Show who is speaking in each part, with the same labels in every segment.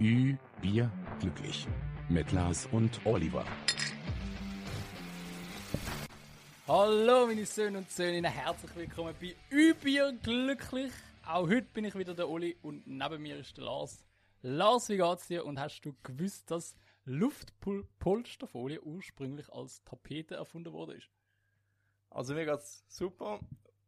Speaker 1: Ü, Bier, glücklich. Mit Lars und Oliver.
Speaker 2: Hallo meine Söhne und Söhne, herzlich willkommen bei Übier glücklich. Auch heute bin ich wieder der Oli und neben mir ist der Lars. Lars, wie geht's dir? Und hast du gewusst, dass Luftpolsterfolie ursprünglich als Tapete erfunden worden ist?
Speaker 3: Also mir geht's super,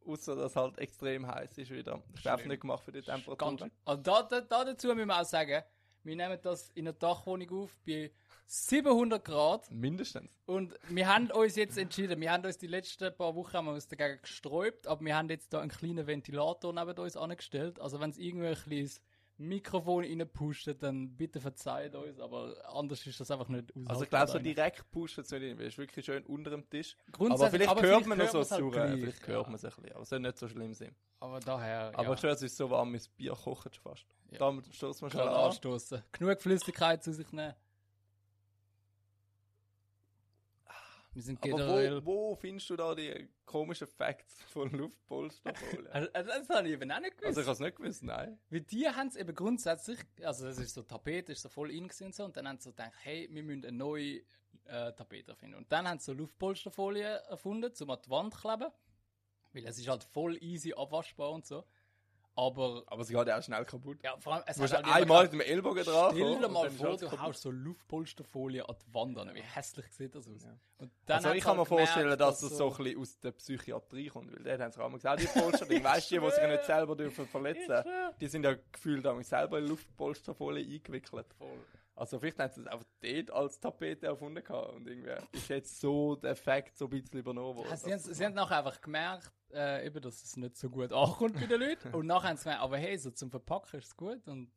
Speaker 3: außer dass halt extrem heiß ist wieder. Ich bin nicht gemacht für die
Speaker 2: Ganz,
Speaker 3: Temperatur.
Speaker 2: also da, da, da dazu müssen wir auch sagen, wir nehmen das in einer Dachwohnung auf bei 700 Grad
Speaker 3: Mindestens.
Speaker 2: und wir haben uns jetzt entschieden, wir haben uns die letzten paar Wochen haben wir uns dagegen gesträubt, aber wir haben jetzt da einen kleinen Ventilator neben uns angestellt, also wenn es irgendwo ein kleines Mikrofon reinpustet, dann bitte verzeiht uns, aber anders ist das einfach nicht aus.
Speaker 3: Also ich glaube, so direkt pushen zu nicht, weil es ist wirklich schön unter dem Tisch.
Speaker 2: Grundsätzlich-
Speaker 3: aber vielleicht
Speaker 2: aber
Speaker 3: hört
Speaker 2: vielleicht
Speaker 3: man noch
Speaker 2: hört
Speaker 3: so
Speaker 2: man's halt
Speaker 3: sauer.
Speaker 2: gleich,
Speaker 3: vielleicht
Speaker 2: ja.
Speaker 3: hört man es ein bisschen, aber es soll nicht so schlimm sein.
Speaker 2: Aber daher,
Speaker 3: Aber
Speaker 2: ja,
Speaker 3: schön, es ist so warm, mein Bier kocht fast.
Speaker 2: Ja. Genau.
Speaker 3: Da stoßen wir schon
Speaker 2: gerade
Speaker 3: an.
Speaker 2: anstoßen. Genug Flüssigkeit zu sich nehmen. Ah, Wir sind generell...
Speaker 3: Aber wo, wo findest du da die komischen Facts von Luftpolsterfolie?
Speaker 2: Also, also das habe ich eben auch nicht gewusst.
Speaker 3: also ich habe es nicht gewusst, nein.
Speaker 2: Weil die haben es eben grundsätzlich, also das ist so Tapete, ist so voll in gewesen und so, und dann haben sie so gedacht, hey, wir müssen eine neue äh, Tapete erfinden. Und dann haben sie so Luftpolsterfolie erfunden, um an die Wand zu kleben, weil es ist halt voll easy abwaschbar und so. Aber,
Speaker 3: Aber es geht ja auch schnell kaputt.
Speaker 2: ja, vor allem, es
Speaker 3: Du musst
Speaker 2: halt
Speaker 3: einmal
Speaker 2: niemand
Speaker 3: mit dem Ellbogen dran.
Speaker 2: gehabt, Stell
Speaker 3: kommen
Speaker 2: dir
Speaker 3: und
Speaker 2: mal
Speaker 3: dann ist
Speaker 2: vor,
Speaker 3: alles
Speaker 2: du
Speaker 3: kaputt.
Speaker 2: haust so Luftpolsterfolie an die Wand an, wie hässlich sieht das aus.
Speaker 3: Ja.
Speaker 2: Und dann
Speaker 3: also
Speaker 2: haben
Speaker 3: ich
Speaker 2: sie
Speaker 3: kann
Speaker 2: halt
Speaker 3: mir vorstellen,
Speaker 2: gemerkt,
Speaker 3: dass das so ein bisschen aus der Psychiatrie kommt, weil dort haben sie auch immer gesagt, die Polsterung, weißt du, die, die sich nicht selber dürfen verletzen, die sind ja gefühlt auch selber in Luftpolsterfolie eingewickelt.
Speaker 2: Voll.
Speaker 3: Also vielleicht haben sie es einfach dort als Tapete erfunden gehabt und irgendwie ist jetzt so der Effekt so ein bisschen übernommen worden.
Speaker 2: Ja, sie, haben, sie haben nachher einfach gemerkt, äh, eben, dass es nicht so gut ankommt bei den Leuten. Und nachher haben sie gemerkt, aber hey, so zum Verpacken ist es gut und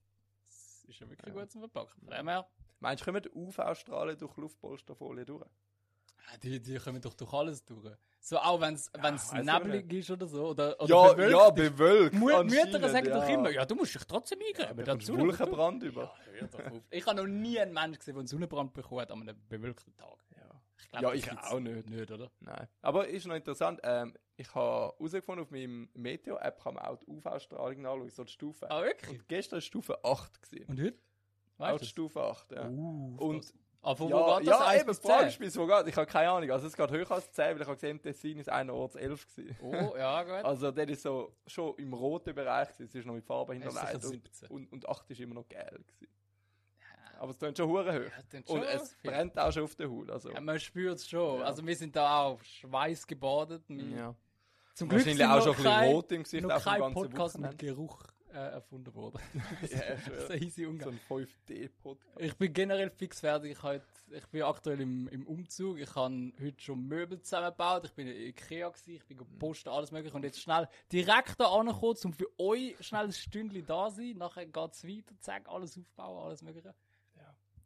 Speaker 2: es ist ja wirklich gut zum Verpacken. Von dem her,
Speaker 3: Meinst du, kommen die UV-Strahlen durch Luftpolsterfolie durch?
Speaker 2: äh, die, die kommen doch durch alles durch. So auch wenn es wenn's
Speaker 3: weiss ich
Speaker 2: nebelig ist oder so. Oder, oder
Speaker 3: Ja,
Speaker 2: bewölkt
Speaker 3: ja,
Speaker 2: ist.
Speaker 3: bewölkt.
Speaker 2: Mu- Mütter
Speaker 3: anscheinend,
Speaker 2: sagen
Speaker 3: ja.
Speaker 2: doch immer, ja, du musst dich trotzdem eingreifen.
Speaker 3: Da
Speaker 2: Ja,
Speaker 3: kommst Wolkenbrand über.
Speaker 2: Hör doch auf. Ich habe noch nie einen Menschen gesehen, der einen Sonnenbrand bekommt an einem bewölkten Tag.
Speaker 3: Ja.
Speaker 2: Ich glaub,
Speaker 3: Ja,
Speaker 2: das
Speaker 3: ich
Speaker 2: gibt's
Speaker 3: auch nicht.
Speaker 2: Nicht, oder?
Speaker 3: Nein. Aber ist noch interessant, ähm, ich habe herausgefunden, auf meinem Meteo-App kann man auch die UV-Strahlung nachschauen, so die Stufe.
Speaker 2: Ah, wirklich?
Speaker 3: Und gestern war Stufe 8. Gewesen.
Speaker 2: Und heute?
Speaker 3: Auch
Speaker 2: Weißt
Speaker 3: die
Speaker 2: du?
Speaker 3: Stufe 8, ja.
Speaker 2: Uh,
Speaker 3: Und
Speaker 2: ah, von wo
Speaker 3: ja,
Speaker 2: geht das?
Speaker 3: ja
Speaker 2: Eins
Speaker 3: eben,
Speaker 2: bis
Speaker 3: die Frage
Speaker 2: zehn?
Speaker 3: ist, bis wo geht. Ich habe keine Ahnung. Also es geht höher als 10, weil ich habe gesehen, Tessin ist einerorts 11 gewesen.
Speaker 2: Oh, ja, gut.
Speaker 3: Also der ist so schon im roten Bereich gewesen. Es ist noch mit Farbe
Speaker 2: ist sicher
Speaker 3: hinterlegt. Und, äh,
Speaker 2: 17.
Speaker 3: und, und 8 ist immer noch gelb gewesen. Aber es tönt schon hure hoch.
Speaker 2: Ja, tönt
Speaker 3: und
Speaker 2: schon
Speaker 3: es
Speaker 2: viel.
Speaker 3: brennt auch schon auf der Haut. Also.
Speaker 2: Ja, man spürt es schon.
Speaker 3: Ja.
Speaker 2: Also wir sind da auch Schweiß gebadet.
Speaker 3: Ja.
Speaker 2: Zum
Speaker 3: Wahrscheinlich
Speaker 2: sind
Speaker 3: auch
Speaker 2: noch
Speaker 3: schon ein bisschen
Speaker 2: kein-
Speaker 3: rot im Gesicht, auch
Speaker 2: Noch
Speaker 3: vom
Speaker 2: kein
Speaker 3: ganzen
Speaker 2: Podcast mit
Speaker 3: Wochenende.
Speaker 2: Geruch äh, erfunden worden.
Speaker 3: Ja, ich
Speaker 2: das ist
Speaker 3: schwöre.
Speaker 2: ein easy
Speaker 3: so
Speaker 2: Umgang.
Speaker 3: ein 5D-Podcast.
Speaker 2: Ich bin generell fix fertig. Ich, hab jetzt- ich bin aktuell im, im Umzug. Ich habe heute schon Möbel zusammengebaut. Ich bin in Ikea gewesen. Ich bin
Speaker 3: Mhm.
Speaker 2: gepostet, alles mögliche. Und jetzt schnell direkt da angekommen, um für euch schnell ein Stündchen da zu sein. Nachher geht es weiter, zack, alles aufbauen, alles mögliche.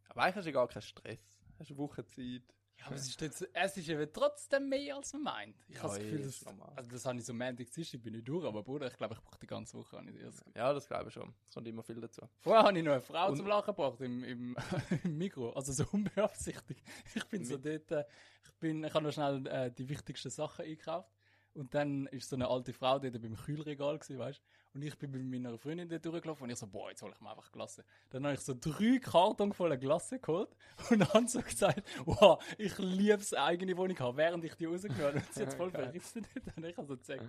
Speaker 3: Aber eigentlich hast du gar keinen Stress. Hast eine Woche Zeit.
Speaker 2: Ja, aber es ist, jetzt, es ist eben trotzdem mehr, als man meint. Ich
Speaker 3: Ja,
Speaker 2: habe das
Speaker 3: eh,
Speaker 2: Gefühl,
Speaker 3: ist
Speaker 2: das,
Speaker 3: normal.
Speaker 2: also das habe ich so Montag, Dienstag, ich bin nicht durch, aber Bruder, ich glaube, ich brauche die ganze Woche. Habe ich das Gefühl.
Speaker 3: Ja, das glaube ich schon. Es kommt immer viel dazu.
Speaker 2: Vorher habe ich noch eine Frau
Speaker 3: Und-
Speaker 2: zum Lachen gebracht im, im, im Mikro, also so unbeabsichtigt. Ich bin so dort, äh, ich, bin, ich habe noch schnell äh, die wichtigsten Sachen eingekauft. Und dann ist so eine alte Frau dort beim Kühlregal gewesen, weißt du? Und ich bin mit meiner Freundin dort durchgelaufen und ich so, boah, jetzt hole ich mir einfach Glasse. Dann habe ich so drei Karton voller Glasse geholt und dann so gesagt, wow, ich liebe es, eine eigene Wohnung zu haben, während ich die rausgenommen habe. Und sie hat voll
Speaker 3: Geil.
Speaker 2: verrissen dort und ich habe so gezeigt.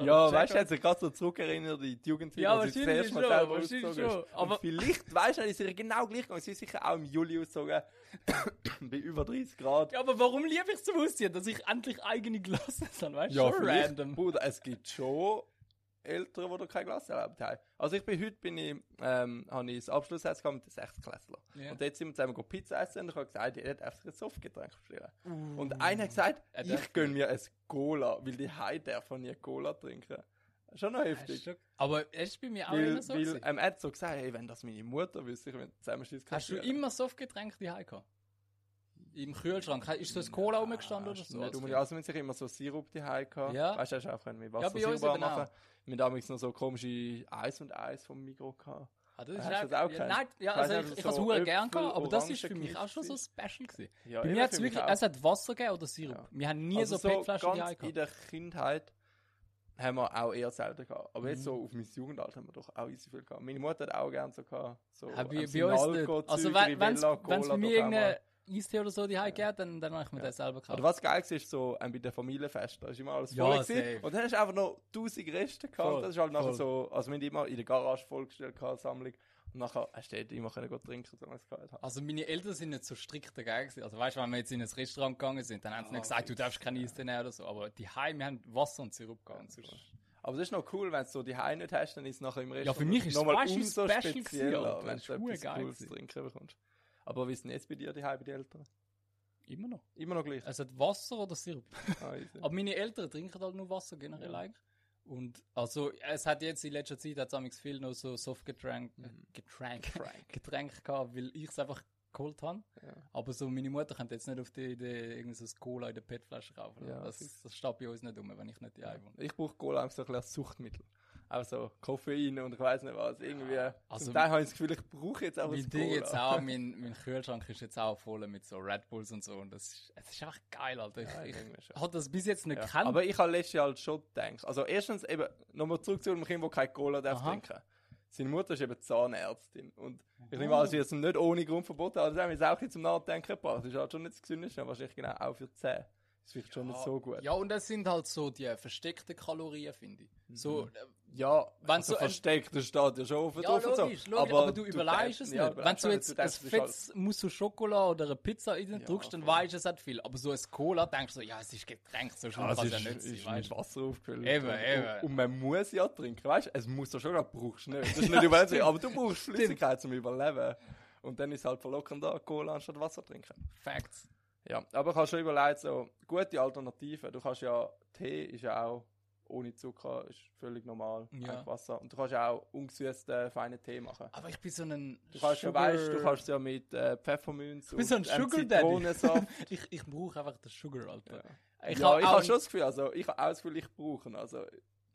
Speaker 3: Ja, weißt du, hat sich gerade so zurückerinnert in die Jugendzeit,
Speaker 2: Ja,
Speaker 3: als sie
Speaker 2: wahrscheinlich
Speaker 3: das erste Mal
Speaker 2: schon,
Speaker 3: selber
Speaker 2: wahrscheinlich
Speaker 3: ausgezogen
Speaker 2: schon.
Speaker 3: ist.
Speaker 2: Aber-
Speaker 3: Aber vielleicht, weißt du, ist sicher genau gleich gegangen. Sie ist sicher auch im Juli ausgezogen. bei über 30 Grad.
Speaker 2: Ja, aber warum liebe ich zum Ausziehen? Dass ich endlich eigene Glasse habe, weißt du? so
Speaker 3: vielleicht.
Speaker 2: random.
Speaker 3: Bruder, es gibt schon Eltern, die da kein Glas erlaubt haben. Also ich bin heute, bin ich, ähm, habe ich das Abschlussessen gehabt mit den 6. Klässler.
Speaker 2: Ja.
Speaker 3: Und dort sind wir zusammen go Pizza essen und ich habe gesagt, ihr darf sich ein Softgetränk bestellen. Und einer hat gesagt,
Speaker 2: Uh. Er darf
Speaker 3: ich gönne mir ein Cola, weil die Hai von nie Cola trinken. Schon noch
Speaker 2: Das ist
Speaker 3: heftig.
Speaker 2: schon- Aber es ist bei mir auch
Speaker 3: Weil,
Speaker 2: immer so.
Speaker 3: weil
Speaker 2: gewesen.
Speaker 3: ähm, er hat so gesagt, hey, wenn das meine Mutter wüsste, ich würde zusammenschießen.
Speaker 2: Hast du immer Softgetränke die gehabt? Im Kühlschrank? Ist so ein Cola rumgestanden oder so?
Speaker 3: Nicht
Speaker 2: als
Speaker 3: unbedingt. Also, wir haben sicher immer so Sirup die gehabt.
Speaker 2: Ja.
Speaker 3: Weißt du, hast du auch können mit
Speaker 2: Ja,
Speaker 3: Wasser
Speaker 2: bei
Speaker 3: ja,
Speaker 2: uns
Speaker 3: Sirup
Speaker 2: eben
Speaker 3: machen. Wir haben damals noch so komische Eis und Eis vom Mikro gehabt.
Speaker 2: Kind? Ah, das ist
Speaker 3: Hast du
Speaker 2: auch-
Speaker 3: das auch
Speaker 2: ja,
Speaker 3: gekannt?
Speaker 2: Nein, ja,
Speaker 3: Ich weiss
Speaker 2: also
Speaker 3: nicht,
Speaker 2: ich, ich
Speaker 3: so
Speaker 2: habe es
Speaker 3: Äpfel,
Speaker 2: gern gehabt, aber das ist
Speaker 3: Orangen
Speaker 2: für mich auch schon so
Speaker 3: gemischt
Speaker 2: special gewesen.
Speaker 3: Ja,
Speaker 2: Bei
Speaker 3: eben
Speaker 2: mir hat es
Speaker 3: für mich
Speaker 2: wirklich, also
Speaker 3: auch.
Speaker 2: es hat Wasser gegeben oder Sirup. Wir haben nie
Speaker 3: also
Speaker 2: so Petflaschen
Speaker 3: ganz
Speaker 2: die
Speaker 3: in der Kindheit haben wir auch eher selten gehabt. Aber jetzt
Speaker 2: Mhm.
Speaker 3: so auf mein Jugendalter haben wir doch auch easy viel gehabt. Meine Mutter hat auch gerne so gehabt. So
Speaker 2: Auch bei,
Speaker 3: ähm,
Speaker 2: bei uns nicht.
Speaker 3: Sinalco-Zeug,
Speaker 2: Also, wenn es
Speaker 3: Rivella,
Speaker 2: bei
Speaker 3: Cola
Speaker 2: mir
Speaker 3: doch auch mal.
Speaker 2: irgendeinen Eistee oder so die ja. gibt, dann, dann mache ich mir den selber kaufen.
Speaker 3: Oder was geil war, ist so ähm, bei den Familienfesten, da ist immer alles
Speaker 2: Ah. Ja,
Speaker 3: voll. gewesen.
Speaker 2: safe.
Speaker 3: und dann hast du einfach noch 1000 Reste gehabt.
Speaker 2: Voll,
Speaker 3: das ist halt nachher
Speaker 2: voll.
Speaker 3: so, also wir haben die immer in der Garage vollgestellt, gehabt, Sammlung. Und nachher hast du dort immer können gehen trinken, wenn wir es gehabt haben.
Speaker 2: Also, meine Eltern sind nicht so strikt dagegen. gewesen. Also, weißt du, wenn wir jetzt in ein Restaurant gegangen sind,
Speaker 3: Ah,
Speaker 2: dann haben sie nicht gesagt, du darfst keinen Eistee nehmen oder so. Aber die Heim, wir haben Wasser und Sirup gehabt. und sonst-
Speaker 3: Aber das ist noch cool, wenn du so die Heim nicht hast, dann ist es nachher im Rest.
Speaker 2: Ja, für mich ist es
Speaker 3: nochmal
Speaker 2: weißt du,
Speaker 3: umso
Speaker 2: Special gewesen, Alter.
Speaker 3: spezieller, wenn
Speaker 2: Das ist
Speaker 3: du etwas
Speaker 2: huere geil
Speaker 3: Cooles zu
Speaker 2: gewesen.
Speaker 3: trinken bekommst. Aber wie ist denn jetzt bei dir die Heim bei den Eltern?
Speaker 2: Immer noch.
Speaker 3: Immer noch gleich.
Speaker 2: Also, Wasser oder Sirup?
Speaker 3: Ah, easy.
Speaker 2: Aber meine Eltern trinken halt nur Wasser generell eigentlich. Und also es hat jetzt in letzter Zeit hat's amigs viel noch so Softgetränk
Speaker 3: Mhm.
Speaker 2: Getränk,
Speaker 3: Frank.
Speaker 2: Getränk gehabt, weil ich es einfach geholt habe.
Speaker 3: Ja.
Speaker 2: Aber so meine Mutter könnte jetzt nicht auf die Idee irgendwie so ein Cola in der PET-Flasche kaufen.
Speaker 3: Ja,
Speaker 2: das,
Speaker 3: fix.
Speaker 2: das steht bei uns nicht um, wenn ich nicht die wohne.
Speaker 3: Ich brauche Cola einfach so ein bisschen als Suchtmittel. Auch so Koffein und ich weiß nicht was. Irgendwie.
Speaker 2: Also-
Speaker 3: zum Teil habe ich das Gefühl, ich brauche jetzt auch
Speaker 2: Mein
Speaker 3: ein
Speaker 2: Ding
Speaker 3: Cola.
Speaker 2: jetzt auch, mein, mein Kühlschrank ist jetzt auch voll mit so Red Bulls und so und das ist, es ist einfach geil, Alter. Ich,
Speaker 3: Ja,
Speaker 2: ich
Speaker 3: irgendwie schon.
Speaker 2: habe das bis jetzt nicht
Speaker 3: Ja.
Speaker 2: gekannt.
Speaker 3: Aber ich habe letztes Jahr halt schon gedacht. Also erstens eben, nochmal zurück zu einem Kind, der keine Cola darf
Speaker 2: Aha.
Speaker 3: trinken. Seine Mutter ist eben Zahnärztin. Und ich nehme an, sie hat es ihm nicht ohne Grund verboten, aber das haben wir jetzt auch ein bisschen zum Nachdenken gebracht. Das ist halt schon nicht das Gesündeste, aber wahrscheinlich genau auch für die Zähne. Das ist vielleicht schon nicht so gut.
Speaker 2: Ah, ja, und das sind halt so die versteckten Kalorien, finde ich. So, äh,
Speaker 3: Mhm. Ja, also wenn
Speaker 2: so
Speaker 3: so
Speaker 2: ein-
Speaker 3: versteckt, das steht ja schon offen
Speaker 2: Ja,
Speaker 3: und so.
Speaker 2: logisch, logisch, aber, du überlegst
Speaker 3: denkst-
Speaker 2: es
Speaker 3: ja,
Speaker 2: nicht. Wenn du
Speaker 3: nicht,
Speaker 2: jetzt ein
Speaker 3: denkst, das ist halt-
Speaker 2: fettes Mousse au Schokolade oder eine Pizza in den
Speaker 3: Ja,
Speaker 2: drückst, dann
Speaker 3: voll.
Speaker 2: weißt du, es hat viel. Aber so ein Cola denkst du, so, ja, es ist Getränk, so schlimm
Speaker 3: Ja,
Speaker 2: kann es
Speaker 3: es
Speaker 2: ja
Speaker 3: Also ist,
Speaker 2: nicht
Speaker 3: ist
Speaker 2: sein,
Speaker 3: mit
Speaker 2: weißt du.
Speaker 3: Wasser aufgefüllt.
Speaker 2: Eben,
Speaker 3: und,
Speaker 2: eben.
Speaker 3: Und man muss ja trinken, weißt du? Es muss ja schon, gerade brauchst du nicht. Das ist nicht überleben, aber du brauchst Flüssigkeit zum Überleben. Und dann ist es halt verlockend da, Cola anstatt Wasser trinken.
Speaker 2: Facts.
Speaker 3: Ja, aber ich habe schon überlegt, so gute Alternativen. Du kannst ja, Tee ist ja auch ohne Zucker, ist völlig normal,
Speaker 2: Ja.
Speaker 3: einfach Wasser. Und du kannst ja auch ungesüßten, feinen Tee machen.
Speaker 2: Aber ich bin so ein.
Speaker 3: Du kannst ja,
Speaker 2: Sugar-
Speaker 3: weißt du, kannst ja mit äh, Pfeffermünz
Speaker 2: Ich bin so ein
Speaker 3: und, ähm,
Speaker 2: Sugar Daddy.
Speaker 3: Zitronensaft.
Speaker 2: ich ich brauche einfach den Sugar, Alter.
Speaker 3: Ich
Speaker 2: Ich
Speaker 3: ja,
Speaker 2: hab
Speaker 3: ich
Speaker 2: auch-
Speaker 3: habe schon das Gefühl, also ich habe auch das Gefühl, ich brauche ihn. Also,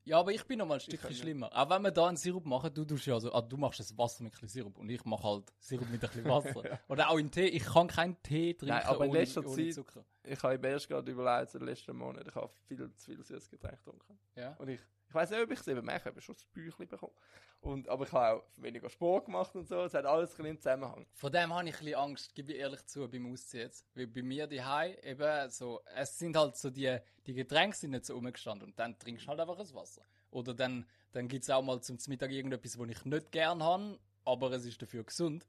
Speaker 2: Ja, aber ich bin noch mal ein Stückchen
Speaker 3: kann nicht.
Speaker 2: schlimmer. Auch wenn wir da einen Sirup machen, du tust ja so, ah, du machst das Wasser mit ein bisschen Sirup und ich mache halt Sirup mit ein bisschen Wasser. Oder auch in Tee. Ich kann keinen Tee trinken
Speaker 3: aber in
Speaker 2: ohne,
Speaker 3: letzter
Speaker 2: ohne
Speaker 3: Zeit-
Speaker 2: Zucker.
Speaker 3: Ich habe eben erst gerade überlegt, in den letzten Monaten, ich habe viel zu viel süßes Getränk getrunken.
Speaker 2: Ja.
Speaker 3: Und ich, ich weiß nicht, ob ich es eben merke, ich habe schon das Büchlein bekommen. Und, aber ich habe auch weniger Sport gemacht und so, es hat alles ein bisschen im Zusammenhang.
Speaker 2: Von dem habe ich ein bisschen Angst, gebe ich ehrlich zu, beim Ausziehen jetzt. Weil bei mir daheim eben so, es sind halt so die, die Getränke sind nicht so rumgestanden und dann trinkst du halt einfach das Wasser. Oder dann, dann gibt es auch mal zum Mittag irgendetwas, was ich nicht gern habe, aber es ist dafür gesund.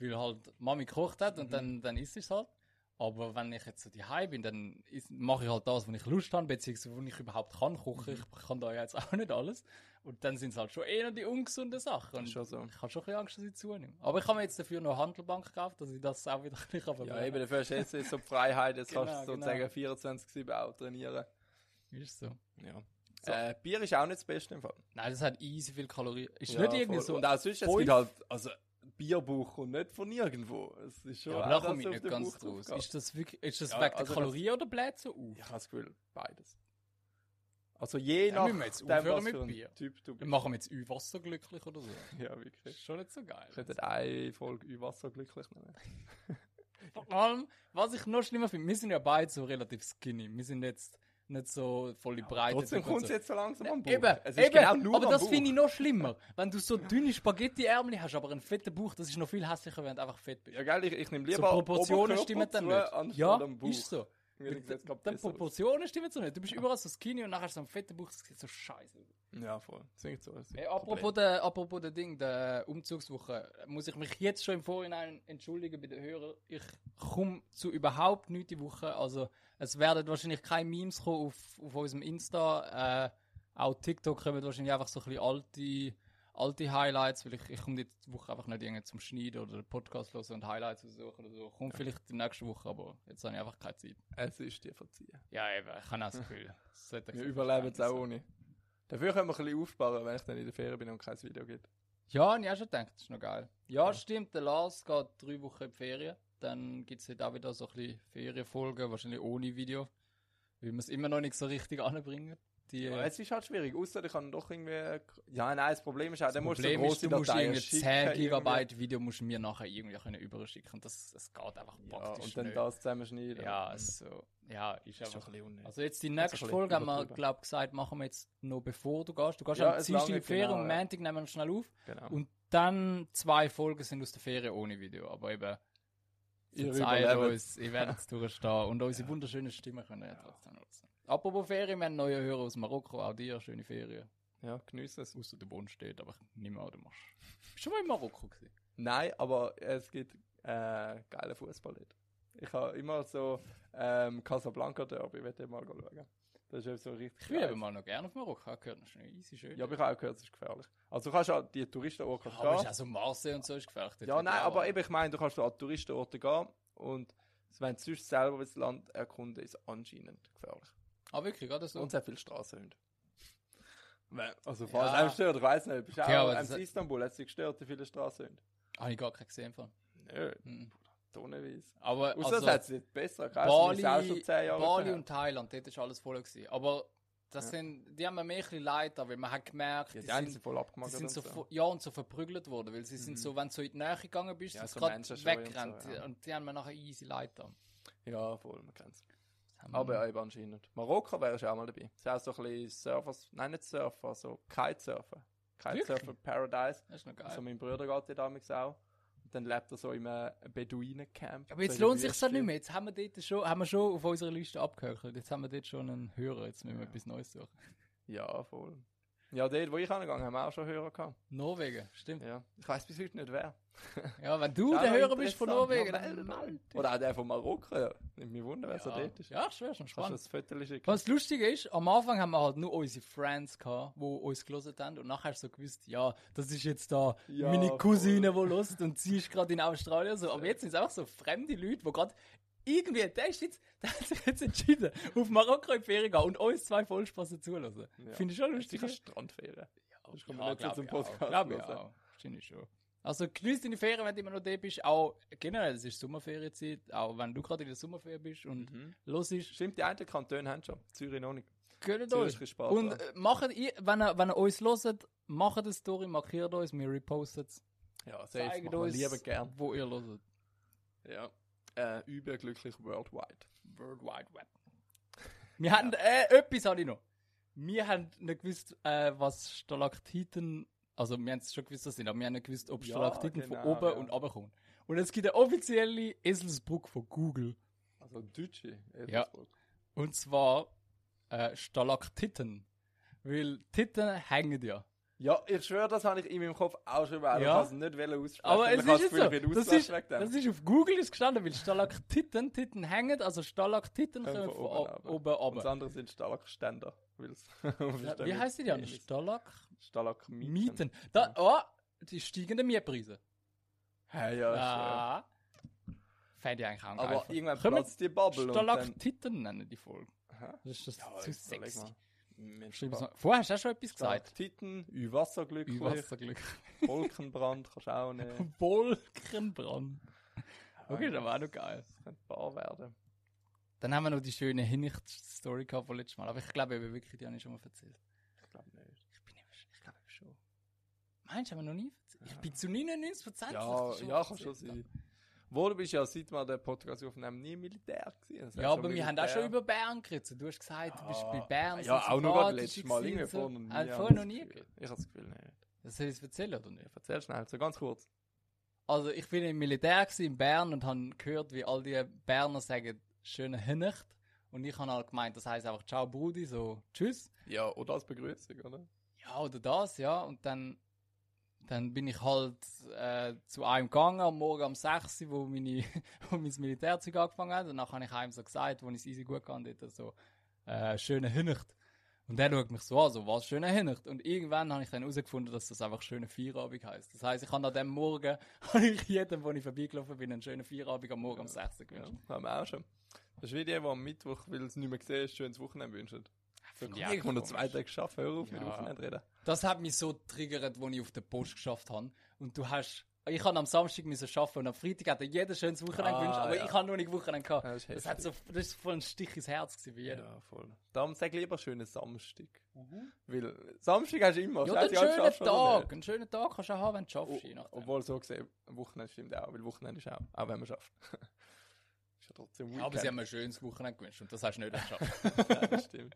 Speaker 2: Weil halt Mami gekocht hat und dann, dann isst es halt. Aber wenn ich jetzt so daheim bin, dann is- mache ich halt das, was ich Lust habe, beziehungsweise was ich überhaupt kann kochen. Ich kann da ja jetzt auch nicht alles. Und dann sind es halt schon eher die ungesunden Sachen. Und
Speaker 3: Ist schon so.
Speaker 2: Ich habe schon ein bisschen Angst, dass ich zunehme. Aber ich habe mir jetzt dafür noch eine Handelbank gekauft, dass ich das auch wieder ein bisschen kann
Speaker 3: Ja,
Speaker 2: verbrennen.
Speaker 3: eben, dafür hast du jetzt jetzt so die Freiheit, jetzt
Speaker 2: Genau,
Speaker 3: kannst du sozusagen 24-7 auch trainieren.
Speaker 2: Ist so.
Speaker 3: Ja.
Speaker 2: So.
Speaker 3: Äh, Bier ist auch nicht das Beste im Fall.
Speaker 2: Nein, das hat easy viel Kalorien. Ist
Speaker 3: Ja,
Speaker 2: nicht irgendwie
Speaker 3: voll.
Speaker 2: so.
Speaker 3: Und auch sonst, es
Speaker 2: fünf-
Speaker 3: gibt halt, also Bierbuch kommt nicht von nirgendwo. Es ist schon
Speaker 2: ja, aber
Speaker 3: auch
Speaker 2: da
Speaker 3: das
Speaker 2: komme ich
Speaker 3: auf
Speaker 2: nicht
Speaker 3: den
Speaker 2: ganz
Speaker 3: Bauch drauf
Speaker 2: draus.
Speaker 3: geht.
Speaker 2: Ist das wirklich, ist das
Speaker 3: Ja,
Speaker 2: wegen
Speaker 3: also
Speaker 2: der Kalorien oder bläht so auf?
Speaker 3: Ich habe das Gefühl, beides. Also je
Speaker 2: Dann
Speaker 3: nach
Speaker 2: müssen wir jetzt aufhören mit Bier.
Speaker 3: Typ du
Speaker 2: Wir
Speaker 3: bist.
Speaker 2: machen jetzt Wasser glücklich oder so.
Speaker 3: Ja,
Speaker 2: Das
Speaker 3: wirklich.
Speaker 2: ist schon nicht so geil.
Speaker 3: Ich könnte eine Folge über Wasser glücklich nehmen.
Speaker 2: Vor allem, was ich noch schlimmer finde, wir sind ja beide so relativ skinny. Wir sind jetzt nicht so volle Breite.
Speaker 3: Trotzdem
Speaker 2: und
Speaker 3: kommt es
Speaker 2: so.
Speaker 3: jetzt so langsam am Bauch.
Speaker 2: Eben,
Speaker 3: es
Speaker 2: eben,
Speaker 3: ist genau nur
Speaker 2: aber
Speaker 3: am
Speaker 2: das
Speaker 3: Bauch.
Speaker 2: finde ich noch schlimmer. Wenn du so dünne Spaghetti-Ärmel hast, aber einen fetten Bauch, das ist noch viel hässlicher, wenn du einfach fett bist.
Speaker 3: Ja, geil, ich, ich nehme
Speaker 2: so
Speaker 3: lieber
Speaker 2: Proportionen
Speaker 3: Oberkörper
Speaker 2: stimmen dann
Speaker 3: zu,
Speaker 2: nicht.
Speaker 3: anstatt
Speaker 2: Ja,
Speaker 3: am Bauch.
Speaker 2: ist so.
Speaker 3: Mir sieht das gerade
Speaker 2: Dann
Speaker 3: besser aus.
Speaker 2: Proportionen stimmen so nicht. Du bist überall so skinny und nachher so ein fetter Bauch, das sieht so scheiße aus.
Speaker 3: Ja, voll. Singt so. das ist
Speaker 2: Ey,
Speaker 3: ein
Speaker 2: Äh, apropos, der, apropos der Ding, der Umzugswoche, muss ich mich jetzt schon im Vorhinein entschuldigen bei den Hörern. Ich komme zu überhaupt nichts die Woche. Also, es werden wahrscheinlich keine Memes kommen auf, auf unserem Insta. Äh, auch TikTok kommen wahrscheinlich einfach so ein bisschen alte, alte Highlights, weil ich, ich komme die Woche einfach nicht irgendwie zum Schneiden oder den Podcast hören und Highlights suchen oder so. Kommt vielleicht die nächste Woche, aber jetzt habe ich einfach keine Zeit.
Speaker 3: Problem. Es ist dir verziehen.
Speaker 2: Ja, eben, ich habe auch das Gefühl. es sollte
Speaker 3: Wir
Speaker 2: so
Speaker 3: überleben es auch
Speaker 2: sein.
Speaker 3: ohne. Dafür können wir ein bisschen aufsparen, wenn ich dann in der Ferien bin und kein Video gibt.
Speaker 2: Ja, hab ich auch schon gedacht, das ist noch geil. Ja, stimmt, der Lars geht drei Wochen in die Ferien. Dann gibt es heute auch wieder so ein bisschen Ferienfolgen, wahrscheinlich ohne Video, weil wir es immer noch nicht so richtig anbringen. die,
Speaker 3: Ja, es ist halt schwierig, außer ich kann doch irgendwie. Ja, nein, das Problem ist auch, dann musst du
Speaker 2: Problem ist,
Speaker 3: große
Speaker 2: du musst
Speaker 3: Dateien
Speaker 2: irgendwie
Speaker 3: schicken,
Speaker 2: 10
Speaker 3: irgendwie.
Speaker 2: Gigabyte Video musst du mir nachher irgendwie können überschicken. Das, das geht einfach
Speaker 3: Ja,
Speaker 2: praktisch
Speaker 3: und dann
Speaker 2: nicht.
Speaker 3: das zusammenschneiden. Mhm.
Speaker 2: ja, so, ja, ist
Speaker 3: ist doch
Speaker 2: einfach.
Speaker 3: ein bisschen unnötig.
Speaker 2: Also jetzt die
Speaker 3: Jetzt
Speaker 2: nächste
Speaker 3: ein bisschen
Speaker 2: Folge haben wir,
Speaker 3: übertrieben.
Speaker 2: glaube ich, gesagt, machen wir jetzt noch bevor du gehst. Du gehst
Speaker 3: Ja,
Speaker 2: am
Speaker 3: es
Speaker 2: Dienstag in die
Speaker 3: langt,
Speaker 2: Ferien
Speaker 3: genau,
Speaker 2: und
Speaker 3: ja.
Speaker 2: Montag nehmen wir schnell auf.
Speaker 3: Genau.
Speaker 2: Und dann zwei Folgen sind aus der Ferien ohne Video. Aber eben,
Speaker 3: Ihr
Speaker 2: verzeiht
Speaker 3: überlebt.
Speaker 2: uns, ihr werdet es durchstehen. Und unsere wunderschönen Stimmen können wir ja trotzdem nutzen. Apropos Ferien, wir haben neue Hörer aus Marokko. Auch dir, schöne Ferien.
Speaker 3: Ja, genieß es.
Speaker 2: Außer der Bund steht, aber ich nehme an, du machst. Bist du schon mal in Marokko gewesen?
Speaker 3: Nein, aber es gibt äh, geile Fußball dort. Ich habe immer so ähm, Casablanca Derby, ich werde mal schauen. Das ist eben so richtig.
Speaker 2: Ich würde
Speaker 3: geil.
Speaker 2: eben mal noch gerne auf Marokko ich gehört, das ist noch easy schön.
Speaker 3: Ja, aber ich habe auch gehört, es ist gefährlich. Also du kannst auch die Touristenorte
Speaker 2: aber ist
Speaker 3: gehen.
Speaker 2: auch so Marseille und so ist gefährlich. dort
Speaker 3: Ja,
Speaker 2: wird
Speaker 3: nein,
Speaker 2: auch-
Speaker 3: aber eben, ich meine, du kannst an die Touristenorte gehen und wenn du sonst selber das Land erkunden, ist anscheinend gefährlich.
Speaker 2: Ah, wirklich, gerade so.
Speaker 3: Und sehr viele Straßenhunde. Wenn- Also
Speaker 2: Ja.
Speaker 3: falls einem stört, ich weiß nicht, bist du
Speaker 2: Okay,
Speaker 3: auch
Speaker 2: aber
Speaker 3: in
Speaker 2: das hat-
Speaker 3: Istanbul, hat es dich gestört, wie viele Straßenhunde?
Speaker 2: Habe ich gar keinen gesehen. Von.
Speaker 3: Nö,
Speaker 2: Hm.
Speaker 3: tonnenweise.
Speaker 2: Aber
Speaker 3: Außer
Speaker 2: also,
Speaker 3: es hat es nicht besser, kannst du
Speaker 2: Bali,
Speaker 3: nicht Also, auch schon 10 Jahre
Speaker 2: Bali
Speaker 3: her.
Speaker 2: und Thailand, dort ist alles voll. Gewesen. Aber das
Speaker 3: Ja.
Speaker 2: sind, die haben mir mehr ein bisschen leid, getan, weil man hat gemerkt,
Speaker 3: Ja,
Speaker 2: die,
Speaker 3: die einen
Speaker 2: sind,
Speaker 3: sind voll
Speaker 2: die
Speaker 3: abgemacht.
Speaker 2: sind
Speaker 3: und
Speaker 2: so,
Speaker 3: so.
Speaker 2: vo- ja, und so verprügelt worden, weil sie sind
Speaker 3: Mhm.
Speaker 2: so, wenn du so in die Nähe gegangen bist,
Speaker 3: Ja,
Speaker 2: sind sie
Speaker 3: so
Speaker 2: gerade
Speaker 3: Menschenscheu und so,
Speaker 2: weggerannt.
Speaker 3: ja.
Speaker 2: Und die haben mir nachher easy leid. getan.
Speaker 3: Ja, voll, man kennt es.
Speaker 2: Das haben
Speaker 3: Aber
Speaker 2: wir-
Speaker 3: ja, eben anscheinend. Marokko wäre ich auch mal dabei. Das ist auch so ein bisschen Surfers, nein, nicht Surfer, so Kitesurfen. Kitesurfer Paradise.
Speaker 2: das ist noch geil.
Speaker 3: Also mein Bruder geht ja damals auch. Und dann lebt er so in einem Beduinencamp.
Speaker 2: Aber jetzt
Speaker 3: so in der
Speaker 2: lohnt sich
Speaker 3: Wüste.
Speaker 2: halt nicht mehr. Jetzt haben wir dort schon, haben wir schon auf unserer Liste abgehökelt. Jetzt haben wir dort schon einen Hörer. Jetzt müssen wir
Speaker 3: Ja.
Speaker 2: etwas Neues suchen.
Speaker 3: Ja, voll. Ja, dort, wo ich angegangen haben wir auch schon Hörer gehabt.
Speaker 2: Norwegen, stimmt.
Speaker 3: Ja. Ich weiß bis heute nicht wer.
Speaker 2: Ja, wenn du
Speaker 3: Ist auch
Speaker 2: der
Speaker 3: noch
Speaker 2: Hörer bist von
Speaker 3: interessant.
Speaker 2: Norwegen,
Speaker 3: Ja,
Speaker 2: dann
Speaker 3: meld, meld.
Speaker 2: meld dich.
Speaker 3: Oder auch der von Marokko. ja. Nimmt mich wunder, wer so
Speaker 2: ja.
Speaker 3: dort ist. Also,
Speaker 2: Ja, ich schwör's, noch
Speaker 3: Kannst du
Speaker 2: spannend.
Speaker 3: das Viertel schicken?
Speaker 2: Was lustig ist, am Anfang haben wir halt nur unsere Friends gehabt, die uns gelesen haben und nachher hast du so gewusst, ja, das ist jetzt da
Speaker 3: Ja,
Speaker 2: meine Cousine, die lost und sie ist gerade in Australien so. Aber jetzt sind es einfach so fremde Leute, die gerade irgendwie, der ist jetzt, der hat sich jetzt entschieden, auf Marokko in die Ferien gehen und uns zwei Vollspassen zulassen.
Speaker 3: Ja.
Speaker 2: Finde ich schon
Speaker 3: Das ist
Speaker 2: lustig.
Speaker 3: sicher Strandferien.
Speaker 2: Das
Speaker 3: kommt mir nicht so zum Podcast
Speaker 2: Glaube ich
Speaker 3: hören.
Speaker 2: auch. Wahrscheinlich schon. Also genieß deine Ferien, wenn du immer noch da bist. Auch generell, es ist Sommerferienzeit, auch wenn du gerade in der Sommerferien bist und
Speaker 3: Mhm.
Speaker 2: los ist,
Speaker 3: Stimmt, die einen Kantone haben schon. Zürich noch nicht.
Speaker 2: gönnt
Speaker 3: Zürich
Speaker 2: euch.
Speaker 3: ist spät
Speaker 2: Und
Speaker 3: dran.
Speaker 2: äh, macht ihr, wenn ihr, wenn ihr uns hört, macht eine Story, markiert uns, wir repostet es.
Speaker 3: Ja, safe.
Speaker 2: Zeigt
Speaker 3: Machen wir
Speaker 2: uns,
Speaker 3: lieber gern.
Speaker 2: wo ihr hört.
Speaker 3: Ja. Äh, überglücklich worldwide.
Speaker 2: World Wide Web. Wir haben, äh, etwas habe ich noch. Wir haben nicht gewusst, äh, was Stalaktiten, also wir haben es schon gewusst, das sind, aber wir haben nicht gewusst, ob
Speaker 3: Ja,
Speaker 2: Stalaktiten von
Speaker 3: genau,
Speaker 2: oben
Speaker 3: ja.
Speaker 2: und runter kommen. Und es gibt eine offizielle Eselsbrücke von Google.
Speaker 3: Also Deutsche.
Speaker 2: Ja. Und zwar äh, Stalaktiten. Weil Titten hängen ja.
Speaker 3: Ja, ich schwöre, das habe ich in meinem Kopf auch schon mal. Ich
Speaker 2: Ja.
Speaker 3: kann es nicht wollen aussprechen.
Speaker 2: Aber
Speaker 3: weil
Speaker 2: es
Speaker 3: ich habe
Speaker 2: ist jetzt
Speaker 3: Gefühl,
Speaker 2: so.
Speaker 3: ich bin
Speaker 2: Das ist,
Speaker 3: ausgelacht wegen dem.
Speaker 2: das ist auf Google ist gestanden, weil Stalaktiten, Titten hängen, also Stalaktiten
Speaker 3: Kommen
Speaker 2: können
Speaker 3: von
Speaker 2: von
Speaker 3: oben
Speaker 2: ab-
Speaker 3: runter.
Speaker 2: oben
Speaker 3: Und das
Speaker 2: runter.
Speaker 3: andere sind Stalakständer. weil's-
Speaker 2: Wie heißt die denn? Stalak?
Speaker 3: Stalagmieten.
Speaker 2: Mieten. Da, oh, die steigenden Mietpreise.
Speaker 3: Hey, ja, ja.
Speaker 2: Ja. Fände ich eigentlich auch
Speaker 3: Aber
Speaker 2: geil.
Speaker 3: irgendwann
Speaker 2: Ah, Können wir
Speaker 3: platzt die Bubble und dann...
Speaker 2: Stalaktiten nennen die Folge.
Speaker 3: Aha.
Speaker 2: Das ist das
Speaker 3: Ja,
Speaker 2: zu
Speaker 3: jetzt überleg
Speaker 2: sexy.
Speaker 3: mal. Wir haben
Speaker 2: Schreib es
Speaker 3: Spaß.
Speaker 2: mal. Vorher hast du auch schon etwas gesagt.
Speaker 3: Stalaktiten, Überwasserglücklich,
Speaker 2: Überwasserglück.
Speaker 3: Wolkenbrand kannst du auch nehmen.
Speaker 2: Wolkenbrand. Okay, das war auch noch geil.
Speaker 3: Das könnte bar werden.
Speaker 2: Dann haben wir noch die schöne Hinnicht-Story gehabt von letztes Mal. Aber ich glaube, ich habe wirklich die habe ich schon mal erzählt.
Speaker 3: Ich glaube nicht.
Speaker 2: Ich bin immer, ich glaube ich schon. Meinst du, haben wir noch nie erzählt? Ich bin zu 99 Prozent
Speaker 3: Ja, ja, kann schon sein. Wo du bist ja, seit wir den Podcast aufnehmen, nie Militär gewesen. Das
Speaker 2: Ja,
Speaker 3: heißt,
Speaker 2: aber wir haben auch
Speaker 3: Militär-
Speaker 2: schon über Also Bern geredet. Du hast gesagt, du bist bei Bern.
Speaker 3: Ah. Ja,
Speaker 2: so
Speaker 3: auch nur gerade
Speaker 2: sympathisch
Speaker 3: letztes Mal.
Speaker 2: gewesen
Speaker 3: Irgendwie
Speaker 2: und so.
Speaker 3: vorher noch nie.
Speaker 2: Ah,
Speaker 3: habe
Speaker 2: vorher noch
Speaker 3: ich das
Speaker 2: nie.
Speaker 3: Gefühl. Ich habe das Gefühl nicht.
Speaker 2: Das soll ich es erzählen oder nicht?
Speaker 3: Ich erzähl schnell, so ganz kurz.
Speaker 2: Also, ich bin im Militär gewesen, in Bern und habe gehört, wie all die Berner sagen, schöne Hinnicht. Und ich habe halt gemeint, das heißt einfach Ciao Brudi, so Tschüss.
Speaker 3: Ja, oder als Begrüßung, oder?
Speaker 2: Ja, oder das, ja. Und dann, dann bin ich halt äh, zu einem gegangen, am Morgen um 6 Uhr, wo, meine, wo mein Militärzeug angefangen hat. Und dann habe ich einem so gesagt, wo ich es easy gut kann, dort so, äh, schöne Hinnicht. Und der schaut mich so an, so, was, schöne Hinnicht? Und irgendwann habe ich dann herausgefunden, dass das einfach schöne Feierabend heisst. Das heisst, ich habe an dem Morgen, habe ich jedem, wo ich vorbeigelaufen bin, einen schönen Feierabend am Morgen um 6 Uhr
Speaker 3: Ja,
Speaker 2: gewünscht.
Speaker 3: haben wir auch schon. Das ist wie die, die am Mittwoch, weil sie nicht mehr gesehen ist, schönes Wochenende wünschen. So,
Speaker 2: Finde
Speaker 3: komm,
Speaker 2: ich
Speaker 3: ich
Speaker 2: auch
Speaker 3: habe noch
Speaker 2: komisch.
Speaker 3: zwei Tage geschafft, hör auf mit
Speaker 2: Ja.
Speaker 3: Wochenende reden.
Speaker 2: Das hat mich so triggert, als ich auf der Post geschafft habe. Und du hast ich kann am Samstag müssen arbeiten und am Freitag hat er jeder schönes Wochenende
Speaker 3: Ah,
Speaker 2: gewünscht, aber
Speaker 3: ja.
Speaker 2: ich habe noch nicht Wochenende gehabt.
Speaker 3: Ja, das ist
Speaker 2: das, hat so, das ist voll ein Stich ins Herz gewesen bei jedem.
Speaker 3: Ja, voll. Mhm. Darum sag lieber schönen Samstag. Weil Samstag hast du immer.
Speaker 2: Ja, einen
Speaker 3: scheißegal, ob du
Speaker 2: schönen
Speaker 3: schaffst halt oder
Speaker 2: Tag. Einen schönen Tag kannst du auch haben, wenn du schaffst. je
Speaker 3: nicht. O-
Speaker 2: nachdem.
Speaker 3: Obwohl, so gesehen, Wochenende stimmt auch, weil Wochenende ist auch, auch wenn man schafft. ist ja trotzdem Weekend.
Speaker 2: aber sie haben ein schönes Wochenende gewünscht und das hast du nicht geschafft.
Speaker 3: ja, das stimmt.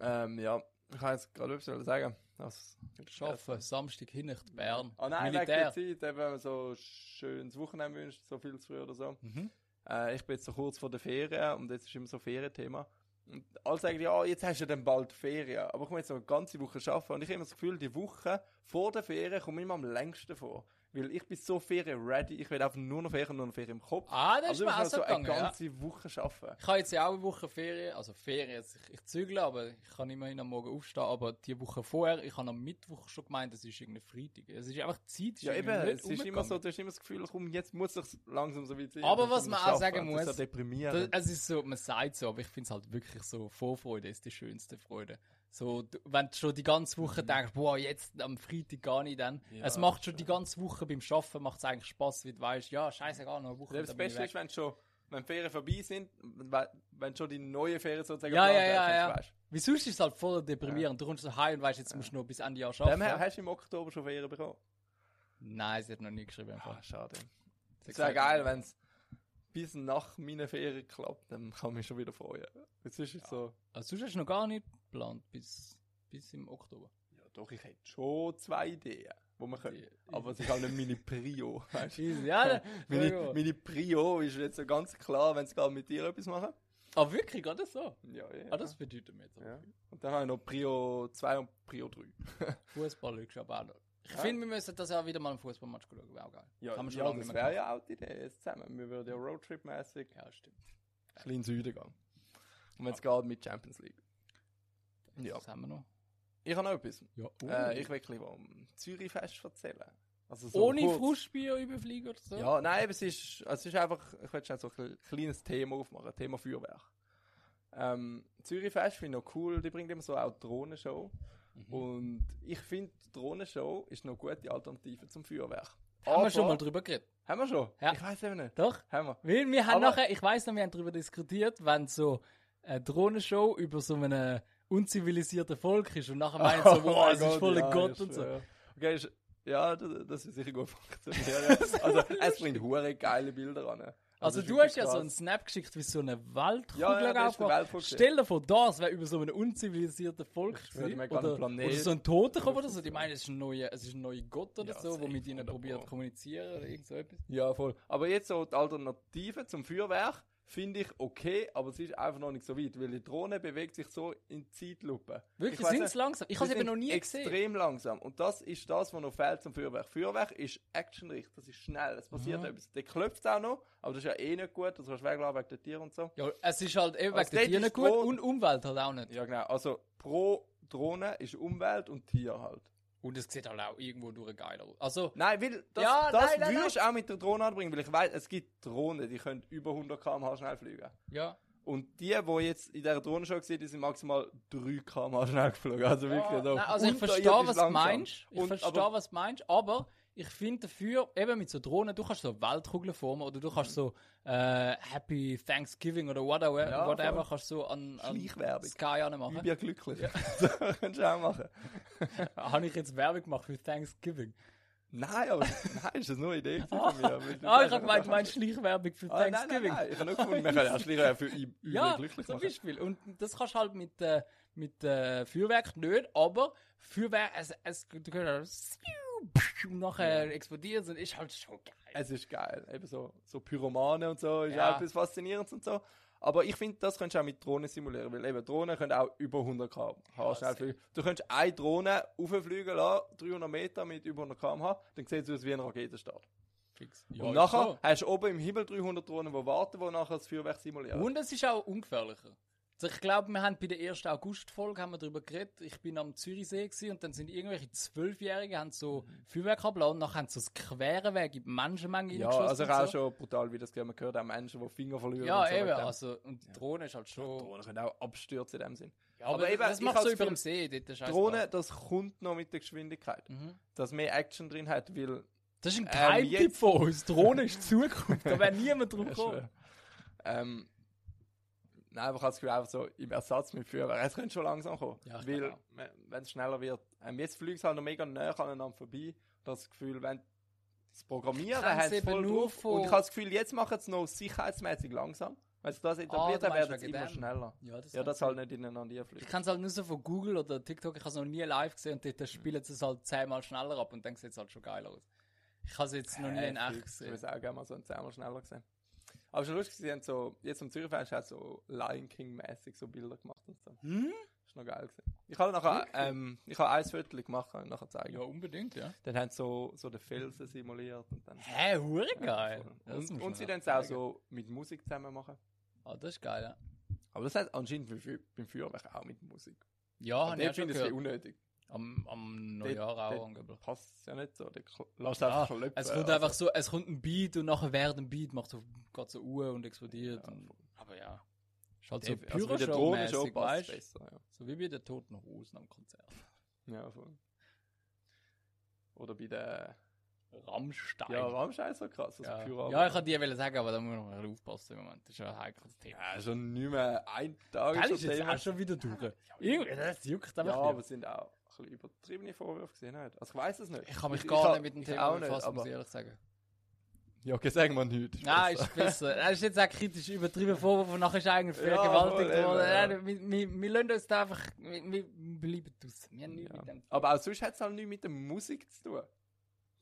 Speaker 3: ähm, ja, ich kann jetzt gerade etwas wollen sagen. Also, Das
Speaker 2: Schaffen, Samstag hin nach Bern.
Speaker 3: Ah nein,
Speaker 2: Militär.
Speaker 3: wegen der Zeit, eben, wenn man so schönes Wochenende wünscht, so viel zu früh oder so.
Speaker 2: Mhm.
Speaker 3: Äh, ich bin jetzt so kurz vor der Ferien und jetzt ist immer so Ferienthema. Und alle sagen, ja, jetzt hast du dann bald Ferien. Aber ich muss jetzt noch eine ganze Woche arbeiten. Und ich habe immer das Gefühl, die Woche vor der Ferien komme ich immer am längsten vor. Weil ich bin so Ferien-ready, ich will einfach nur noch Ferien, nur noch Ferien im Kopf.
Speaker 2: Ah, das ist
Speaker 3: also
Speaker 2: mir
Speaker 3: ich
Speaker 2: auch
Speaker 3: muss
Speaker 2: so
Speaker 3: noch so eine
Speaker 2: gegangen. Ja.
Speaker 3: ganze Woche arbeiten.
Speaker 2: Ich habe jetzt ja auch eine Woche Ferien, also Ferien, jetzt, ich, ich zügle, aber ich kann immerhin am Morgen aufstehen, aber die Woche vorher, ich habe am Mittwoch schon gemeint, es ist irgendein Freitag. Es ist einfach die Zeit, ist
Speaker 3: Ja, eben,
Speaker 2: irgendwie nicht
Speaker 3: es ist immer
Speaker 2: rumgegangen.
Speaker 3: so, du hast immer das Gefühl, komm, jetzt muss ich langsam so weit sein.
Speaker 2: Aber
Speaker 3: dass ich
Speaker 2: was
Speaker 3: muss
Speaker 2: man auch
Speaker 3: arbeiten.
Speaker 2: sagen
Speaker 3: Das
Speaker 2: muss,
Speaker 3: ist so
Speaker 2: Das,
Speaker 3: deprimierend.
Speaker 2: es ist so, man sagt so, aber ich finde es halt wirklich so, Vorfreude ist die schönste Freude. So, du- wenn du schon die ganze Woche denkst, boah, jetzt am Freitag gar nicht dann.
Speaker 3: Mhm. Ja,
Speaker 2: es macht schon die ganze Woche beim Arbeiten, macht es eigentlich Spaß, weil du weißt, ja, scheiße, gar noch eine Woche.
Speaker 3: Ja, das
Speaker 2: dann bin ich
Speaker 3: Beste ist,
Speaker 2: weg.
Speaker 3: wenn schon, wenn die Ferien vorbei sind, wenn wenn schon die neue Ferien sozusagen
Speaker 2: Ja,
Speaker 3: geplant
Speaker 2: ja, ja,
Speaker 3: hast,
Speaker 2: ja.
Speaker 3: dann weisst
Speaker 2: Wie sonst ist es halt voll deprimierend. Du kommst so heim und weißt, jetzt musst du noch bis Ende Jahr
Speaker 3: du. Dem
Speaker 2: arbeiten.
Speaker 3: her hast du im Oktober schon Ferien bekommen.
Speaker 2: Nein, sie hat noch nie geschrieben.
Speaker 3: Ah,
Speaker 2: einfach.
Speaker 3: schade. Es
Speaker 2: gesagt,
Speaker 3: wäre geil, wenn es bis nach meiner Ferien klappt, dann kann ich mich schon wieder freuen. Jetzt ist es so,
Speaker 2: Also, sonst hast du noch gar nicht geplant bis, bis im Oktober.
Speaker 3: ja doch, ich hätte schon zwei Ideen, wo man könnte.
Speaker 2: Die-
Speaker 3: Aber es ist halt nicht meine Prio, weißt du?
Speaker 2: Scheiße, ja, da-
Speaker 3: Meine, meine Prio ist jetzt so ganz klar, wenn sie gerade mit dir etwas machen.
Speaker 2: Ah, wirklich, geht das so?
Speaker 3: Ja, ja.
Speaker 2: Ah, das bedeutet mir jetzt aber
Speaker 3: ja. Und dann habe ich noch Prio 2 und Prio 3.
Speaker 2: Fußball lügst aber auch noch. Ich finde, wir müssen das ja wieder mal einen Fußballmatch schauen. Wäre auch geil. Haben wir schon lange
Speaker 3: das
Speaker 2: nicht mehr
Speaker 3: wäre ja auch die Idee, jetzt zusammen. Wir würden ja Roadtrip-mässig
Speaker 2: gemacht. Ja, stimmt.
Speaker 3: ein bisschen in den Süden gehen. Und wenn es geht, mit Champions League. Ja.
Speaker 2: Das haben wir noch.
Speaker 3: Ich habe noch etwas.
Speaker 2: Ja.
Speaker 3: Äh, ich will ein bisschen was vom Zürich-Fest erzählen. Also so
Speaker 2: Ohne
Speaker 3: kurz.
Speaker 2: Frustbier überfliegen oder so?
Speaker 3: Ja, nein, aber es ist, also es ist einfach, ich will schnell so ein kleines Thema aufmachen, Thema Feuerwerk. Ähm, Zürich Fest finde ich noch cool, die bringt immer so auch die Drohnenshow.
Speaker 2: Mhm.
Speaker 3: Und ich finde, die Drohnenshow ist noch eine gute Alternative zum Feuerwerk.
Speaker 2: Haben wir schon mal
Speaker 3: drüber?
Speaker 2: drüber geredet?
Speaker 3: Haben wir schon?
Speaker 2: Ja.
Speaker 3: Ich weiß eben nicht.
Speaker 2: Doch.
Speaker 3: Haben wir.
Speaker 2: Weil wir haben
Speaker 3: Aber-
Speaker 2: nachher, ich weiss noch, wir haben darüber diskutiert, wenn so eine Drohnenshow über so einen unzivilisierten Volk ist und nachher meint so, wow,
Speaker 3: Also
Speaker 2: es ist voller
Speaker 3: Oh ja,
Speaker 2: Oh Gott
Speaker 3: ist
Speaker 2: und so.
Speaker 3: schwer. Okay, ist, ja, das, das ist sicher gut funktionieren. also, es bringt hure geile Bilder an.
Speaker 2: Also
Speaker 3: es ist
Speaker 2: du
Speaker 3: wirklich
Speaker 2: hast ja so
Speaker 3: krass.
Speaker 2: einen Snap geschickt, wie so eine Weltkugel
Speaker 3: Ja, ja, das ist der
Speaker 2: aufgeht.
Speaker 3: Weltkugel.
Speaker 2: Stell dir vor, das wäre über so einen unzivilisierten Volk
Speaker 3: schwöre,
Speaker 2: gewesen.
Speaker 3: mein ganzer
Speaker 2: oder,
Speaker 3: Planet.
Speaker 2: oder so ein Toter kommen oder so. Die meinen, es ist ein neuer, es ist ein neuer Gott oder
Speaker 3: Ja,
Speaker 2: so, der
Speaker 3: safe,
Speaker 2: mit ihnen
Speaker 3: wunderbar.
Speaker 2: probiert zu kommunizieren oder irgend so etwas.
Speaker 3: Ja, voll. Aber jetzt so die Alternative zum Feuerwerk finde ich okay, aber es ist einfach noch nicht so weit, weil die Drohne bewegt sich so in die Zeitlupe.
Speaker 2: Wirklich,
Speaker 3: Ich weiss
Speaker 2: sind
Speaker 3: nicht,
Speaker 2: sie langsam? Ich
Speaker 3: sie
Speaker 2: habe es eben
Speaker 3: sind
Speaker 2: noch nie gesehen.
Speaker 3: Extrem langsam. Und das ist das, was noch fehlt zum Feuerwerk. Feuerwerk ist actionreich, das ist schnell, es passiert
Speaker 2: Mhm.
Speaker 3: etwas. Der klopft auch noch, aber das ist ja eh nicht gut, das kannst du weglassen wegen der Tiere und so.
Speaker 2: Ja, es ist halt eben
Speaker 3: Aber
Speaker 2: wegen der
Speaker 3: dort
Speaker 2: Tiere
Speaker 3: Also ist
Speaker 2: nicht gut
Speaker 3: Drohne-
Speaker 2: und Umwelt halt auch nicht.
Speaker 3: Ja, genau. Also pro Drohne ist Umwelt und Tier halt.
Speaker 2: Und es sieht halt auch irgendwo durch geil aus. Also,
Speaker 3: Nein, weil das,
Speaker 2: Ja,
Speaker 3: das
Speaker 2: nein, nein,
Speaker 3: würdest du auch mit der Drohne anbringen, weil ich weiß, es gibt Drohnen, die können über 100 km/h schnell fliegen.
Speaker 2: ja.
Speaker 3: Und die, die jetzt in dieser Drohne schon gesehen die sind maximal 3 km/h schnell geflogen. Also wirklich. so
Speaker 2: Nein, also ich
Speaker 3: unterirdisch
Speaker 2: verstehe, was du
Speaker 3: langsam.
Speaker 2: meinst. Ich
Speaker 3: Und-
Speaker 2: verstehe,
Speaker 3: aber-
Speaker 2: was du meinst, aber ich finde dafür, eben mit so Drohnen, du kannst so Weltkugeln formen oder du kannst so äh, Happy Thanksgiving oder whatever,
Speaker 3: Ja,
Speaker 2: whatever
Speaker 3: voll.
Speaker 2: kannst du so an, an
Speaker 3: Schleichwerbung.
Speaker 2: Sky
Speaker 3: Ich
Speaker 2: anmachen.
Speaker 3: bin ja glücklich. so kannst du auch machen.
Speaker 2: Habe ich jetzt Werbung gemacht für Thanksgiving?
Speaker 3: Nein, aber nein, ist das nur eine Idee gewesen von mir. Weil du
Speaker 2: Ah, ich
Speaker 3: sagst,
Speaker 2: habe gemeint,
Speaker 3: kannst-
Speaker 2: du meinst Schleichwerbung für
Speaker 3: Ah, nein, nein,
Speaker 2: Thanksgiving.
Speaker 3: nein, ich habe nur gefunden, wir können ja Schleicher für ihn
Speaker 2: Ja,
Speaker 3: glücklich
Speaker 2: zum
Speaker 3: machen.
Speaker 2: Beispiel. Und das kannst du halt mit, äh, mit äh, Feuerwerk nicht, aber Feuerwerk, es, es, du kannst halt und nachher explodieren und ist halt schon geil.
Speaker 3: Es ist geil. Eben so, so Pyromane und so ist
Speaker 2: Ja.
Speaker 3: auch etwas Faszinierendes und so. Aber ich finde, das könntest du auch mit Drohnen simulieren, weil eben Drohnen können auch über 100 km/h
Speaker 2: Ja,
Speaker 3: schnell
Speaker 2: sehr.
Speaker 3: fliegen. Du könntest eine Drohne rauffliegen lassen, 300 Meter mit über 100 km/h, dann sieht es aus wie ein Raketenstart.
Speaker 2: Fix. Ja,
Speaker 3: und
Speaker 2: ist
Speaker 3: nachher
Speaker 2: so.
Speaker 3: hast du oben im Himmel 300 Drohnen, die warten, die nachher das Feuerwerk simulieren.
Speaker 2: Und es ist auch ungefährlicher. Also ich glaube, wir haben bei der 1. August-Folge haben wir darüber geredet. Ich bin am Zürichsee gewesen und dann sind irgendwelche Zwölfjährigen haben so Feuerwerk abgeladen und nachher haben sie so einen queren Weg in die Menschenmenge
Speaker 3: ja,
Speaker 2: reingeschossen
Speaker 3: also
Speaker 2: und
Speaker 3: auch
Speaker 2: so.
Speaker 3: schon brutal, wie das gehört. Man gehört auch Menschen, die Finger verlieren.
Speaker 2: Ja,
Speaker 3: und so
Speaker 2: eben.
Speaker 3: wegen dem.
Speaker 2: Also, und die Drohne ist halt schon.
Speaker 3: Drohnen können auch abstürzen in dem Sinn.
Speaker 2: Ja, aber,
Speaker 3: Aber eben,
Speaker 2: das
Speaker 3: ich
Speaker 2: machst du
Speaker 3: hab's
Speaker 2: über dem
Speaker 3: Gefühl,
Speaker 2: See, dort ist
Speaker 3: Drohne, das kommt noch mit der Geschwindigkeit.
Speaker 2: Mhm.
Speaker 3: Dass mehr Action drin hat, weil.
Speaker 2: Das ist ein
Speaker 3: Ähm,
Speaker 2: Geheimtipp
Speaker 3: jetzt-
Speaker 2: von uns. Drohne ist die Zukunft. Da wäre niemand drauf
Speaker 3: Ja,
Speaker 2: gekommen.
Speaker 3: schwer. Ähm, nein, ich habe das Gefühl, einfach so im Ersatz mit Führern. Es könnte schon langsam kommen.
Speaker 2: Ja, ich
Speaker 3: weil,
Speaker 2: glaube
Speaker 3: wenn es schneller wird. Ähm, jetzt fliegen sie halt noch mega nah aneinander vorbei. Das Gefühl, wenn das Programmieren
Speaker 2: Kenn's
Speaker 3: hat
Speaker 2: eben
Speaker 3: voll
Speaker 2: nur
Speaker 3: drauf.
Speaker 2: von-
Speaker 3: Und ich habe das Gefühl, jetzt machen sie es noch sicherheitsmäßig langsam. Wenn sie das etabliert
Speaker 2: Ah, du
Speaker 3: haben,
Speaker 2: meinst
Speaker 3: werden sie
Speaker 2: wegen
Speaker 3: immer
Speaker 2: dem?
Speaker 3: schneller.
Speaker 2: Ja, das
Speaker 3: Ja,
Speaker 2: kann
Speaker 3: das
Speaker 2: sein.
Speaker 3: halt nicht ineinander
Speaker 2: Ich
Speaker 3: fliegen.
Speaker 2: kenne es halt nur so von Google oder TikTok, ich habe es noch nie live gesehen und dort spielen sie es halt zehnmal schneller ab und dann sieht es halt schon geil aus. Ich habe es jetzt noch nie
Speaker 3: Äh,
Speaker 2: in echt
Speaker 3: Ich
Speaker 2: gesehen.
Speaker 3: würde auch gerne mal so einen zehnmal schneller gesehen. Aber schon lustig, sie haben so, jetzt am Zürich Fest auch so Lion King-mäßig so Bilder gemacht und so.
Speaker 2: Hm?
Speaker 3: Ist noch geil gewesen. Ich habe nachher, ähm, ich habe ein Viertel gemacht, kann ich nachher zeigen.
Speaker 2: Ja, unbedingt, ja.
Speaker 3: Dann haben sie so, so den Felsen simuliert und dann.
Speaker 2: Hä, hure
Speaker 3: Ja,
Speaker 2: geil.
Speaker 3: voll.
Speaker 2: Das muss
Speaker 3: und
Speaker 2: man
Speaker 3: und sie
Speaker 2: noch
Speaker 3: dann auch
Speaker 2: zeigen.
Speaker 3: so mit Musik zusammen machen.
Speaker 2: Ah, das ist geil, ja.
Speaker 3: Aber das heißt anscheinend beim Feu- beim Feuerwerk auch mit Musik.
Speaker 2: Ja,
Speaker 3: Und
Speaker 2: habe ich
Speaker 3: dort
Speaker 2: auch schon
Speaker 3: finde ich es ein bisschen
Speaker 2: gehört.
Speaker 3: unnötig.
Speaker 2: Am, am
Speaker 3: Dort-
Speaker 2: Neujahr auch
Speaker 3: dort-
Speaker 2: angeblich.
Speaker 3: Passt es ja nicht so. Dort kl- Lass
Speaker 2: Ja,
Speaker 3: einfach Also, klopfen.
Speaker 2: es kommt einfach so, es kommt ein Beat und nachher während dem Beat macht so, geht so Uhr und explodiert.
Speaker 3: Ja,
Speaker 2: und,
Speaker 3: voll.
Speaker 2: aber ja. Ist halt so
Speaker 3: also, also mit der
Speaker 2: pyro
Speaker 3: Drohne
Speaker 2: also
Speaker 3: schon passt
Speaker 2: weißt
Speaker 3: besser. Ja.
Speaker 2: So wie bei der Toten Hosen am Konzert.
Speaker 3: Ja, voll. Oder bei der.
Speaker 2: Rammstein.
Speaker 3: Ja, Rammstein ist so krass, das
Speaker 2: ja.
Speaker 3: Pyro.
Speaker 2: ja, ich kann dir sagen, aber da muss man noch aufpassen im Moment. Das ist ja ein heikles Thema.
Speaker 3: Ja, schon nicht mehr ein Tag.
Speaker 2: Das
Speaker 3: so
Speaker 2: ist jetzt
Speaker 3: Thema.
Speaker 2: auch schon wieder durch. Irgendwie, das juckt
Speaker 3: Ja,
Speaker 2: einfach nicht.
Speaker 3: aber es sind auch ein bisschen übertriebene Vorwürfe gesehen. Halt. Also ich weiß es nicht.
Speaker 2: ich kann mich gar nicht
Speaker 3: ich-
Speaker 2: mit dem
Speaker 3: ich
Speaker 2: Thema
Speaker 3: auch nicht,
Speaker 2: befassen, muss
Speaker 3: aber-
Speaker 2: ich ehrlich sagen.
Speaker 3: Ja, okay, sagen wir nichts. Also, ist
Speaker 2: Nein,
Speaker 3: besser.
Speaker 2: ist besser. Das ist jetzt auch kritisch übertrieben Vorwurf und nachher ist er eigentlich
Speaker 3: Ja,
Speaker 2: vergewaltigt
Speaker 3: voll,
Speaker 2: worden.
Speaker 3: eben,
Speaker 2: Nein, wir, wir, wir lassen uns da einfach, wir, wir bleiben draussen. Wir haben nichts
Speaker 3: ja.
Speaker 2: mit dem.
Speaker 3: Aber auch sonst hat es halt nichts mit der Musik zu tun.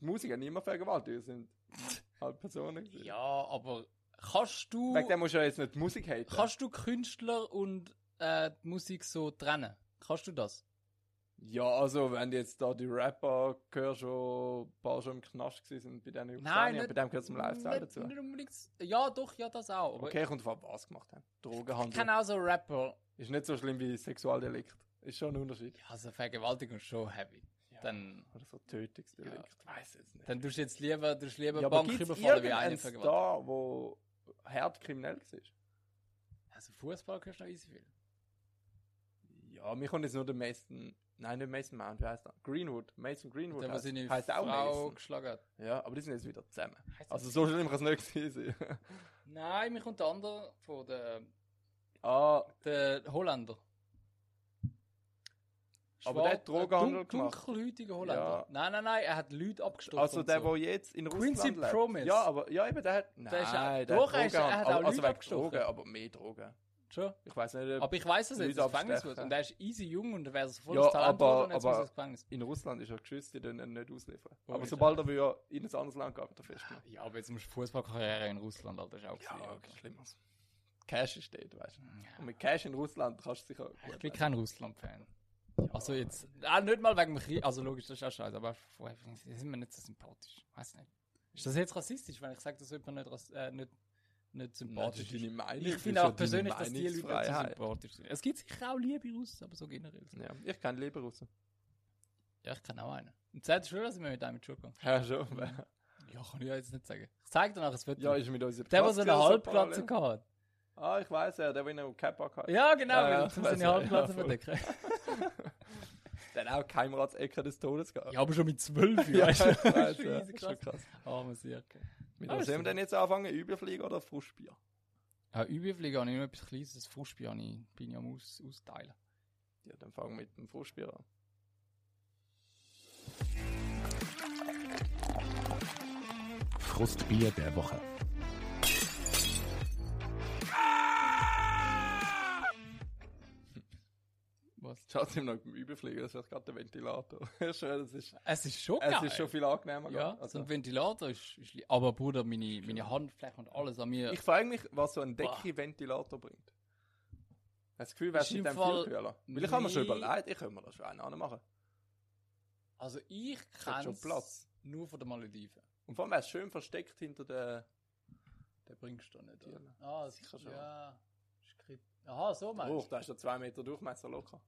Speaker 3: Die Musik hat niemand vergewaltigt, wir sind halt Personen. gewesen.
Speaker 2: Ja, aber kannst du,
Speaker 3: Wegen dem musst du ja jetzt nicht die Musik haten.
Speaker 2: kannst du Künstler und äh, die Musik so trennen? Kannst du das?
Speaker 3: ja, also wenn du jetzt da die Rapper hörst, schon ein paar schon im Knast gewesen sind bei denen Jugoslawien, bei dem gehört zum Lifestyle
Speaker 2: nicht-
Speaker 3: dazu.
Speaker 2: Nicht unbedingt, ja, doch, ja, das auch. Aber
Speaker 3: Okay, kommt auf was gemacht haben.
Speaker 2: ich
Speaker 3: Drogenhandel.
Speaker 2: kann auch so Rapper.
Speaker 3: Ist nicht so schlimm wie Sexualdelikt. Ist schon ein Unterschied.
Speaker 2: Ja, also Vergewaltigung ist schon heavy. Dann,
Speaker 3: Oder so Tötungsdelikt. Weiß jetzt nicht.
Speaker 2: dann tust du jetzt lieber, tust du lieber
Speaker 3: Ja, aber
Speaker 2: Bank
Speaker 3: gibt's
Speaker 2: überfallen wie
Speaker 3: irgendeinen
Speaker 2: eine Vergewaltigung.
Speaker 3: Star, wo hart kriminell war?
Speaker 2: Also Fußball kannst du noch easy viel.
Speaker 3: Ja, mir kommt jetzt nur der Mason. Nein, nicht Mason Mount, wie heißt er? Greenwood. Mason Greenwood.
Speaker 2: Der, der
Speaker 3: heißt-
Speaker 2: seine
Speaker 3: heißt auch
Speaker 2: Frau
Speaker 3: Mason.
Speaker 2: geschlagen hat.
Speaker 3: Ja, aber die sind jetzt wieder zusammen.
Speaker 2: Heisst
Speaker 3: Also
Speaker 2: das-
Speaker 3: so schlimm kann es nicht gewesen sein.
Speaker 2: Nein, mir kommt der andere von der,
Speaker 3: ah,
Speaker 2: der Holländer.
Speaker 3: Aber der hat
Speaker 2: Schwar- äh,
Speaker 3: Drogenhandel
Speaker 2: dun- Dunkelhäutiger Holländer.
Speaker 3: Ja.
Speaker 2: Nein, nein, nein, er hat Leute abgestochen.
Speaker 3: also
Speaker 2: und
Speaker 3: der,
Speaker 2: so.
Speaker 3: der jetzt in Russland
Speaker 2: Quincy
Speaker 3: lebt.
Speaker 2: Promise.
Speaker 3: Ja, aber ja, eben, der hat... Nein,
Speaker 2: Der ist auch-
Speaker 3: der
Speaker 2: Doch, er
Speaker 3: hat
Speaker 2: ist- er
Speaker 3: Drogen,
Speaker 2: hat auch
Speaker 3: aber,
Speaker 2: Leute
Speaker 3: also wegen
Speaker 2: abgestochen.
Speaker 3: Drogen, aber mehr Drogen.
Speaker 2: Schon.
Speaker 3: Ich weiß nicht, ob
Speaker 2: Aber ich weiß es
Speaker 3: Leute
Speaker 2: jetzt, dass er ins Gefängnis
Speaker 3: abstechen.
Speaker 2: wird. Und er ist easy jung und er wäre so volles
Speaker 3: Ja,
Speaker 2: Talent
Speaker 3: aber-
Speaker 2: geworden und jetzt
Speaker 3: aber-
Speaker 2: muss er ins Gefängnis.
Speaker 3: in Russland ist er geschützt, die dürfen ihn nicht ausliefern.
Speaker 2: Oh,
Speaker 3: aber
Speaker 2: ist
Speaker 3: sobald er wieder in ein anderes Land geht, wird er festgenommen.
Speaker 2: Ja, aber jetzt musst du Fußballkarriere in Russland, Alter, ist auch
Speaker 3: Ja,
Speaker 2: gewesen.
Speaker 3: okay, Schlimmes. Cash ist dort, weißt du. Und mit Cash in Russland kannst du sicher.
Speaker 2: Ich bin kein Russland-Fan. Also jetzt, ah, nicht mal wegen dem Krieg, also logisch, das ist auch scheiße, aber vorher finde ich- sind wir nicht so sympathisch. Weiß nicht. Ist das jetzt rassistisch, wenn ich sage, dass jemand nicht, rass- äh, nicht, nicht sympathisch ist?
Speaker 3: Meinung.
Speaker 2: Ich finde auch persönlich, dass die Leute nicht so sympathisch sind. Es gibt sicher auch liebe Russen, aber so generell.
Speaker 3: Ja, ich kenne lieber Russen.
Speaker 2: Ja, ich kenne auch einen. Im zweiten Schuljahr sind wir mit einem in die Schule gegangen.
Speaker 3: Ja, schon.
Speaker 2: Ja, kann ich ja jetzt nicht sagen. Ich zeige dir nachher das Foto.
Speaker 3: Ja, ist mit unserer
Speaker 2: der, der so eine
Speaker 3: Klasse
Speaker 2: Halbplatze
Speaker 3: parallel.
Speaker 2: hatte.
Speaker 3: Ah, ich weiß ja, der, der einen Cap hat.
Speaker 2: Ja, genau,
Speaker 3: Ja,
Speaker 2: weil
Speaker 3: ja,
Speaker 2: er zum
Speaker 3: weiss
Speaker 2: seine
Speaker 3: ich,
Speaker 2: Halbplatze
Speaker 3: ja, voll.
Speaker 2: verdecken.
Speaker 3: Dann auch Keimratsecke des Todes gehabt.
Speaker 2: Ja, aber schon mit zwölf,
Speaker 3: Ja,
Speaker 2: weißt du?
Speaker 3: ich
Speaker 2: Das
Speaker 3: weiss,
Speaker 2: ist schon
Speaker 3: ja,
Speaker 2: easy
Speaker 3: ist schon
Speaker 2: krass.
Speaker 3: krass.
Speaker 2: Armer Sirk.
Speaker 3: Mit
Speaker 2: Ah,
Speaker 3: was
Speaker 2: ist
Speaker 3: sollen wir
Speaker 2: so.
Speaker 3: denn jetzt anfangen? Überfliegen oder Frustbier?
Speaker 2: Ja, Übelfliegen habe ich nur etwas Kleines, das Frustbier habe ich, bin ich am aus, Austeilen.
Speaker 3: Ja, dann fangen wir mit dem Frustbier an.
Speaker 1: Frustbier der Woche.
Speaker 2: Was?
Speaker 3: Schaut ihm noch beim Überfliegen, das ist gerade der Ventilator. Schön, das ist,
Speaker 2: Es ist schon geil.
Speaker 3: es ist schon viel angenehmer. Also,
Speaker 2: Ja,
Speaker 3: gerade.
Speaker 2: so Also, ein Ventilator ist, ist li- Aber Bruder, meine, meine Handfläche und alles an mir.
Speaker 3: Ich frage mich, was so ein
Speaker 2: Boah.
Speaker 3: Decke-Ventilator bringt. Hast du das Gefühl,
Speaker 2: Ist
Speaker 3: wärst du mit
Speaker 2: im
Speaker 3: dem
Speaker 2: Fall
Speaker 3: Kühlkühler? Weil ich habe mir schon
Speaker 2: nie-
Speaker 3: überlegt, ich könnte mir da schon einen anmachen.
Speaker 2: also ich
Speaker 3: Es hat
Speaker 2: kenne
Speaker 3: schon Platz.
Speaker 2: nur von den Malediven.
Speaker 3: Und vor allem wärst du schön versteckt hinter der...
Speaker 2: Den bringst du nicht,
Speaker 3: oder?
Speaker 2: Ah,
Speaker 3: sicher schon.
Speaker 2: Ja. Ist kri- Aha, so meinst
Speaker 3: Oh,
Speaker 2: du?
Speaker 3: da hast du zwei Meter Durchmesser locker.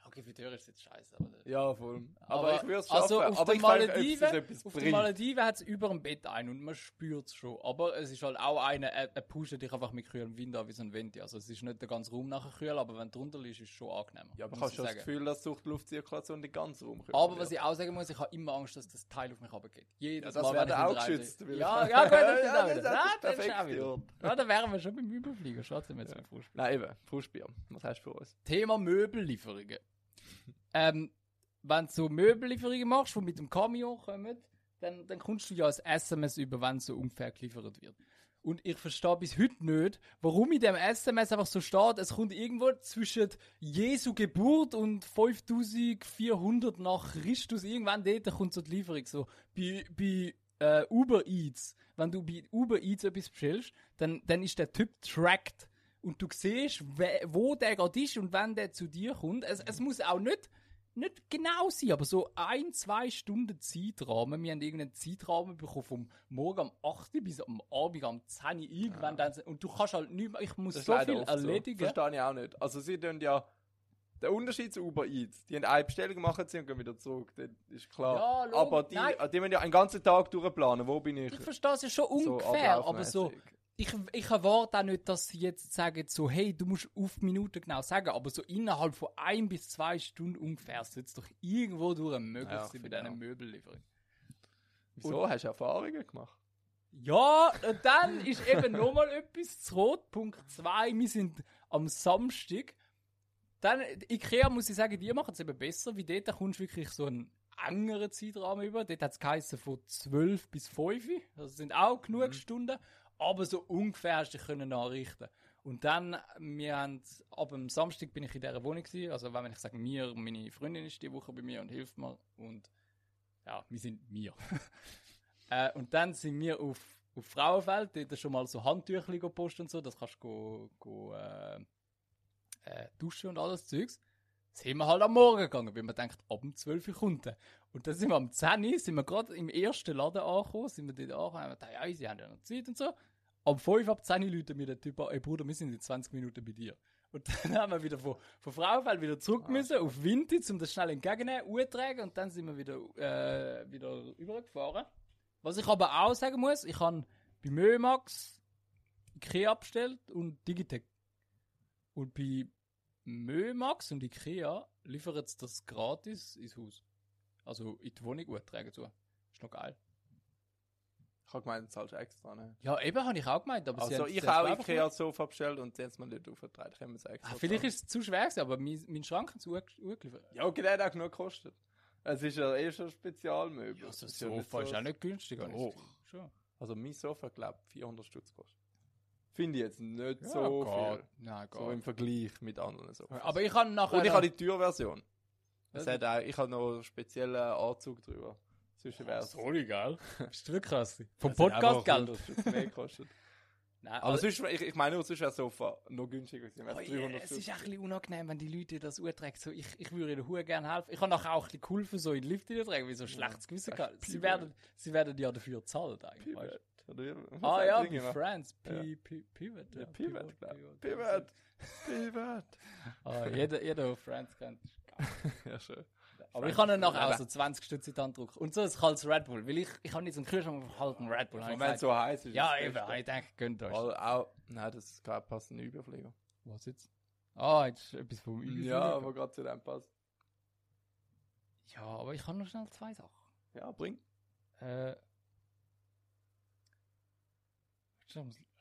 Speaker 2: Ja, Okay, für die Hörer ist jetzt scheiße. Aber
Speaker 3: Ja, voll. Aber,
Speaker 2: Aber-
Speaker 3: ich würde es schaffen.
Speaker 2: also auf
Speaker 3: aber
Speaker 2: den
Speaker 3: ich weiß nicht, ob
Speaker 2: Malediven-
Speaker 3: das etwas
Speaker 2: Auf
Speaker 3: bringt.
Speaker 2: der Malediven hat es über dem Bett ein und man spürt es schon. Aber es ist halt auch eine, er, er pusht dich einfach mit kühlem Wind an wie so ein Venti. Also es ist nicht der ganze Raum nachher kühl, aber wenn du drunter liegst, ist es schon angenehmer.
Speaker 3: ja, aber
Speaker 2: muss
Speaker 3: ich habe
Speaker 2: ich
Speaker 3: schon das
Speaker 2: sagen.
Speaker 3: Gefühl, dass durch die Luftzirkulation den ganzen Raum kühlt
Speaker 2: Aber
Speaker 3: wird.
Speaker 2: was ich auch sagen muss, ich habe immer Angst, dass das Teil auf mich abgeht. Jedes
Speaker 3: das
Speaker 2: Mal,
Speaker 3: wäre
Speaker 2: wenn ich
Speaker 3: dann auch
Speaker 2: wieder
Speaker 3: geschützt,
Speaker 2: reingehe.
Speaker 3: weil-
Speaker 2: Ja, ja, gut, das ist
Speaker 3: Ja,
Speaker 2: auch
Speaker 3: das
Speaker 2: wieder.
Speaker 3: hat
Speaker 2: Nein,
Speaker 3: das
Speaker 2: das ist auch
Speaker 3: perfekte
Speaker 2: wieder.
Speaker 3: Wort.
Speaker 2: Ja, da wären wir schon beim Überfliegen. Schade, sind wir jetzt beim Fußball.
Speaker 3: Nein, eben, Fußbier. Was hast du für uns?
Speaker 2: Thema Möbellieferungen. ähm, wenn du so Möbellieferungen machst, die mit dem Camion kommen, dann, dann kommst du ja als SMS über, wenn so unfair geliefert wird. Und ich verstehe bis heute nicht, warum in dem SMS einfach so steht, es kommt irgendwo zwischen Jesu Geburt und 5400 nach Christus, irgendwann dort kommt so die Lieferung. So, bei, bei äh, Uber Eats, wenn du bei Uber Eats etwas bestellst, dann, dann ist der Typ tracked und du siehst, we- wo der gerade ist und wann der zu dir kommt. Es, es muss auch nicht, nicht genau sein, aber so ein, zwei Stunden Zeitrahmen. Wir haben irgendeinen Zeitrahmen bekommen vom Morgen am 8. Uhr bis am Abend am 10. Uhr irgendwann. dann- Und du kannst halt nicht mehr, ich muss
Speaker 3: Das ist
Speaker 2: so
Speaker 3: leider
Speaker 2: viel
Speaker 3: oft so.
Speaker 2: erledigen.
Speaker 3: Verstehe ich auch nicht. Also sie tun ja... Der Unterschied zu Uber Eats, die haben eine Bestellung machen sie und gehen wieder zurück, das ist
Speaker 2: Ja,
Speaker 3: klar.
Speaker 2: logisch.
Speaker 3: aber die,
Speaker 2: Nein.
Speaker 3: die müssen ja einen ganzen Tag durchplanen, wo bin ich?
Speaker 2: Ich verstehe es ja schon ungefähr, aber so,
Speaker 3: ablaufmässig.
Speaker 2: ich, ich erwarte auch nicht, dass sie jetzt sagen, so, hey, du musst auf die Minute genau sagen, aber so innerhalb von ein bis zwei Stunden ungefähr sollte es doch irgendwo durch möglich
Speaker 3: Ja, ich
Speaker 2: sein bei
Speaker 3: finde auch.
Speaker 2: diesen Möbellieferungen.
Speaker 3: Wieso? hast du Erfahrungen gemacht?
Speaker 2: Ja, und dann ist eben nochmal etwas zu rot. Punkt 2, wir sind am Samstag. Dann, die Ikea muss ich sagen, die machen es eben besser, weil dort kommst du wirklich so einen engeren Zeitrahmen über. Dort hat es geheißen von 12 bis 5. Das sind auch genug Stunden. Aber so ungefähr hast du dich können anrichten Und dann, wir haben, ab dem Samstag bin ich in dieser Wohnung gewesen. Also, wenn ich sage, mir, meine Freundin ist die Woche bei mir und hilft mir. Und ja, wir sind wir. Äh, und dann sind wir auf, auf Frauenfeld, dort schon mal so Handtücher gepostet und so, das kannst du go, go, äh, äh, duschen und alles Zeugs. Sind wir halt am Morgen gegangen, weil man denkt, ab um 12 Uhr kommt er. Und dann sind wir am 10 Uhr, sind wir gerade im ersten Laden angekommen, sind wir dort angekommen, haben gedacht, ja, sie haben ja noch Zeit und so. Am 5 ab 10 Uhr läuten mir der Typ an, ey Bruder, wir sind in 20 Minuten bei dir. Und dann haben wir wieder von, von Frauenfeld wieder zurück müssen auf Winti, um das schnell entgegennehmen, umtragen und dann sind wir wieder, äh, wieder übergefahren. Was ich aber auch sagen muss, ich habe bei Mömax IKEA bestellt und Digitec. Und bei Mömax und IKEA liefern sie das gratis ins Haus. Also in die Wohnung gut, tragen zu. Ist noch geil.
Speaker 3: Ich habe gemeint, du zahlst extra. Ne?
Speaker 2: Ja, eben habe ich auch gemeint, aber sie
Speaker 3: Also
Speaker 2: haben
Speaker 3: ich
Speaker 2: zuerst
Speaker 3: auch
Speaker 2: selber
Speaker 3: Ikea Sofa bestellt und sie haben es mir nicht aufgetragen. Ich habe mir es
Speaker 2: gemacht.
Speaker 3: extra
Speaker 2: Ah, vielleicht
Speaker 3: gezahlt.
Speaker 2: ist es zu schwer gewesen, aber mein, mein Schrank hat es angeliefert.
Speaker 3: Ja, okay, der hat auch genug gekostet. Es ist ja eh schon ein Spezialmöbel.
Speaker 2: Ja, Also so ein
Speaker 3: Es ja
Speaker 2: Sofa ist
Speaker 3: so-
Speaker 2: auch nicht günstig. habe ich
Speaker 3: Doch.
Speaker 2: gesehen. Schon.
Speaker 3: Also mein Sofa, glaube ich, 400 Stutz kostet. Finde ich jetzt nicht
Speaker 2: Ja,
Speaker 3: so
Speaker 2: geht.
Speaker 3: viel.
Speaker 2: Nein, geht.
Speaker 3: So im Vergleich mit anderen Sofas.
Speaker 2: aber ich habe nachher...
Speaker 3: Und ich
Speaker 2: noch-
Speaker 3: habe die Türversion. Es
Speaker 2: Ja,
Speaker 3: hat auch, ich habe noch einen speziellen Anzug drüber. Zwischen
Speaker 2: Ah, Sorry, gell? Bist du wirklich krass? Vom Podcast, gell?
Speaker 3: Podcast-Geld. gekostet.
Speaker 2: Nein,
Speaker 3: Aber sonst, ich, ich meine, nur, sonst wäre das Sofa noch günstiger gewesen.
Speaker 2: Oh
Speaker 3: wär's
Speaker 2: je,
Speaker 3: 300
Speaker 2: es
Speaker 3: Stutz.
Speaker 2: ist auch ein bisschen unangenehm, wenn die Leute das urträgen. So, ich, ich würde ihnen hure gerne helfen. Ich habe nachher auch ein bisschen geholfen, so in den Lift hineintragen, weil ich so schlechtes Gewissen
Speaker 3: das ist
Speaker 2: hatte. Sie
Speaker 3: Pivot.
Speaker 2: werden, sie werden ja dafür zahlen, eigentlich.
Speaker 3: Pivot.
Speaker 2: Weißt?
Speaker 3: Oder wie-
Speaker 2: du? Ah ja,
Speaker 3: Ding
Speaker 2: bei
Speaker 3: immer.
Speaker 2: Friends. P
Speaker 3: Ja.
Speaker 2: P Pivot.
Speaker 3: ne? Ja,
Speaker 2: Ja,
Speaker 3: Pivot, glaub ich.
Speaker 2: Pivot.
Speaker 3: Pivot. Pivot.
Speaker 2: Ah, jeder, jeder, der Friends kennt. ist geil.
Speaker 3: Ja, schön.
Speaker 2: Aber ich habe dann nachher auch
Speaker 3: Eben.
Speaker 2: so 20 Stütze in die Hand gedrückt. Und so ein kaltes Red Bull, weil ich, ich habe nicht so einen Kühlschrank, aber halt einen Red Bull. Hab ich
Speaker 3: Und wenn
Speaker 2: gesagt,
Speaker 3: es so heiß ist.
Speaker 2: ja,
Speaker 3: ist das
Speaker 2: eben. ah,
Speaker 3: Beste.
Speaker 2: Ich denke, gönnt euch.
Speaker 3: Also auch, nein, das ist gerade passt ein Überflieger.
Speaker 2: Was jetzt? Ah, jetzt ist etwas vom Übel.
Speaker 3: Ja, aber gerade zu dem passt.
Speaker 2: ja, aber ich habe noch schnell zwei Sachen.
Speaker 3: Ja, bringt.
Speaker 2: Äh.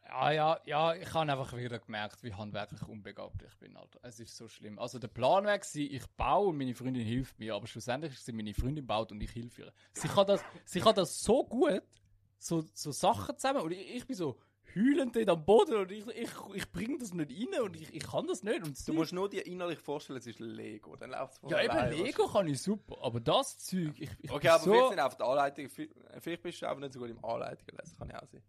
Speaker 2: Ah ja, ja, ich habe einfach wieder gemerkt, wie handwerklich unbegabt ich bin, Alter. Es ist so schlimm. Also der Plan war, gewesen, ich baue und meine Freundin hilft mir, aber schlussendlich ist sie meine Freundin baut und ich helfe ihr. Sie kann das, sie kann das so gut, so, so Sachen zusammen und ich, ich bin so heulend dort am Boden und ich, ich, ich bringe das nicht rein und ich, ich kann das nicht. Und
Speaker 3: Du
Speaker 2: sie-
Speaker 3: musst nur dir innerlich vorstellen, es ist Lego. Dann läuft es von
Speaker 2: ja,
Speaker 3: allein,
Speaker 2: eben
Speaker 3: weißt du?
Speaker 2: Lego kann ich super, aber das Zeug, ich, ich
Speaker 3: Okay,
Speaker 2: bin
Speaker 3: aber
Speaker 2: so...
Speaker 3: vielleicht sind einfach die Anleitungen, vi- vielleicht bist du einfach nicht so gut im Anleitungen lesen, kann ja auch sein.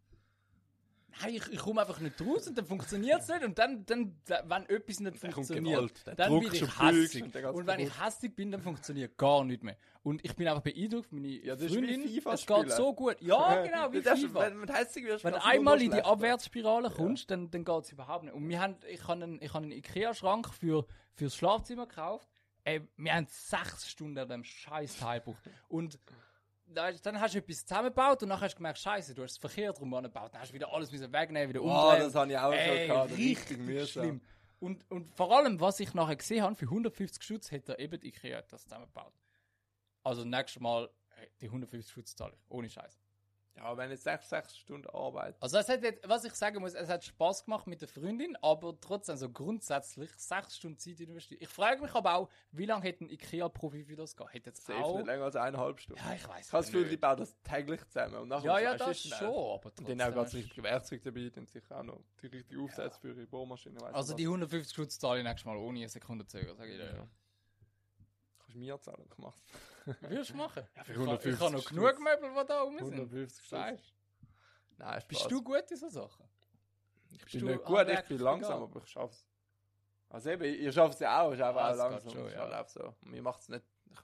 Speaker 2: Nein, ich, ich komme einfach nicht raus und dann funktioniert es nicht. Und dann, dann, dann, wenn etwas nicht
Speaker 3: Dann kommt
Speaker 2: funktioniert,
Speaker 3: Gewalt, dann
Speaker 2: dann bin
Speaker 3: drückst und
Speaker 2: ich
Speaker 3: bügst
Speaker 2: hässig.
Speaker 3: und dann geht's
Speaker 2: Und, wenn ich hässig bin, dann funktioniert gar nichts mehr. Und ich bin einfach beeindruckt, meine
Speaker 3: das ist wie
Speaker 2: Freundin,
Speaker 3: FIFA
Speaker 2: es
Speaker 3: spielen.
Speaker 2: geht so gut. Ja, genau, wie
Speaker 3: Das ist-
Speaker 2: FIFA.
Speaker 3: Wenn, wenn, heißig wirst,
Speaker 2: Wenn du
Speaker 3: kannst du nur
Speaker 2: einmal
Speaker 3: noch
Speaker 2: in die
Speaker 3: schlechter.
Speaker 2: Abwärtsspirale kommst, dann, dann geht es überhaupt nicht. Und wir haben, ich habe einen, ich habe einen Ikea-Schrank für, fürs Schlafzimmer gekauft. Ey, wir haben sechs Stunden an dem scheiß Teilbuch. Und da- dann hast du etwas zusammengebaut und dann hast du gemerkt, scheiße, du hast es verkehrt rum angebaut. Dann hast du wieder alles müssen wegnehmen, wieder
Speaker 3: Oh,
Speaker 2: umdrehen.
Speaker 3: das habe ich auch
Speaker 2: Ey,
Speaker 3: schon gehabt.
Speaker 2: richtig
Speaker 3: mühsam.
Speaker 2: schlimm. Und, und vor allem, was ich nachher gesehen habe, für 150 Schutz hat er eben die Ikea das zusammengebaut. Also nächstes Mal ey, die 150 Schutz zahle ich, ohne Scheiß.
Speaker 3: Ja, wenn jetzt 6, 6 Stunden Arbeit.
Speaker 2: Also es hat, jetzt- was ich sagen muss, es hat Spaß gemacht mit der Freundin, aber trotzdem so grundsätzlich sechs Stunden Zeit investiert. Ich frage mich aber auch, wie lange hätte ein Ikea-Profi für das gehabt? Hätte jetzt
Speaker 3: Safe
Speaker 2: auch...
Speaker 3: nicht länger als eineinhalb Stunden.
Speaker 2: Ja, ich weiß
Speaker 3: ich habe das Gefühl, die bauen das täglich zusammen. Und nachher
Speaker 2: Ja,
Speaker 3: ist
Speaker 2: ja,
Speaker 3: es
Speaker 2: das
Speaker 3: schnell.
Speaker 2: schon, aber
Speaker 3: Und dann auch ganz
Speaker 2: trotzdem.
Speaker 3: richtige Werkzeuge dabei, dann sicher auch noch die richtigen Aufsätze für ihre Bohrmaschine. weiss
Speaker 2: Also
Speaker 3: ich
Speaker 2: die
Speaker 3: was.
Speaker 2: 150 Schutz zahle ich nächstes Mal ohne eine Sekunde zögern, sage ich dir.
Speaker 3: Ja. Kannst du mir zahlen, gemacht.
Speaker 2: Würdest du machen?
Speaker 3: für
Speaker 2: ich, habe, ich
Speaker 3: 150
Speaker 2: habe noch genug
Speaker 3: Stutz.
Speaker 2: Möbel, die da rum sind.
Speaker 3: 150 Stunden.
Speaker 2: Weißt du?
Speaker 3: Nein, Spaß.
Speaker 2: Bist du gut in so Sachen?
Speaker 3: ich
Speaker 2: bist
Speaker 3: bin
Speaker 2: du
Speaker 3: nicht gut, ich bin
Speaker 2: handwerklich
Speaker 3: langsam,
Speaker 2: egal?
Speaker 3: aber ich schaff's. Also eben, ihr schafft es ja auch, ich
Speaker 2: Ah,
Speaker 3: aber auch
Speaker 2: es geht
Speaker 3: langsam.
Speaker 2: schon,
Speaker 3: Schon,
Speaker 2: ja.
Speaker 3: ja. so. Mir macht's nicht, ich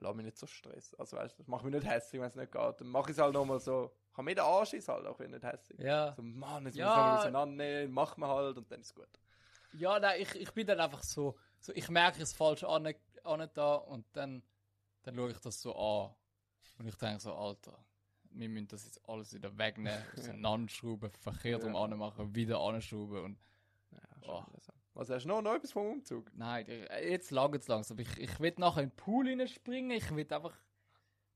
Speaker 3: lass mich nicht so stressen. Also weißt du, mach mich nicht hässlich, wenn es nicht geht. Dann mach ich es halt nochmal so. Ich kann mir den Arsch ist halt, auch wenn nicht hässlich.
Speaker 2: Ja.
Speaker 3: So, Mann, jetzt
Speaker 2: Ja.
Speaker 3: muss ich nochmal auseinandernehmen, mach mir halt und dann ist gut.
Speaker 2: Ja, nein, ich, ich bin dann einfach so, so ich merke es falsch an, an da und dann, dann schaue ich das so an. Und ich denke so, Alter, wir müssen das jetzt alles wieder wegnehmen, auseinanderschrauben, verkehrt rum
Speaker 3: Ja.
Speaker 2: anmachen, wieder anschrauben und
Speaker 3: Ja,
Speaker 2: Oh.
Speaker 3: schon. Was hast du noch, noch etwas vom Umzug?
Speaker 2: nein, äh, jetzt langt es langsam. Ich, ich will nachher in den Pool reinspringen, ich will einfach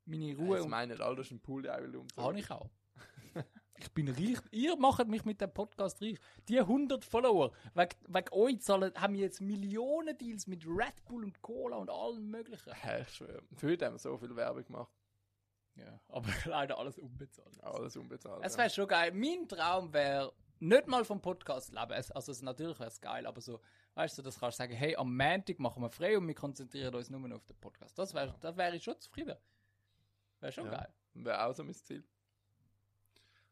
Speaker 2: meine Ruhe
Speaker 3: Ich
Speaker 2: und
Speaker 3: meine, all das ist ein Pool, der auch will umziehen.
Speaker 2: Habe ich auch. Ich bin reich. Ihr macht mich mit dem Podcast reich. Die 100 Follower, wegen, wegen euch zahlen, haben wir jetzt Millionen Deals mit Red Bull und Cola und allem Möglichen.
Speaker 3: Ja, ich schwöre. Für heute haben wir so viel Werbung gemacht.
Speaker 2: Ja, aber leider alles unbezahlt.
Speaker 3: Alles unbezahlt.
Speaker 2: Es
Speaker 3: ja.
Speaker 2: wäre schon geil. Mein Traum wäre, nicht mal vom Podcast leben. Es, also, es, natürlich wäre es geil, aber so, weißt du, das kannst du sagen, hey, am Montag machen wir frei und wir konzentrieren uns nur noch auf den Podcast. Das wäre das wär ich schon zufrieden. Wäre schon
Speaker 3: Ja.
Speaker 2: geil.
Speaker 3: Wäre auch so mein Ziel.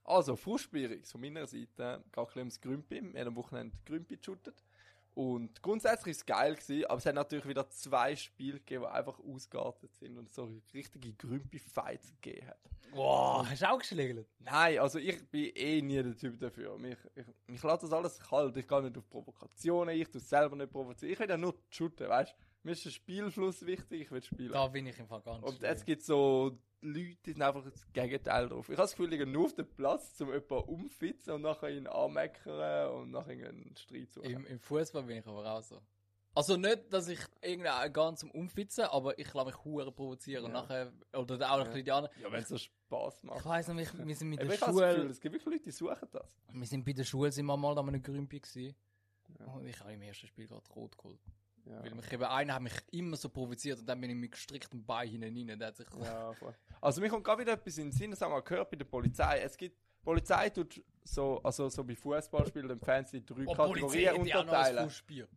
Speaker 3: Also, Frustbierig von meiner Seite, geht ein bisschen ums Grümpi. Wir haben am Wochenende Grümpi geshootet. Und grundsätzlich war es geil, gewesen, aber es hat natürlich wieder zwei Spiele gegeben, die einfach ausgeartet sind und so richtige Grümpi-Fights gegeben hat.
Speaker 2: Wow, hast du auch geschlägelt?
Speaker 3: Nein, also ich bin eh nie der Typ dafür. Mich, ich, mich lässt das alles kalt. Ich gehe nicht auf Provokationen, ich tue selber nicht provozieren. Ich will ja nur shooten, weißt du? Mir ist der Spielfluss wichtig, ich will spielen.
Speaker 2: Da bin ich im Fall ganz
Speaker 3: Und
Speaker 2: schlimm.
Speaker 3: es gibt so Leute, die sind einfach das Gegenteil drauf. Ich habe das Gefühl, ich gehe nur auf den Platz, um jemanden umfitzen und nachher ihn anmeckern und nachher einen Streit suchen.
Speaker 2: Im, Im Fußball bin ich aber auch so. Also nicht, dass ich irgendeinen ganz zum Umfitzen, aber ich lasse mich hure provozieren und
Speaker 3: Ja.
Speaker 2: nachher, oder dann auch noch
Speaker 3: Ja.
Speaker 2: ein bisschen die anderen.
Speaker 3: ja, wenn es so Spass macht.
Speaker 2: Ich weiss noch, ich, wir sind mit
Speaker 3: Eben,
Speaker 2: der
Speaker 3: ich habe das
Speaker 2: Schule,
Speaker 3: Gefühl, es gibt wirklich Leute, die suchen das.
Speaker 2: wir sind bei der Schule, sind wir mal an einem Grümpi gewesen.
Speaker 3: Ja.
Speaker 2: Und ich habe im ersten Spiel gerade rot geholt.
Speaker 3: Ja.
Speaker 2: Weil mich eben einer hat mich immer so provoziert und dann bin ich mit gestrecktem Bein hinein rein. Der hat sich
Speaker 3: Ja, voll. Also mir kommt gerade wieder etwas in den Sinn, das haben wir gehört bei der Polizei. Es gibt, die Polizei tut so, also so bei Fußballspielen den Fans in drei
Speaker 2: Oh, Polizei,
Speaker 3: Kategorien
Speaker 2: hätte ich auch noch ein
Speaker 3: unterteilen.
Speaker 2: Fußspiel.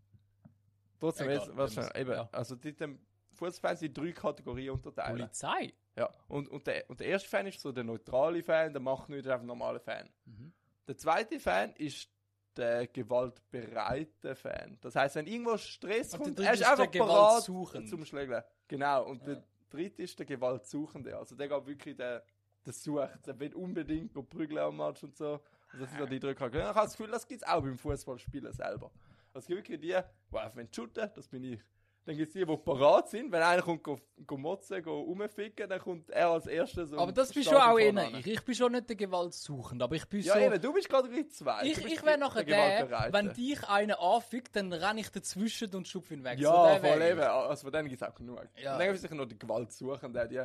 Speaker 3: Trotzdem,
Speaker 2: Egal,
Speaker 3: jetzt, was
Speaker 2: dann
Speaker 3: schon,
Speaker 2: ist-
Speaker 3: eben,
Speaker 2: ja.
Speaker 3: also die den Fußballfans in drei Kategorien unterteilen.
Speaker 2: Polizei?
Speaker 3: Ja, und, und, der, und der erste Fan ist so der neutrale Fan, der macht nicht einfach ein normaler Fan.
Speaker 2: Mhm.
Speaker 3: Der zweite Fan ist der gewaltbereite Fan. Das heißt, wenn irgendwo Stress
Speaker 2: Und der
Speaker 3: kommt,
Speaker 2: dritte
Speaker 3: er ist
Speaker 2: ist der
Speaker 3: einfach parat
Speaker 2: Gewaltsuchende.
Speaker 3: zum Schlägeln. Genau, und
Speaker 2: Ja.
Speaker 3: der dritte ist der Gewaltsuchende. Also der geht wirklich, der, der sucht, der will unbedingt go prügeln am Match und so. Und das sind so die drei Kategorien. Ich habe das Gefühl, das gibt es auch beim Fußballspielen selber. Es gibt wirklich die, die einfach shooten, das bin ich. Dann gibt es die, die parat sind. Wenn einer kommt, go, go motzen, go rumficken, dann kommt er als erstes. und
Speaker 2: Aber das bist
Speaker 3: steht
Speaker 2: schon auch
Speaker 3: vorne
Speaker 2: eher
Speaker 3: an.
Speaker 2: ich. Ich bin schon nicht der Gewaltsuchende, aber ich bin
Speaker 3: Ja,
Speaker 2: so...
Speaker 3: eben, du bist gerade gleich zwei.
Speaker 2: Ich,
Speaker 3: Du genau bist
Speaker 2: ich wäre
Speaker 3: die-
Speaker 2: nachher der,
Speaker 3: Gewaltbereite.
Speaker 2: wenn dich einer anfickt, dann renne ich dazwischen und schub ihn weg.
Speaker 3: Ja,
Speaker 2: der wär
Speaker 3: voll
Speaker 2: ich.
Speaker 3: eben. Also von denen gibt es auch genug.
Speaker 2: Ja.
Speaker 3: Und dann gibt es sicher noch die Gewaltsuchenden. Die,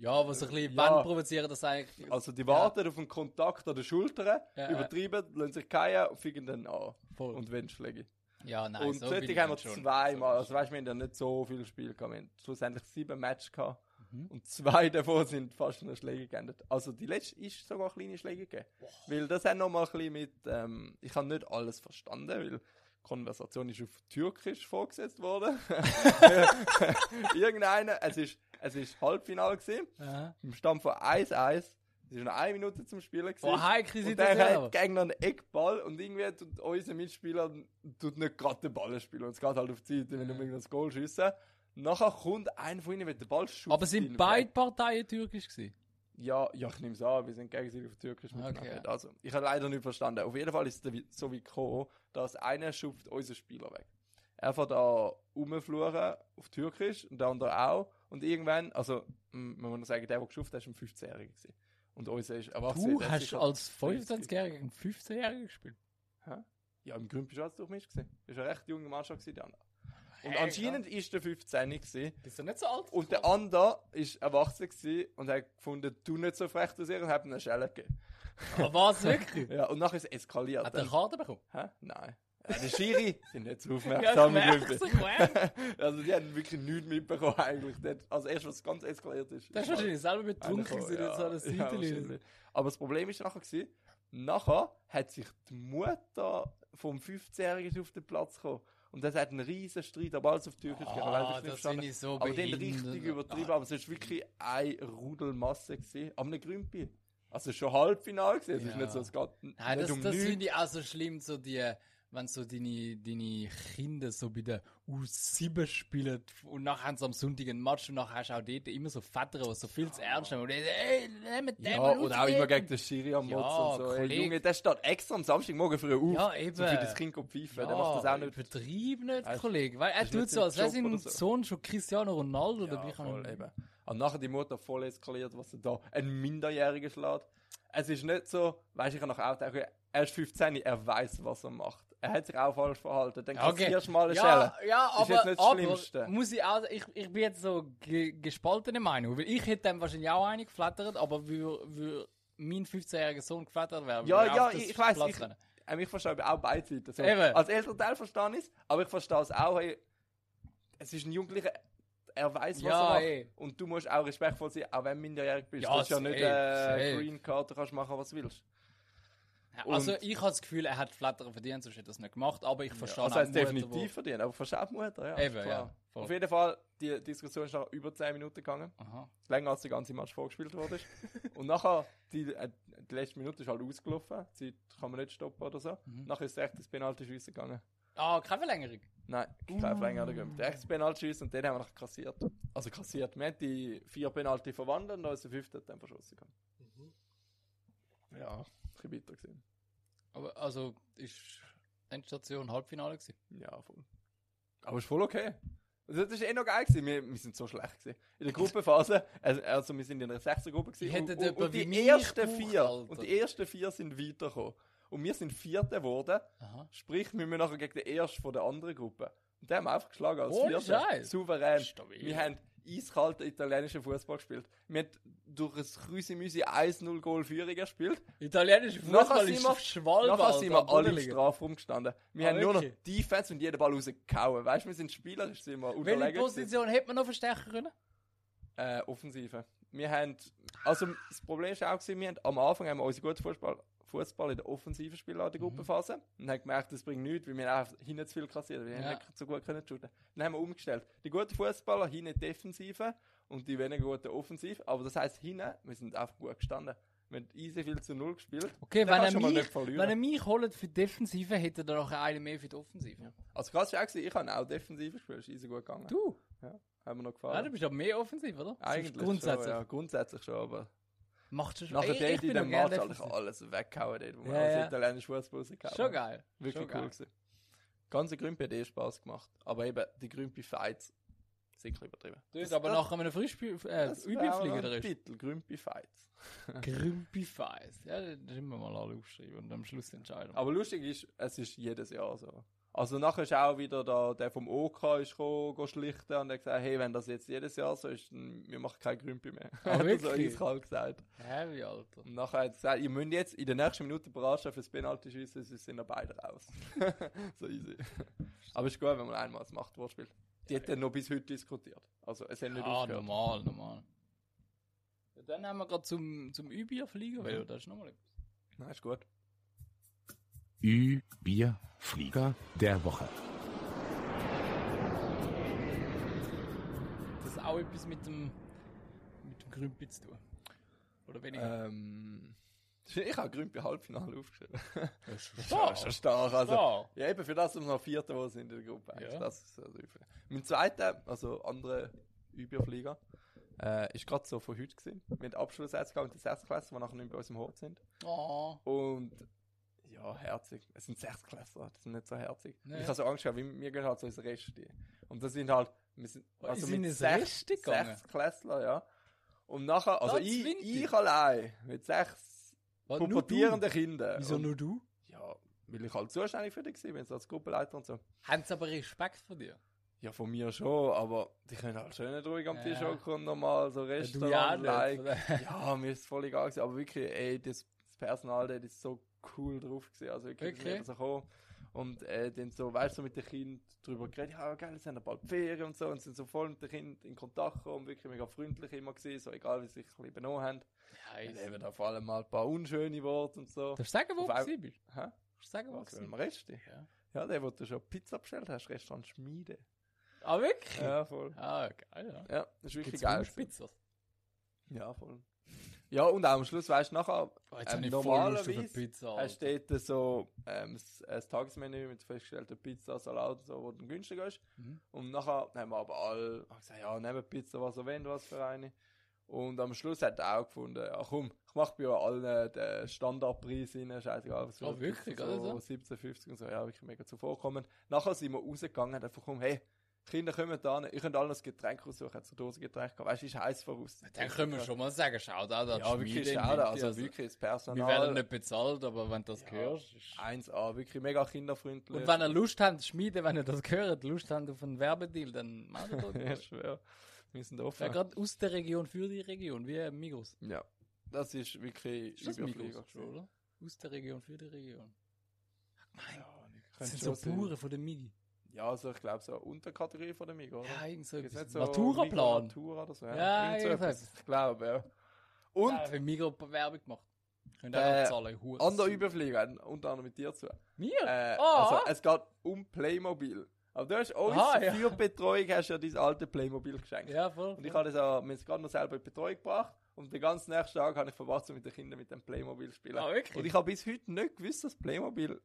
Speaker 2: Ja, was ein bisschen
Speaker 3: Ja.
Speaker 2: ja. provozieren, das eigentlich.
Speaker 3: also die warten auf einen Kontakt an der Schulter,
Speaker 2: Ja,
Speaker 3: übertrieben, lassen sich keinen und ficken dann an.
Speaker 2: voll.
Speaker 3: Und wenn Schläge.
Speaker 2: ja, nein,
Speaker 3: und
Speaker 2: so bin
Speaker 3: solche
Speaker 2: ich
Speaker 3: haben wir
Speaker 2: dann schon.
Speaker 3: zweimal.
Speaker 2: So
Speaker 3: Also weißt du, wir haben ja nicht so viele Spiele gehabt. Wir haben schlussendlich sieben Matches gehabt.
Speaker 2: Mhm.
Speaker 3: Und zwei davon sind fast nur Schläge geendet. Also die letzte ist sogar kleine Schläge gegeben. Weil das hat nochmal ein bisschen mit, ähm, ich habe nicht alles verstanden, weil die Konversation ist auf Türkisch vorgesetzt worden. Irgendeiner, es ist, es ist Halbfinale gewesen,
Speaker 2: bin ich. Aha.
Speaker 3: im Stamm von 1-1. Es ist noch eine Minute zum Spielen gewesen.
Speaker 2: Oh, heikle
Speaker 3: und dann
Speaker 2: Situation.
Speaker 3: hat gegen einen Eckball und irgendwie tut unser Mitspieler tut nicht gerade den Ball spielen. Und es geht halt auf die Zeit, wenn wir irgendwas Goal schiessen. Nachher kommt einer von ihnen, will den Ball schießt.
Speaker 2: Aber sind beide Parteien türkisch gewesen?
Speaker 3: Ja, ja, ich nehme es an, wir sind gegenseitig auf Türkisch miteinander.
Speaker 2: Okay, ja.
Speaker 3: Also, ich habe leider nicht verstanden. Auf jeden Fall ist es so wie gekommen, dass einer schupft unseren Spieler weg. Er fährt da rumfluchen auf Türkisch und der andere auch. Und irgendwann, also, m- man muss noch sagen, der, der geschafft hat, war ein 15-Jähriger. gewesen. Und unser ist aber 18,
Speaker 2: Du
Speaker 3: der hat
Speaker 2: hast
Speaker 3: sicher-
Speaker 2: als 25-Jähriger einen 15-Jährigen gespielt.
Speaker 3: Ja, im Grün bist du alles durch mich gewesen. Das war ein recht junger Mann schon, gewesen, der andere. Und
Speaker 2: Hey,
Speaker 3: anscheinend ist der 15 gewesen.
Speaker 2: Bist du nicht so alt?
Speaker 3: Und der andere ist erwachsen gewesen und hat gefunden, du nicht so frech zu sein und hat ihm eine Schelle gegeben.
Speaker 2: Aber Ah, was wirklich?
Speaker 3: Ja, und nachher ist es eskaliert.
Speaker 2: Hat er eine Karte bekommen?
Speaker 3: Hä? Nein. Ja, die Schiri sind nicht so
Speaker 2: Ja, ich
Speaker 3: aufmerksam.
Speaker 2: merk's,
Speaker 3: Leute.
Speaker 2: ich merk's.
Speaker 3: also die haben wirklich nichts mitbekommen eigentlich. Dort- Also erst, was ganz eskaliert ist.
Speaker 2: Das ist wahrscheinlich selber betrunken
Speaker 3: Einer
Speaker 2: gewesen,
Speaker 3: von-
Speaker 2: ja, so einer
Speaker 3: ja,
Speaker 2: Seitenlinie.
Speaker 3: wahrscheinlich. Aber das Problem ist nachher gewesen, nachher hat sich die Mutter vom 15-Jährigen auf den Platz gekommen. Und das hat einen riesen Streit, aber alles auf Türkisch gegeben, weil das nicht verstanden
Speaker 2: Ah, ich so Ah,
Speaker 3: aber den richtig übertrieben, aber es war wirklich eine Rudelmasse. Gewesen. Aber nicht Grümpi. Also schon Halbfinale gesehen, es ist
Speaker 2: Ja.
Speaker 3: nicht so, es geht
Speaker 2: Nein,
Speaker 3: nicht
Speaker 2: das,
Speaker 3: um
Speaker 2: das
Speaker 3: nichts.
Speaker 2: finde ich auch so schlimm, so die, wenn so deine, deine Kinder so bei der U7 spielen und nachher haben sie am Sonntag einen Match und nachher hast du auch dort immer so Väter, die so viel zu ernst nehmen und die sagen, ey, nehmt den
Speaker 3: Ja,
Speaker 2: mal
Speaker 3: und auch
Speaker 2: raus,
Speaker 3: immer
Speaker 2: ey.
Speaker 3: gegen den Schiri am
Speaker 2: Ja,
Speaker 3: Motz und so. Ey,
Speaker 2: Kollege.
Speaker 3: Junge, der steht extra am Samstagmorgen früh auf,
Speaker 2: Ja, eben.
Speaker 3: so für das Kind zu pfeifen.
Speaker 2: Ja,
Speaker 3: der macht das auch nicht.
Speaker 2: Betrieb nicht,
Speaker 3: Weißt du,
Speaker 2: Kollege. Weil er
Speaker 3: das ist
Speaker 2: tut
Speaker 3: nicht
Speaker 2: so, als wäre
Speaker 3: sein Job
Speaker 2: sein
Speaker 3: oder so.
Speaker 2: Sohn schon Cristiano Ronaldo.
Speaker 3: Ja,
Speaker 2: dabei kann
Speaker 3: voll,
Speaker 2: er-
Speaker 3: eben. Und nachher die Mutter voll eskaliert, was er da einen Minderjährigen schlägt. Es ist nicht so, weißt du, ich kann nachher auch denken, er ist 15, er weiß, was er macht. Er hat sich auch falsch verhalten. Dann
Speaker 2: Ja,
Speaker 3: kannst
Speaker 2: okay.
Speaker 3: du erstmal eine Schelle.
Speaker 2: Ja, ja,
Speaker 3: Ist
Speaker 2: aber,
Speaker 3: jetzt nicht das
Speaker 2: aber
Speaker 3: Schlimmste.
Speaker 2: muss ich auch, ich, ich bin jetzt so ge gespaltene Meinung, weil ich hätte dem wahrscheinlich auch eine geflattert, aber würde mein 15-jähriger Sohn geflattert werden.
Speaker 3: Ja,
Speaker 2: würde
Speaker 3: ja,
Speaker 2: auf das
Speaker 3: ich weiss,
Speaker 2: Platz
Speaker 3: ich-
Speaker 2: rennen.
Speaker 3: Ähm, ich verstehe aber auch beide Seiten. So, Also,
Speaker 2: Eben.
Speaker 3: als Elternteil verstehe ich es, aber ich verstehe es auch. Hey, es ist ein Jugendlicher, er weiß, was
Speaker 2: Ja,
Speaker 3: er macht.
Speaker 2: ey.
Speaker 3: Und du musst auch respektvoll sein, auch wenn du minderjährig bist.
Speaker 2: Ja,
Speaker 3: das ist ja
Speaker 2: safe,
Speaker 3: nicht äh,
Speaker 2: safe.
Speaker 3: Green Card, du kannst machen, was du willst.
Speaker 2: Also
Speaker 3: Und-
Speaker 2: ich habe das Gefühl, er hat Flattern verdient, sonst hätte er es nicht gemacht, aber ich verstehe
Speaker 3: das
Speaker 2: auch
Speaker 3: heißt
Speaker 2: die Mutter,
Speaker 3: Also, definitiv verdient, aber verstehe auch die Mutter. Ja,
Speaker 2: Eben,
Speaker 3: ist klar.
Speaker 2: ja, voll.
Speaker 3: Auf jeden Fall, die Diskussion ist nach über 10 Minuten gegangen.
Speaker 2: Wo, aha.
Speaker 3: länger als der ganze Match vorgespielt wurde. und nachher, die, äh, die letzte Minute ist halt ausgelaufen, die Zeit kann man nicht stoppen oder so.
Speaker 2: Mhm.
Speaker 3: Nachher ist echt das Penalty schiessen gegangen.
Speaker 2: Ah, keine Verlängerung.
Speaker 3: Nein,
Speaker 2: Uh.
Speaker 3: kein Verlängerung. gegeben. Der echte Penalty schiessen und den haben wir noch kassiert. Also kassiert. Wir haben die vier Penalty verwandelt und unser fünfter hat dann verschossen. gehabt. Ja, ein bisschen weiter gesehen.
Speaker 2: Aber also ist Endstation Halbfinale gewesen.
Speaker 3: Ja, voll. Aber ist voll okay. Also, Das war eh noch geil. Gewesen. Wir, wir sind so schlecht. Gewesen. In der Gruppenphase, also, also wir sind in einer 16 Gruppe.
Speaker 2: Die
Speaker 3: Gewesen,
Speaker 2: hätten
Speaker 3: und, und,
Speaker 2: jemand
Speaker 3: und
Speaker 2: wie
Speaker 3: die
Speaker 2: mich
Speaker 3: ersten
Speaker 2: gebraucht,
Speaker 3: vier,
Speaker 2: Alter.
Speaker 3: und die ersten vier sind weitergekommen. Und wir sind Vierte geworden.
Speaker 2: Aha.
Speaker 3: Sprich, wir müssen nachher gegen den Ersten von der anderen Gruppe. Und den haben wir aufgeschlagen als
Speaker 2: Ohne
Speaker 3: Vierter.
Speaker 2: Scheiß.
Speaker 3: Souverän.
Speaker 2: Stabil.
Speaker 3: Wir haben eiskalten italienischen Fußball gespielt. Wir haben durch ein Krüsimüsi 1-0 Goal Führung gespielt.
Speaker 2: Italienische
Speaker 3: Nachher
Speaker 2: Fußball
Speaker 3: sind
Speaker 2: ist
Speaker 3: wir-
Speaker 2: Schwalbe,
Speaker 3: Nachher
Speaker 2: Alter,
Speaker 3: sind
Speaker 2: am
Speaker 3: wir alle im
Speaker 2: Boden liegen.
Speaker 3: Strafraum gestanden. Wir
Speaker 2: Ah,
Speaker 3: haben nur noch
Speaker 2: wirklich?
Speaker 3: Defense und jeden Ball rausgehauen. Weißt du, wir sind spielerisch, sind wir
Speaker 2: Welche
Speaker 3: unterlegen. gewesen.
Speaker 2: Position hätte man noch verstärken können?
Speaker 3: Äh, Offensive. Wir haben, also das Problem ist auch gewesen, wir haben, am Anfang haben wir unseren guten Fußball, Fußball in der offensiven Spielart der
Speaker 2: Mhm.
Speaker 3: Gruppenphase und haben gemerkt, das bringt nichts, weil wir haben einfach hinten zu viel kassiert, wir haben
Speaker 2: Ja.
Speaker 3: nicht so gut können shooten. Dann haben wir umgestellt. Die guten Fußballer hinten defensive und die weniger guten offensiv, aber das heisst hinten, wir sind einfach gut gestanden. Wir haben easy viel zu null gespielt.
Speaker 2: Okay,
Speaker 3: Dann
Speaker 2: wenn
Speaker 3: kannst
Speaker 2: er,
Speaker 3: du mal
Speaker 2: mich,
Speaker 3: nicht verlieren.
Speaker 2: wenn er mich holt für die Defensive, hätte er noch einen mehr für die Offensive.
Speaker 3: Also krass war auch, gewesen, ich habe auch defensiv gespielt, ist easy gut gegangen.
Speaker 2: Du?
Speaker 3: Haben wir
Speaker 2: Ja,
Speaker 3: noch
Speaker 2: Ah, du
Speaker 3: gefallen.
Speaker 2: bist aber mehr offensiv, oder?
Speaker 3: Eigentlich
Speaker 2: Sonst grundsätzlich.
Speaker 3: Schon, ja, grundsätzlich schon, aber
Speaker 2: Macht schon
Speaker 3: Nachher
Speaker 2: Ey,
Speaker 3: dort in
Speaker 2: bin
Speaker 3: dem
Speaker 2: noch
Speaker 3: Match
Speaker 2: gerne
Speaker 3: habe ich
Speaker 2: defensiv.
Speaker 3: alles weggehauen, dort, wo man
Speaker 2: Ja,
Speaker 3: als
Speaker 2: ja.
Speaker 3: italienischer Fußball rausgehauen
Speaker 2: Schon geil.
Speaker 3: Wirklich
Speaker 2: schon
Speaker 3: cool
Speaker 2: geil.
Speaker 3: gewesen. Ganze Grümpi hat eh Spaß gemacht. Aber eben, die Grümpi-Fights sind ein bisschen übertrieben.
Speaker 2: Du bist aber nachher einem Frischspiel, äh, Übelflieger
Speaker 3: der
Speaker 2: drin.
Speaker 3: Titel, Grümpi-Fights.
Speaker 2: Grumpy Feist. Ja, das immer mal alle aufschreiben und am Schluss entscheiden.
Speaker 3: Aber lustig ist, es ist jedes Jahr so. Also nachher ist auch wieder da, der vom OK ist gekommen, go schlichten und hat gesagt, hey, wenn das jetzt jedes Jahr so ist, dann wir machen kein Grümpi mehr.
Speaker 2: Ah,
Speaker 3: hat er so
Speaker 2: wirklich?
Speaker 3: eiskalt gesagt.
Speaker 2: Heavy, Alter.
Speaker 3: Und nachher hat er gesagt, ihr müsst jetzt in der nächsten Minute überraschen fürs Penalty schießen, sonst sind ja beide raus. so easy. Aber ist gut, wenn man einmal das Machtwort spielt. Die hat dann noch bis heute diskutiert. Also es hat nicht
Speaker 2: Ah,
Speaker 3: aufgehört.
Speaker 2: normal, normal. Ja, dann haben wir gerade zum, zum Übier fliegen,
Speaker 3: Mhm.
Speaker 2: weil das ist nochmal etwas.
Speaker 3: Nein, ist gut.
Speaker 1: Ü, Bier, Flieger der Woche.
Speaker 2: Das hat auch etwas mit dem, mit dem Grümpi zu tun. Oder weniger.
Speaker 3: Ähm, ich habe Grün bei Halbfinale aufgeschrieben.
Speaker 2: das ist
Speaker 3: Ja, ist schon stark. Also,
Speaker 2: Stark.
Speaker 3: ja, eben für das, dass wir noch Vierter wo sind in der Gruppe. eigentlich.
Speaker 2: Ja.
Speaker 3: Das ist also übel. Mein zweiter, also anderer Überflieger, äh, ist gerade so von heute gewesen. Wir haben Abschluss jetzt gehabt mit den Sechstklässlern, die nachher nicht bei uns im Hort sind.
Speaker 2: Oh.
Speaker 3: Und Ja, herzig. Es sind Sechsklässler, die sind nicht so herzig.
Speaker 2: Nein.
Speaker 3: Ich habe so Angst gehabt, weil wir gehen halt so ins Resti. Und das sind halt, wir sind,
Speaker 2: Oh, ihr seid ins Resti gegangen?
Speaker 3: Sechsklässler, ja. Und nachher, also
Speaker 2: Ganz
Speaker 3: ich,
Speaker 2: windig.
Speaker 3: ich allein, mit sechs
Speaker 2: Was, nur
Speaker 3: pubertierenden
Speaker 2: du?
Speaker 3: Kindern.
Speaker 2: Wieso
Speaker 3: Und-
Speaker 2: nur du?
Speaker 3: Ja, weil ich halt zuständig für dich war, so als Gruppenleiter und so.
Speaker 2: Haben sie aber Respekt vor dir?
Speaker 3: Ja, von mir schon, aber die können halt schön nicht ruhig am
Speaker 2: Ja.
Speaker 3: Tisch hocken und nochmal so
Speaker 2: du ja auch
Speaker 3: Restaurant
Speaker 2: nicht,
Speaker 3: like.
Speaker 2: von daher.
Speaker 3: Ja, mir ist voll egal gewesen, aber wirklich, ey, das, das Personal, der ist so cool drauf gewesen, also wirklich,
Speaker 2: Okay.
Speaker 3: okay. so gekommen. Und äh, dann so, weißt du, so mit den Kindern drüber geredet, ja geil, jetzt haben wir bald die Ferien und so, und sind so voll mit den Kindern in Kontakt gekommen, wirklich mega freundlich immer gewesen, so egal, wie sie sich ein bisschen benommen haben. Dann
Speaker 2: Nice.
Speaker 3: eben da vor allem mal ein paar unschöne Worte und so.
Speaker 2: Darfst du sagen, wo
Speaker 3: Auf
Speaker 2: du
Speaker 3: ein-
Speaker 2: gewesen bist?
Speaker 3: Hä?
Speaker 2: Darfst du sagen, wo du
Speaker 3: Was will
Speaker 2: gewesen
Speaker 3: man Reste?
Speaker 2: bist? Ja.
Speaker 3: Ja, der, wo du schon Pizza bestellt hast, Restaurant Schmiede.
Speaker 2: Ah, wirklich?
Speaker 3: Ja, voll.
Speaker 2: Ah, geil, ja.
Speaker 3: Ja, das ist wirklich
Speaker 2: Gibt's
Speaker 3: geil. gewesen.
Speaker 2: Spitzer?
Speaker 3: Ja, voll. Ja, und auch am Schluss, weißt du, nachher
Speaker 2: Oh, hab
Speaker 3: Ähm, normalerweise
Speaker 2: Pizza.
Speaker 3: Er
Speaker 2: Alter.
Speaker 3: steht da so ähm, s- ein Tagesmenü mit festgestellter Pizza, Salat und so, wo dann günstiger ist.
Speaker 2: Mhm.
Speaker 3: Und nachher haben wir aber alle haben gesagt, ja, nehmen Pizza, was ihr wollt, was für eine. Und am Schluss hat er auch gefunden, ja komm, ich mache bei allen den Standardpreis rein, scheißegal. Was
Speaker 2: Ah,
Speaker 3: für eine
Speaker 2: wirklich,
Speaker 3: Pizza,
Speaker 2: also?
Speaker 3: So 17,50 und so, ja, wirklich mega zuvorkommen. Nachher sind wir rausgegangen und einfach, komm, hey, Kinder, kommen da hin, ihr könnt alle noch ein Getränk aussuchen, hat so Dose Getränk gehabt, weißt du, ist heiß voraus.
Speaker 2: Dann können wir schon mal sagen, schau da, da
Speaker 3: Ja, wirklich, schade, also wirklich, das Personal.
Speaker 2: Wir werden nicht bezahlt, aber wenn du das
Speaker 3: Ja.
Speaker 2: hörst. Ist...
Speaker 3: 1A, ah, wirklich mega kinderfreundlich.
Speaker 2: Und wenn ihr Lust habt, Schmiede, wenn ihr das hört, Lust habt auf einen Werbedeal, dann meldet
Speaker 3: Ja,
Speaker 2: euch.
Speaker 3: ich schwör. Wir sind
Speaker 2: Ja,
Speaker 3: offen. Ja,
Speaker 2: gerade aus der Region für die Region, wie ein Migros.
Speaker 3: das ist wirklich
Speaker 2: Ist das
Speaker 3: Überflieger
Speaker 2: Migros,
Speaker 3: gewesen.
Speaker 2: oder? Aus der Region für die Region. Nein,
Speaker 3: Ja, ich
Speaker 2: das
Speaker 3: könnte
Speaker 2: sind so
Speaker 3: schon sehen.
Speaker 2: Bauern von der Migi.
Speaker 3: Ja, also ich glaube, so eine Unterkategorie von dem Migo, oder?
Speaker 2: Ja, irgend so
Speaker 3: Gibt's
Speaker 2: etwas.
Speaker 3: nicht so
Speaker 2: Naturaplan.
Speaker 3: Migros Natura oder so.
Speaker 2: Ja,
Speaker 3: irgend so
Speaker 2: irgendwas.
Speaker 3: etwas. Ich glaube, ja. Und,
Speaker 2: Ja, für Migros Werbung gemacht. Könnt ihr
Speaker 3: Äh,
Speaker 2: auch zahlen, Hut.
Speaker 3: anderer Überflieger, ein- unter anderem mit dir zu.
Speaker 2: Mir?
Speaker 3: Äh,
Speaker 2: Ah.
Speaker 3: Also, es geht um Playmobil. Aber du hast uns
Speaker 2: Aha, ja.
Speaker 3: für Betreuung hast ja dein alte Playmobil geschenkt.
Speaker 2: ja, voll.
Speaker 3: Und ich
Speaker 2: voll.
Speaker 3: habe das auch, mir gerade noch selber in die Betreuung gebracht. Und den ganzen nächsten Tag habe ich verbracht, so mit den Kindern mit dem Playmobil zu spielen.
Speaker 2: Ah, wirklich?
Speaker 3: Und ich habe bis heute nicht gewusst, dass Playmobil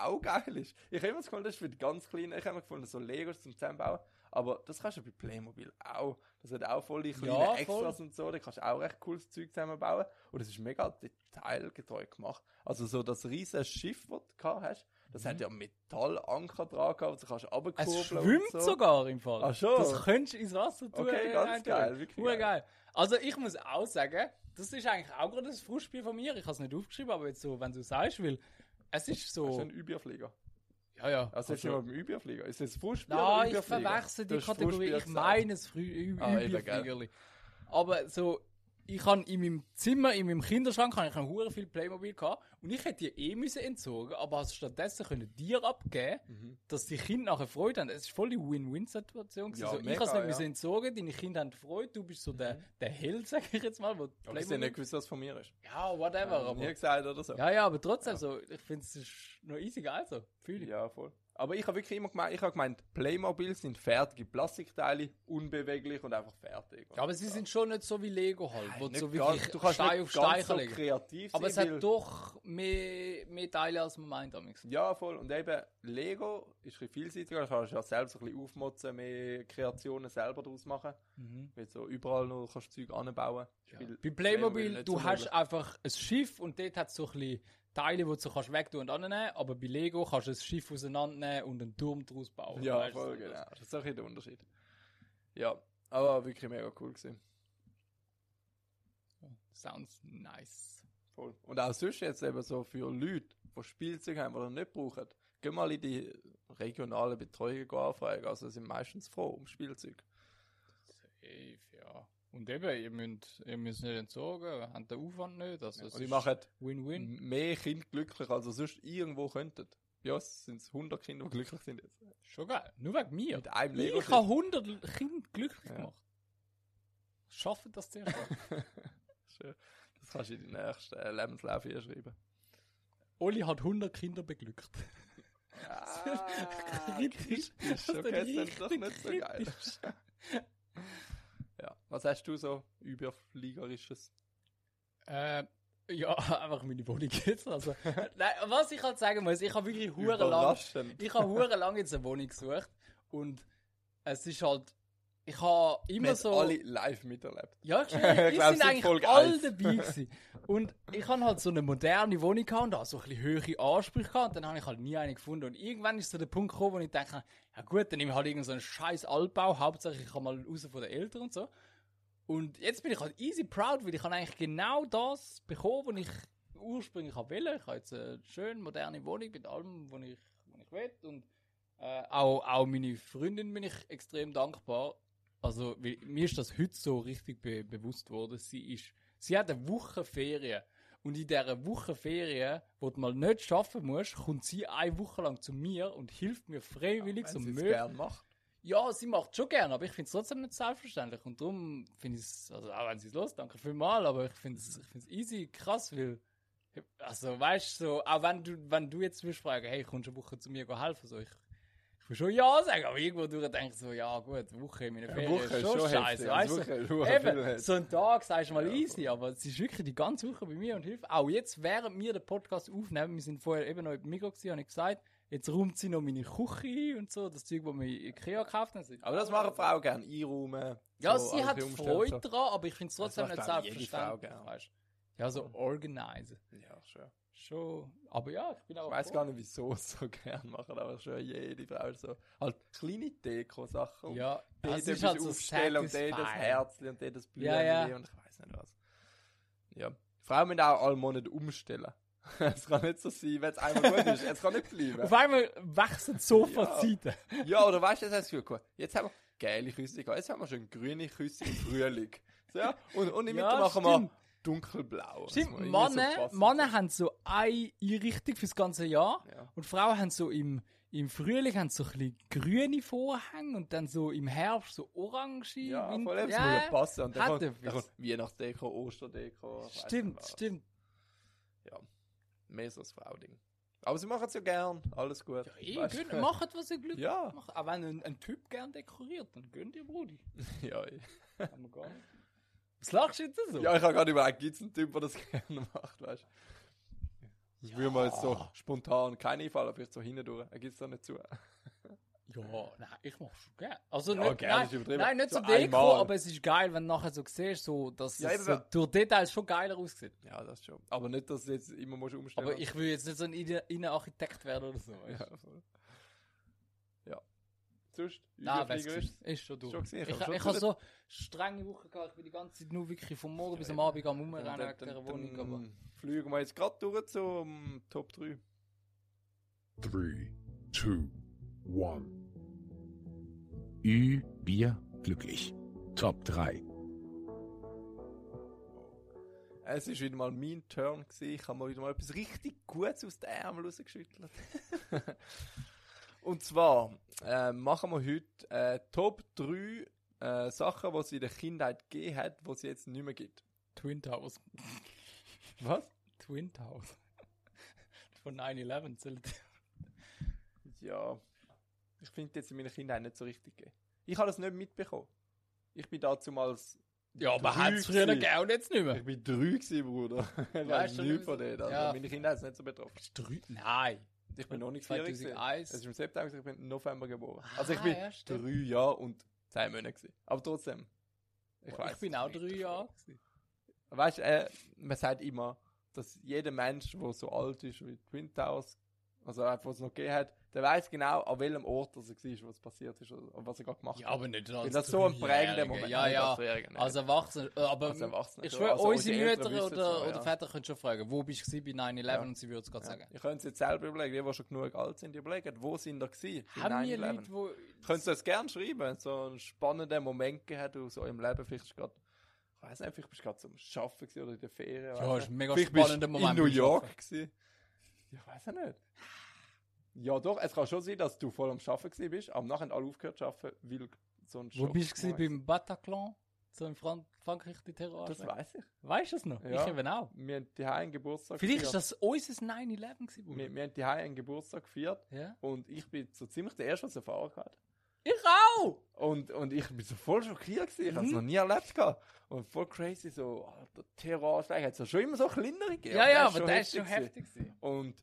Speaker 3: auch geil ist. Ich habe immer das Gefühl, das ist für die ganz Kleinen. Ich habe immer gefunden, so Legos zum Zusammenbauen. Aber das kannst du bei Playmobil auch. Das hat auch voll die kleinen
Speaker 2: Ja,
Speaker 3: Extras und so. Da kannst du auch recht cooles Zeug zusammenbauen. Und es ist mega detailgetreu gemacht. Also so das riesige Schiff, das du gehabt hast, das hat ja Metallanker dran gehabt. und du kannst runterkurbeln
Speaker 2: Mhm. Es schwimmt sogar im Fall.
Speaker 3: Ach schon?
Speaker 2: Das könntest du ins Wasser tun.
Speaker 3: Okay,
Speaker 2: äh,
Speaker 3: ganz
Speaker 2: rein
Speaker 3: geil,
Speaker 2: tun.
Speaker 3: wirklich
Speaker 2: Hure
Speaker 3: geil.
Speaker 2: geil. Also ich muss auch sagen, das ist eigentlich auch gerade ein Frustspiel von mir. Ich habe es nicht aufgeschrieben, aber jetzt so, wenn du sagst, weil es ist
Speaker 3: Das ist
Speaker 2: so...
Speaker 3: ein Überflieger.
Speaker 2: Ja, ja.
Speaker 3: Also jetzt sind wir
Speaker 2: also,
Speaker 3: beim Überflieger. Ist das Fußspiel oder
Speaker 2: nein, ich
Speaker 3: Überflieger?
Speaker 2: verwechsel die
Speaker 3: Du hast
Speaker 2: Kategorie.
Speaker 3: Fußspiel
Speaker 2: Ich
Speaker 3: gesagt.
Speaker 2: meine es früh
Speaker 3: Ah, eben,
Speaker 2: Überfliegerli. Aber so... Ich habe in meinem Zimmer, in meinem Kinderschrank, habe ich noch hure viel Playmobil gehabt und ich hätte die eh müssen entsorgen, aber habe stattdessen können dir abgeben,
Speaker 3: Mhm.
Speaker 2: dass die Kinder nachher Freude haben. Es ist voll die Win-Win-Situation. gewesen.
Speaker 3: Ja,
Speaker 2: so, ich
Speaker 3: mega,
Speaker 2: habe es nicht
Speaker 3: ja. Mhm.
Speaker 2: müssen entsorgen, deine Kinder haben Freude, du bist so der, der Held, sag ich jetzt mal. Wo
Speaker 3: Aber ich habe nicht gewusst, was von mir ist.
Speaker 2: ja, whatever.
Speaker 3: Hab ich Nie
Speaker 2: aber,
Speaker 3: gesagt oder so.
Speaker 2: ja, ja, aber trotzdem, so, ich finde es ist noch easy geil so. Fühl ich.
Speaker 3: Ja, voll. Aber ich habe wirklich immer gemeint, ich habe gemeint, Playmobil sind fertige Plastikteile, unbeweglich und einfach fertig.
Speaker 2: Ja, aber sie sind schon nicht so wie Lego halt, wo
Speaker 3: Nicht
Speaker 2: so
Speaker 3: ganz-
Speaker 2: wirklich
Speaker 3: du kannst
Speaker 2: Stein
Speaker 3: nicht
Speaker 2: auf
Speaker 3: ganz
Speaker 2: Stein
Speaker 3: so
Speaker 2: legen.
Speaker 3: kreativ
Speaker 2: aber es
Speaker 3: sein,
Speaker 2: hat
Speaker 3: weil-
Speaker 2: doch mehr, mehr Teile, als man meint. amigs.
Speaker 3: Ja, voll. Und eben, Lego ist ein bisschen vielseitiger, du kannst ja selbst ein bisschen aufmotzen, mehr Kreationen selber daraus machen.
Speaker 2: Mhm.
Speaker 3: Weil so überall noch kannst du Zeug anbauen.
Speaker 2: Ja. Bei Playmobil, du hast einfach ein Schiff und dort hat es so ein bisschen Teile, die du so kannst weg und annehmen aber bei Lego kannst du ein Schiff auseinandernehmen und einen Turm draus bauen.
Speaker 3: Ja,
Speaker 2: Weißt du,
Speaker 3: voll,
Speaker 2: so
Speaker 3: genau. Das ist auch ein bisschen der Unterschied. Ja, aber wirklich mega cool gewesen.
Speaker 2: das. Sounds nice.
Speaker 3: Voll. Und auch sonst jetzt eben so für Leute, die Spielzeug haben, die das nicht brauchen, gehen mal in die regionale Betreuung anfragen. Also sind meistens froh um Spielzeug.
Speaker 2: Safe, ja. Und eben, ihr müsst, ihr müsst nicht entsorgen, habt den Aufwand nicht. Also es
Speaker 3: Und sie
Speaker 2: ist
Speaker 3: machen
Speaker 2: Win-Win.
Speaker 3: mehr Kinder glücklich, als ihr sonst irgendwo könnten. Bei uns sind es 100 Kinder, die glücklich sind jetzt.
Speaker 2: Schon geil. Nur wegen mir.
Speaker 3: Mit einem Lego.
Speaker 2: ich habe 100 Kinder glücklich
Speaker 3: Ja.
Speaker 2: gemacht. Schaffen das zuerst mal.
Speaker 3: Schön. Das kannst du in den nächsten äh, Lebenslauf hier schreiben.
Speaker 2: Oli hat 100 Kinder beglückt. kritisch.
Speaker 3: Ah, kritisch.
Speaker 2: Das ist
Speaker 3: Okay, das ist doch
Speaker 2: richtig
Speaker 3: nicht so geil.
Speaker 2: kritisch.
Speaker 3: Ja. Was hast du so überfliegerisches?
Speaker 2: Äh, ja, einfach meine Wohnung jetzt. Also, nein, was ich halt sagen muss, ich habe wirklich hure lang,
Speaker 3: Überraschend.
Speaker 2: ich habe hure lang jetzt eine Wohnung gesucht und es ist halt ich habe immer
Speaker 3: Wir
Speaker 2: so.
Speaker 3: haben alle live miterlebt.
Speaker 2: Ja, ich schwöre,
Speaker 3: Ich
Speaker 2: ich
Speaker 3: glaub,
Speaker 2: sind
Speaker 3: seit
Speaker 2: eigentlich
Speaker 3: Folge
Speaker 2: alle
Speaker 3: eins.
Speaker 2: dabei gewesen. Und ich habe halt so eine moderne Wohnung gehabt und da so ein bisschen höhere Ansprüche gehabt. Und dann habe ich halt nie eine gefunden. Und irgendwann ist so der Punkt gekommen, wo ich denke, ja gut, dann nehme ich halt irgendeinen so einen scheiß Altbau. Hauptsächlich ich kann mal raus von den Eltern und so. Und jetzt bin ich halt easy proud, weil ich habe eigentlich genau das bekommen, was ich ursprünglich habe wollte. Ich habe jetzt eine schöne, moderne Wohnung mit allem, was ich, was ich will. Und äh, auch, auch meine Freundin bin ich extrem dankbar. Also, weil, mir ist das heute so richtig be bewusst worden. Sie, ist, sie hat eine Woche Ferien. Und in dieser Woche Ferien, wo du mal nicht arbeiten musst, kommt sie eine Woche lang zu mir und hilft mir freiwillig
Speaker 3: Wenn
Speaker 2: so
Speaker 3: sie es
Speaker 2: möglich.
Speaker 3: gern macht.
Speaker 2: Ja, sie macht schon gerne, aber ich finde es trotzdem nicht selbstverständlich. Und darum finde ich es, also auch wenn sie es los, danke vielmals, aber ich finde es ich find's easy krass, weil, also weißt du, so, auch wenn du, wenn du jetzt würdest fragen, hey, kommst du eine Woche zu mir go helfen, so, ich, ich will schon ja sagen, aber irgendwo durch denke ich so, ja gut, eine Woche in meiner
Speaker 3: Eine
Speaker 2: Ferien
Speaker 3: Woche
Speaker 2: ist schon scheiße, weißt du? Eben, so ein Tag sagst du mal easy, aber es ist wirklich die ganze Woche bei mir und hilft. Auch jetzt, während wir den Podcast aufnehmen, wir sind vorher eben noch im Migros gewesen, habe ich gesagt, jetzt räumt sie noch meine Küche ein und so, das Zeug, das wir in Ikea gekauft haben. Also, sind-
Speaker 3: Aber das machen Frauen gerne, einräumen.
Speaker 2: Ja,
Speaker 3: so
Speaker 2: sie
Speaker 3: alles
Speaker 2: hat
Speaker 3: umstellen und
Speaker 2: Freude dran, aber ich finde es
Speaker 3: Das
Speaker 2: trotzdem
Speaker 3: macht,
Speaker 2: nicht
Speaker 3: glaub ich, jede Frau
Speaker 2: selbstverständlich.
Speaker 3: gerne.
Speaker 2: Weißt? du. Ja, so organisieren.
Speaker 3: So. Ja, schön.
Speaker 2: Schon. Aber ja, ich bin auch.
Speaker 3: Ich weiß gar nicht, wieso sie es so gerne machen, aber schon jede Frau ist so. Halt kleine Deko-Sachen.
Speaker 2: Ja,
Speaker 3: die
Speaker 2: also es
Speaker 3: etwas
Speaker 2: ist halt so
Speaker 3: aufstellen und der das
Speaker 2: satisfying.
Speaker 3: Herzli und der das Blümchen
Speaker 2: Ja, ja.
Speaker 3: und ich weiß nicht was. Ja. Frauen müssen auch alle Monate umstellen. es kann nicht so sein, wenn es einmal gut ist. Es kann nicht bleiben.
Speaker 2: Auf einmal wechseln Sofa-Zeiten.
Speaker 3: Ja, oder weißt du, jetzt hast du das Gefühl, guck mal, jetzt haben wir geile Küsse gehabt, jetzt haben wir schon grüne Küsse im Frühling. So, ja, und, und im
Speaker 2: Ja,
Speaker 3: Winter machen wir
Speaker 2: stimmt.
Speaker 3: dunkelblau. Das muss
Speaker 2: Stimmt,
Speaker 3: irgendwie
Speaker 2: Männer,
Speaker 3: passen.
Speaker 2: Männer haben so eine Einrichtung fürs ganze Jahr
Speaker 3: Ja.
Speaker 2: und Frauen haben so im, im Frühling haben so ein bisschen grüne Vorhänge und dann so im Herbst so orange.
Speaker 3: Ja,
Speaker 2: Winter-
Speaker 3: vor allem, es muss ja passen. Und
Speaker 2: hat
Speaker 3: dann kommt,
Speaker 2: etwas.
Speaker 3: dann kommt Weihnachtsdeko, Osterdeko. ich weiss
Speaker 2: Stimmt,
Speaker 3: nicht was.
Speaker 2: stimmt.
Speaker 3: Mehr so das Frau-Ding. Aber sie machen es ja gern, alles gut.
Speaker 2: Ja, eh,
Speaker 3: Weißt du?
Speaker 2: gönnt- macht, was ihr Glück
Speaker 3: Ja.
Speaker 2: macht. Auch wenn ein, ein Typ gern dekoriert, dann gönnt ihr Brudi.
Speaker 3: ja, eh.
Speaker 2: Haben wir gar nicht. Was lachst du jetzt so?
Speaker 3: ja, ich habe gerade überlegt, gibt es einen Typ, der das gerne macht, weißt du? Das würde mir jetzt so spontan keinen Einfall, aber vielleicht so hindurch. Er gibt es da nicht zu.
Speaker 2: Ja, nein, ich mach schon gerne. Also
Speaker 3: Ja,
Speaker 2: nicht,
Speaker 3: gerne
Speaker 2: nein,
Speaker 3: ist übertrieben.
Speaker 2: nein, nicht so,
Speaker 3: So
Speaker 2: Deko,
Speaker 3: einmal.
Speaker 2: aber es ist geil, wenn du nachher so siehst, so, dass
Speaker 3: Ja,
Speaker 2: es
Speaker 3: eben,
Speaker 2: so,
Speaker 3: ja.
Speaker 2: durch Details schon geiler aussieht.
Speaker 3: Ja, das schon. Aber nicht, dass du jetzt immer musst umstellen
Speaker 2: Aber ich will jetzt nicht so ein Ide- Innenarchitekt werden oder so. weißt du?
Speaker 3: Ja, voll. Ja. Sonst,
Speaker 2: Nein, weiss
Speaker 3: Überflieger
Speaker 2: gewesen.
Speaker 3: ist-
Speaker 2: ist schon durch.
Speaker 3: Schon gewesen,
Speaker 2: ich
Speaker 3: ich hab
Speaker 2: ich,
Speaker 3: schon
Speaker 2: ich habe so strenge Woche gehabt. Ich bin die ganze Zeit nur wirklich vom Morgen bis am Abend am Rumrennen
Speaker 3: Dann-
Speaker 2: wegen dieser
Speaker 3: dann-
Speaker 2: Wohnung.
Speaker 3: dann
Speaker 2: Aber
Speaker 3: Fliegen wir jetzt gerade durch zum Top 3.
Speaker 1: 3, 2, 1. Ü, Bier, glücklich. Top 3.
Speaker 3: Es war wieder mal mein Turn. Gewesen. Ich habe mal wieder mal etwas richtig Gutes aus den Ärmel rausgeschüttelt. Und zwar äh, machen wir heute äh, Top 3 äh, Sachen, die es in der Kindheit gegeben hat, die es jetzt nicht mehr gibt.
Speaker 2: Twin Towers.
Speaker 3: Was?
Speaker 2: Twin Towers. Von 9-11. zählt.
Speaker 3: Ja, ich finde jetzt in meiner Kindheit nicht so richtig gegeben. Ich habe das nicht mitbekommen. Ich bin dazu mal.
Speaker 2: Ja, aber hat es früher gegeben und jetzt nicht mehr.
Speaker 3: Ich bin drei gewesen, Bruder. Ich
Speaker 2: Ja,
Speaker 3: weiß
Speaker 2: ist schon
Speaker 3: nichts
Speaker 2: nicht
Speaker 3: von
Speaker 2: so-
Speaker 3: denen. Also
Speaker 2: ja.
Speaker 3: Meine Kindheit ist nicht so betroffen.
Speaker 2: Drei- Nein.
Speaker 3: Ich bin noch nicht vier gewesen.
Speaker 2: 2001.
Speaker 3: Es ist im September, gewesen, ich bin im November geboren. Also ich
Speaker 2: Ah,
Speaker 3: bin
Speaker 2: ja, stimmt.
Speaker 3: drei Jahre und zehn Monate gewesen. Aber trotzdem.
Speaker 2: Ich,
Speaker 3: weiss
Speaker 2: bin
Speaker 3: es
Speaker 2: auch
Speaker 3: nicht
Speaker 2: drei
Speaker 3: davon.
Speaker 2: Jahre. gewesen.
Speaker 3: Weißt du, äh, man sagt immer, dass jeder Mensch, der so alt ist wie die Twin Towers, also einfach, was es noch gegeben hat, der weiß genau, an welchem Ort das er war, was passiert ist oder was er gerade gemacht
Speaker 2: Ja,
Speaker 3: hat.
Speaker 2: aber nicht
Speaker 3: Weil
Speaker 2: als
Speaker 3: das so ein
Speaker 2: Dreijähriger.
Speaker 3: prägender Moment
Speaker 2: Ja,
Speaker 3: nicht
Speaker 2: ja.
Speaker 3: als Dreijähriger, nein.
Speaker 2: Als Erwachsener. äh, Aber
Speaker 3: Als Erwachsener,
Speaker 2: ich
Speaker 3: ja.
Speaker 2: schwöre,
Speaker 3: Also
Speaker 2: unsere
Speaker 3: unsere Eltern
Speaker 2: Mütter
Speaker 3: wissen's
Speaker 2: oder,
Speaker 3: noch,
Speaker 2: oder
Speaker 3: ja.
Speaker 2: Väter können schon fragen, wo bist du gewesen bei 9-11
Speaker 3: Ja.
Speaker 2: und sie würden es gerade sagen.
Speaker 3: Ihr könnt es jetzt selber überlegen, die, die schon genug alt sind, die überlegen, wo sind da gewesen? bei
Speaker 2: Haben wir
Speaker 3: 9/11?
Speaker 2: Leute, wo
Speaker 3: Könnt ihr das gerne schreiben, so einen spannenden Moment gehabt aus eurem Leben, vielleicht ist gerade ich weiß nicht, vielleicht bist du gerade zum Arbeiten gewesen oder in der Ferien.
Speaker 2: Ja, ist
Speaker 3: weiss nicht.
Speaker 2: ein mega
Speaker 3: vielleicht
Speaker 2: spannender
Speaker 3: bist du
Speaker 2: Moment
Speaker 3: in New
Speaker 2: beim
Speaker 3: York gewesen. Ja, weiß ich nicht. Ja, doch, es kann schon sein, dass du voll am Arbeiten gewesen bist, aber nachher haben alle aufgehört zu arbeiten, weil so ein
Speaker 2: Wo
Speaker 3: Schock
Speaker 2: bist du gewesen?
Speaker 3: gemacht
Speaker 2: beim Bataclan? So in Fran Frankreich die Terror.
Speaker 3: Das weiß ich.
Speaker 2: Weißt du es noch?
Speaker 3: Ja.
Speaker 2: Ich eben auch.
Speaker 3: Wir haben die einen Geburtstag
Speaker 2: Vielleicht ist das unser 9-11 gewesen.
Speaker 3: Wir,
Speaker 2: Bruder.
Speaker 3: wir haben die einen Geburtstag gefeiert
Speaker 2: Ja.
Speaker 3: und ich bin so ziemlich der Erste, der es erfahren hat.
Speaker 2: Ich auch!
Speaker 3: Und, und ich bin so voll schockiert gewesen. Ich habe es
Speaker 2: Mhm.
Speaker 3: noch nie erlebt gehabt. Und voll crazy, so, alter, Terroranschläge hat es ja schon immer so kleinere gegeben.
Speaker 2: Ja, ja,
Speaker 3: der ist
Speaker 2: aber der ist schon
Speaker 3: gewesen.
Speaker 2: heftig gewesen.
Speaker 3: Und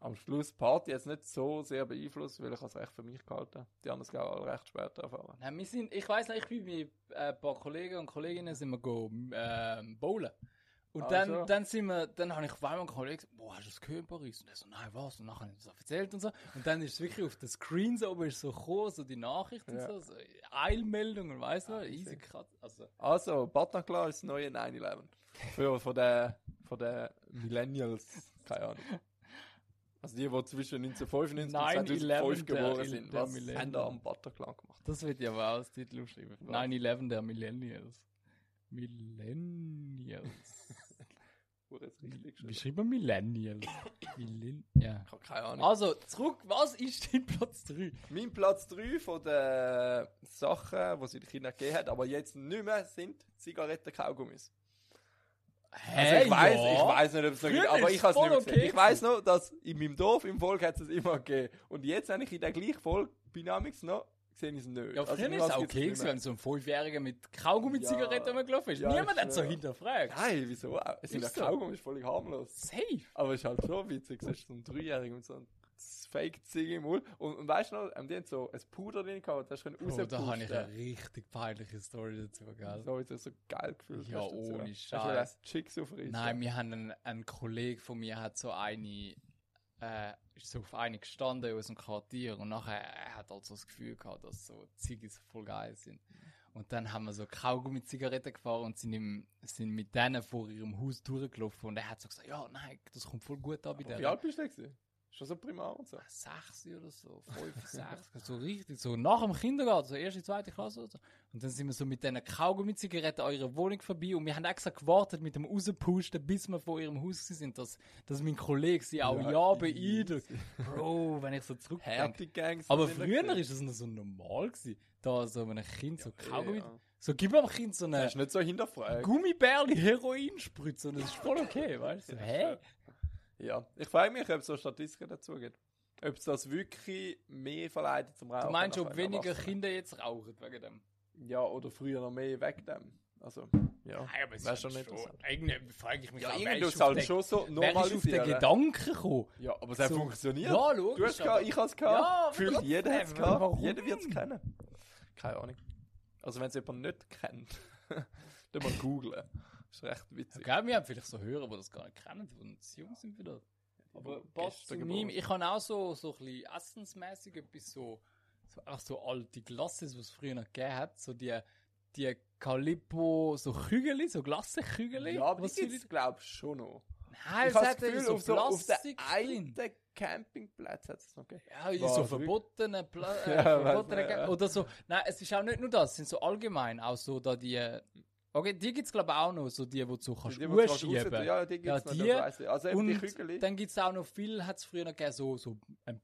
Speaker 3: am Schluss Party jetzt nicht so sehr beeinflusst, weil ich es recht für mich gehalten Die haben es glaube ich alle recht spät erfahren.
Speaker 2: Nein, wir sind, ich weiß nicht, ich bin mit äh, ein paar Kollegen und Kolleginnen sind wir go, ähm, bowlen. Und
Speaker 3: Ah,
Speaker 2: dann,
Speaker 3: so.
Speaker 2: dann sind wir, dann habe ich auf einmal einen Kollegen gesagt, boah, hast du das gehört in Paris? Und er so, nein, was? Und nachher hat er das erzählt und so. Und dann ist es wirklich auf den Screens oben ist so gekommen, so die Nachrichten
Speaker 3: Ja.
Speaker 2: und so, so Eilmeldungen, weißt du,
Speaker 3: Ah,
Speaker 2: easy
Speaker 3: sick.
Speaker 2: cut. Also,
Speaker 3: Also, Bataclan ist das neue 9-11. Für, von den, von den Millennials. Keine Ahnung. Also die, die zwischen 1995
Speaker 2: 9/11
Speaker 3: und 2005
Speaker 2: der-
Speaker 3: geboren sind.
Speaker 2: der
Speaker 3: Was
Speaker 2: Millennial.
Speaker 3: haben da am Bataclan gemacht?
Speaker 2: das wird ja aber auch als Titel aufschreiben.
Speaker 3: Was?
Speaker 2: 9-11 der Millennials. Millennials.
Speaker 3: Wurde jetzt richtig
Speaker 2: Wie
Speaker 3: geschrieben.
Speaker 2: schreibt man Millennials? Millen ja.
Speaker 3: Ich habe keine Ahnung.
Speaker 2: Also, zurück, was ist dein Platz 3?
Speaker 3: Mein Platz 3 von den Sachen, die es in China gegeben hat, aber jetzt nicht mehr, sind Zigaretten-Kaugummis. Also ich weiß, ich weiß nicht, ob es
Speaker 2: Äh,
Speaker 3: noch
Speaker 2: Früher
Speaker 3: gibt, aber
Speaker 2: ist
Speaker 3: ich habe es
Speaker 2: voll
Speaker 3: nicht mehr
Speaker 2: okay
Speaker 3: gesehen. Ich weiß noch, dass in meinem Dorf im Volk hat es immer gegeben. Und jetzt habe ich in der gleichen Folge Dynamics noch gesehen, ist es nicht. Also
Speaker 2: Ja, früher
Speaker 3: ich
Speaker 2: ist es
Speaker 3: weiß,
Speaker 2: auch
Speaker 3: gibt's
Speaker 2: okay,
Speaker 3: nicht
Speaker 2: gewesen,
Speaker 3: mehr.
Speaker 2: wenn so ein Fünfjähriger mit Kaugummi-Zigaretten
Speaker 3: Ja.
Speaker 2: rumgelaufen ist.
Speaker 3: Ja,
Speaker 2: Niemand
Speaker 3: ist
Speaker 2: hat so
Speaker 3: schwer.
Speaker 2: hinterfragt.
Speaker 3: Nein, wieso? auch? Es sind ja
Speaker 2: Ist so.
Speaker 3: Kaugummis, völlig harmlos.
Speaker 2: Safe.
Speaker 3: Aber es ist halt schon witzig, siehst du so einen Dreijährigen mit so einem Fake-Zig im Mund. Und, und weißt du noch, ähm, die haben so ein Puder drin gehabt, das hast du können
Speaker 2: Oh, da habe ich
Speaker 3: rauspusten.
Speaker 2: eine richtig peinliche Story dazu, gell?
Speaker 3: So ist das so geil gefühlt.
Speaker 2: Also, Ja,
Speaker 3: hast du dazu,
Speaker 2: ohne
Speaker 3: ja. Hast du
Speaker 2: Scheiß.
Speaker 3: das Chicks aufreißen?
Speaker 2: Nein, wir haben einen, einen Kollegen von mir hat so eine äh, ist so auf eine gestanden aus dem Quartier und nachher er hat also das Gefühl gehabt, dass so Ziggis voll geil sind. Und dann haben wir so Kaugummi-Zigaretten gefahren und sind, im, sind mit denen vor ihrem Haus durchgelaufen und er hat so gesagt, ja, nein, das kommt voll gut an bei
Speaker 3: Aber
Speaker 2: denen.
Speaker 3: Wie alt bist du denn? gewesen? Schon so primar und so.
Speaker 2: sechs oder so, fünf, sechs, so richtig, so nach dem Kindergarten, so erste, zweite Klasse oder so. Und dann sind wir so mit diesen Kaugummi-Zigaretten an ihrer Wohnung vorbei und wir haben extra gewartet mit dem Rauspusten, bis wir vor ihrem Haus gewesen sind, dass, dass mein Kollege sie auch Oh ja, beeindruckt. Bro, wenn ich so zurückdenke.
Speaker 3: Härte Gangs.
Speaker 2: Aber früher war es noch so normal, gewesen, da so einem Kind so Kaugummi...
Speaker 3: Ja.
Speaker 2: So, gib am Kind so eine
Speaker 3: Das ist nicht so hinterfragt.
Speaker 2: Gummibärli Heroin spritzen und das ist voll okay, weißt du? So,
Speaker 3: Ja,
Speaker 2: hä?
Speaker 3: Ja. Ich frage mich, ob es so Statistiken dazu gibt. Ob es das wirklich mehr verleitet zum Rauchen.
Speaker 2: Du meinst,
Speaker 3: als
Speaker 2: ob
Speaker 3: wenn
Speaker 2: weniger
Speaker 3: Erwachsene.
Speaker 2: Kinder jetzt rauchen wegen dem?
Speaker 3: Ja, oder früher noch mehr weg dem. Also, ja.
Speaker 2: Nein, aber es ist
Speaker 3: Wär
Speaker 2: halt
Speaker 3: schon
Speaker 2: schon
Speaker 3: interessant.
Speaker 2: Irgendwie frage ich mich
Speaker 3: Ja,
Speaker 2: auch,
Speaker 3: irgendwie
Speaker 2: wer
Speaker 3: du
Speaker 2: ist
Speaker 3: es
Speaker 2: auf
Speaker 3: halt
Speaker 2: den,
Speaker 3: schon so
Speaker 2: wer ist auf den
Speaker 3: normalisieren.
Speaker 2: Gedanken gekommen?
Speaker 3: Ja, aber es hat
Speaker 2: So-
Speaker 3: funktioniert.
Speaker 2: Ja,
Speaker 3: Du
Speaker 2: logisch.
Speaker 3: hast gehabt, ich hab's gehabt.
Speaker 2: Ja,
Speaker 3: Fühlt
Speaker 2: aber
Speaker 3: jeder hat's
Speaker 2: trotzdem,
Speaker 3: gehabt.
Speaker 2: warum?
Speaker 3: Jeder wird's kennen. Keine Ahnung. Also, wenn es jemand nicht kennt, dann mal googlen. Ist recht witzig.
Speaker 2: Gell, wir haben vielleicht so Hörer, die das gar nicht kennen und zu jung sind wieder. Aber passt zu
Speaker 3: Gestern
Speaker 2: meinem,
Speaker 3: geboren.
Speaker 2: ich habe auch so, so ein bisschen essensmäßig etwas so, so, einfach so alte Glasses, die es früher noch gegeben hat, so die, die Calippo, so Kügeli, so Glassenkügeli.
Speaker 3: Ja, aber
Speaker 2: was
Speaker 3: das gibt's, glaub ich, schon noch.
Speaker 2: Nein,
Speaker 3: ich
Speaker 2: es
Speaker 3: habe das
Speaker 2: hat eben
Speaker 3: Gefühl,
Speaker 2: so
Speaker 3: auf, so, auf
Speaker 2: Plastik
Speaker 3: der einen
Speaker 2: drin.
Speaker 3: Campingplatz hat es noch gegeben.
Speaker 2: Ja, in
Speaker 3: War
Speaker 2: so
Speaker 3: es
Speaker 2: verbotenen Pla äh,
Speaker 3: Ja,
Speaker 2: verbotenen
Speaker 3: weiss man, ja.
Speaker 2: Gä- Oder so. Nein, es ist auch nicht nur das, es sind so allgemein auch so da die. äh, Okay, die gibt es glaube ich auch noch, so die, wo du so kannst
Speaker 3: Die, die du kannst
Speaker 2: ausschieben.
Speaker 3: raus- Ja, die
Speaker 2: Ja,
Speaker 3: gibt's noch,
Speaker 2: die
Speaker 3: das weiss ich. Also eben die Kügel.
Speaker 2: Und dann gibt es auch noch viel, hat es früher noch gegeben, so, so ein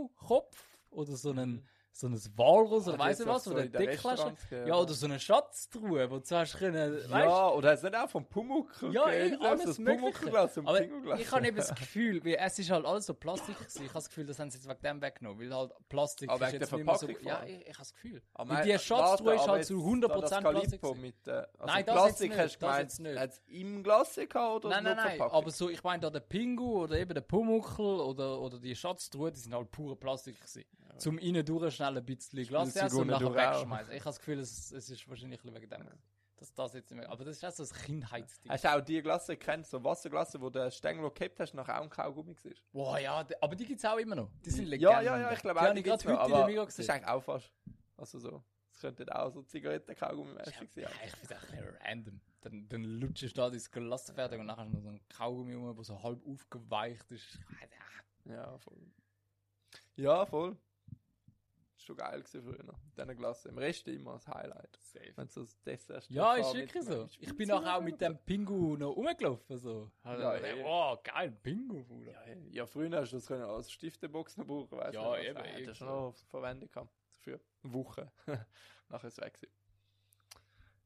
Speaker 2: Pingu-Kopf oder so
Speaker 3: Mhm.
Speaker 2: einen. So ein Walrus
Speaker 3: Ah,
Speaker 2: oder weiss ich was, oder ein Dickflasche. Ja, oder so eine Schatztruhe, wo du hast können, weißt
Speaker 3: Ja, oder es nicht auch vom Pumuckl?
Speaker 2: ja,
Speaker 3: gegeben?
Speaker 2: eh,
Speaker 3: Das
Speaker 2: alles
Speaker 3: das
Speaker 2: Mögliche.
Speaker 3: Pumuckl-Glas und
Speaker 2: Aber
Speaker 3: Pingu-Glas.
Speaker 2: ich habe eben das Gefühl, weil es ist halt alles so Plastik gewesen. Ich habe das Gefühl, das haben sie jetzt wegen dem weggenommen, weil halt Plastik
Speaker 3: Aber
Speaker 2: ist
Speaker 3: Ah, wegen
Speaker 2: jetzt
Speaker 3: der
Speaker 2: nicht mehr so...
Speaker 3: Verpackung vor
Speaker 2: Ja,
Speaker 3: allem. Ah,
Speaker 2: ich, ich habe das Gefühl.
Speaker 3: Aber
Speaker 2: weil
Speaker 3: mein-
Speaker 2: die Schatztruhe
Speaker 3: warte,
Speaker 2: ist
Speaker 3: aber
Speaker 2: halt zu
Speaker 3: jetzt
Speaker 2: 100%
Speaker 3: da das
Speaker 2: Plastik
Speaker 3: Calippo
Speaker 2: gewesen.
Speaker 3: Mit, äh, also
Speaker 2: Nein, das
Speaker 3: Plastik
Speaker 2: jetzt nicht,
Speaker 3: hast du
Speaker 2: das
Speaker 3: gemeint,
Speaker 2: jetzt nicht.
Speaker 3: Hat es im Glas gehabt oder
Speaker 2: Nein,
Speaker 3: nur
Speaker 2: nein, nein,
Speaker 3: Verpackung?
Speaker 2: aber so, ich meine da der Pingu oder eben der Pumuckl oder, oder die Schatztruhe, die sind halt pure Plastik gewesen. Zum innen durch schnell ein bisschen Glas
Speaker 3: sie
Speaker 2: essen und
Speaker 3: gar nicht
Speaker 2: nachher
Speaker 3: durch auch.
Speaker 2: wegschmeißen. Ich habe das Gefühl, es, es ist wahrscheinlich ein bisschen wegen dem gewesen. dass das jetzt nicht mehr... Aber das ist auch so ein Kindheitsding.
Speaker 3: Hast du auch die Glasse gekannt, so Wasserglasse, wo der Stängel noch gehabt hast, nachher auch ein Kaugummi war?
Speaker 2: Boah, ja, d- aber die gibt es auch immer noch. Die sind Legenden.
Speaker 3: Ja, ja, ja, ich glaube
Speaker 2: die
Speaker 3: auch,
Speaker 2: habe ich
Speaker 3: gibt's
Speaker 2: gerade
Speaker 3: noch,
Speaker 2: heute in der
Speaker 3: aber
Speaker 2: Mega
Speaker 3: Das ist
Speaker 2: gesehen.
Speaker 3: eigentlich auch fast. Also so. Es könnte auch so Zigaretten-Kaugummi-mäßig sein.
Speaker 2: Ja, ich finde das ein bisschen random. Dann, dann lutschst du da das Glas fertig und nachher noch so ein Kaugummi rum, der so halb aufgeweicht ist.
Speaker 3: Ja, voll. Ja, voll. Ist schon geil gewesen früher. noch, Mit diesen Glasse. Im Rest immer das Highlight.
Speaker 2: Safe.
Speaker 3: Wenn so das Dessert
Speaker 2: Ja,
Speaker 3: drauf
Speaker 2: ist
Speaker 3: war
Speaker 2: wirklich
Speaker 3: mit-
Speaker 2: so.
Speaker 3: mit
Speaker 2: Ich bin nachher auch mit
Speaker 3: Spitzenreiter
Speaker 2: dem Pingu noch rumgelaufen. So.
Speaker 3: Ja,
Speaker 2: Ja,
Speaker 3: eh.
Speaker 2: wow, geil, Pingu, Bruder.
Speaker 3: und so. Ja, hey. ja, früher hast du das können als Stiftebox noch brauchen, weißt
Speaker 2: Ja,
Speaker 3: du?
Speaker 2: eben,
Speaker 3: Das
Speaker 2: eben
Speaker 3: hättest du
Speaker 2: so.
Speaker 3: noch Verwendung gehabt. Für eine Woche. nachher ist es weg gewesen.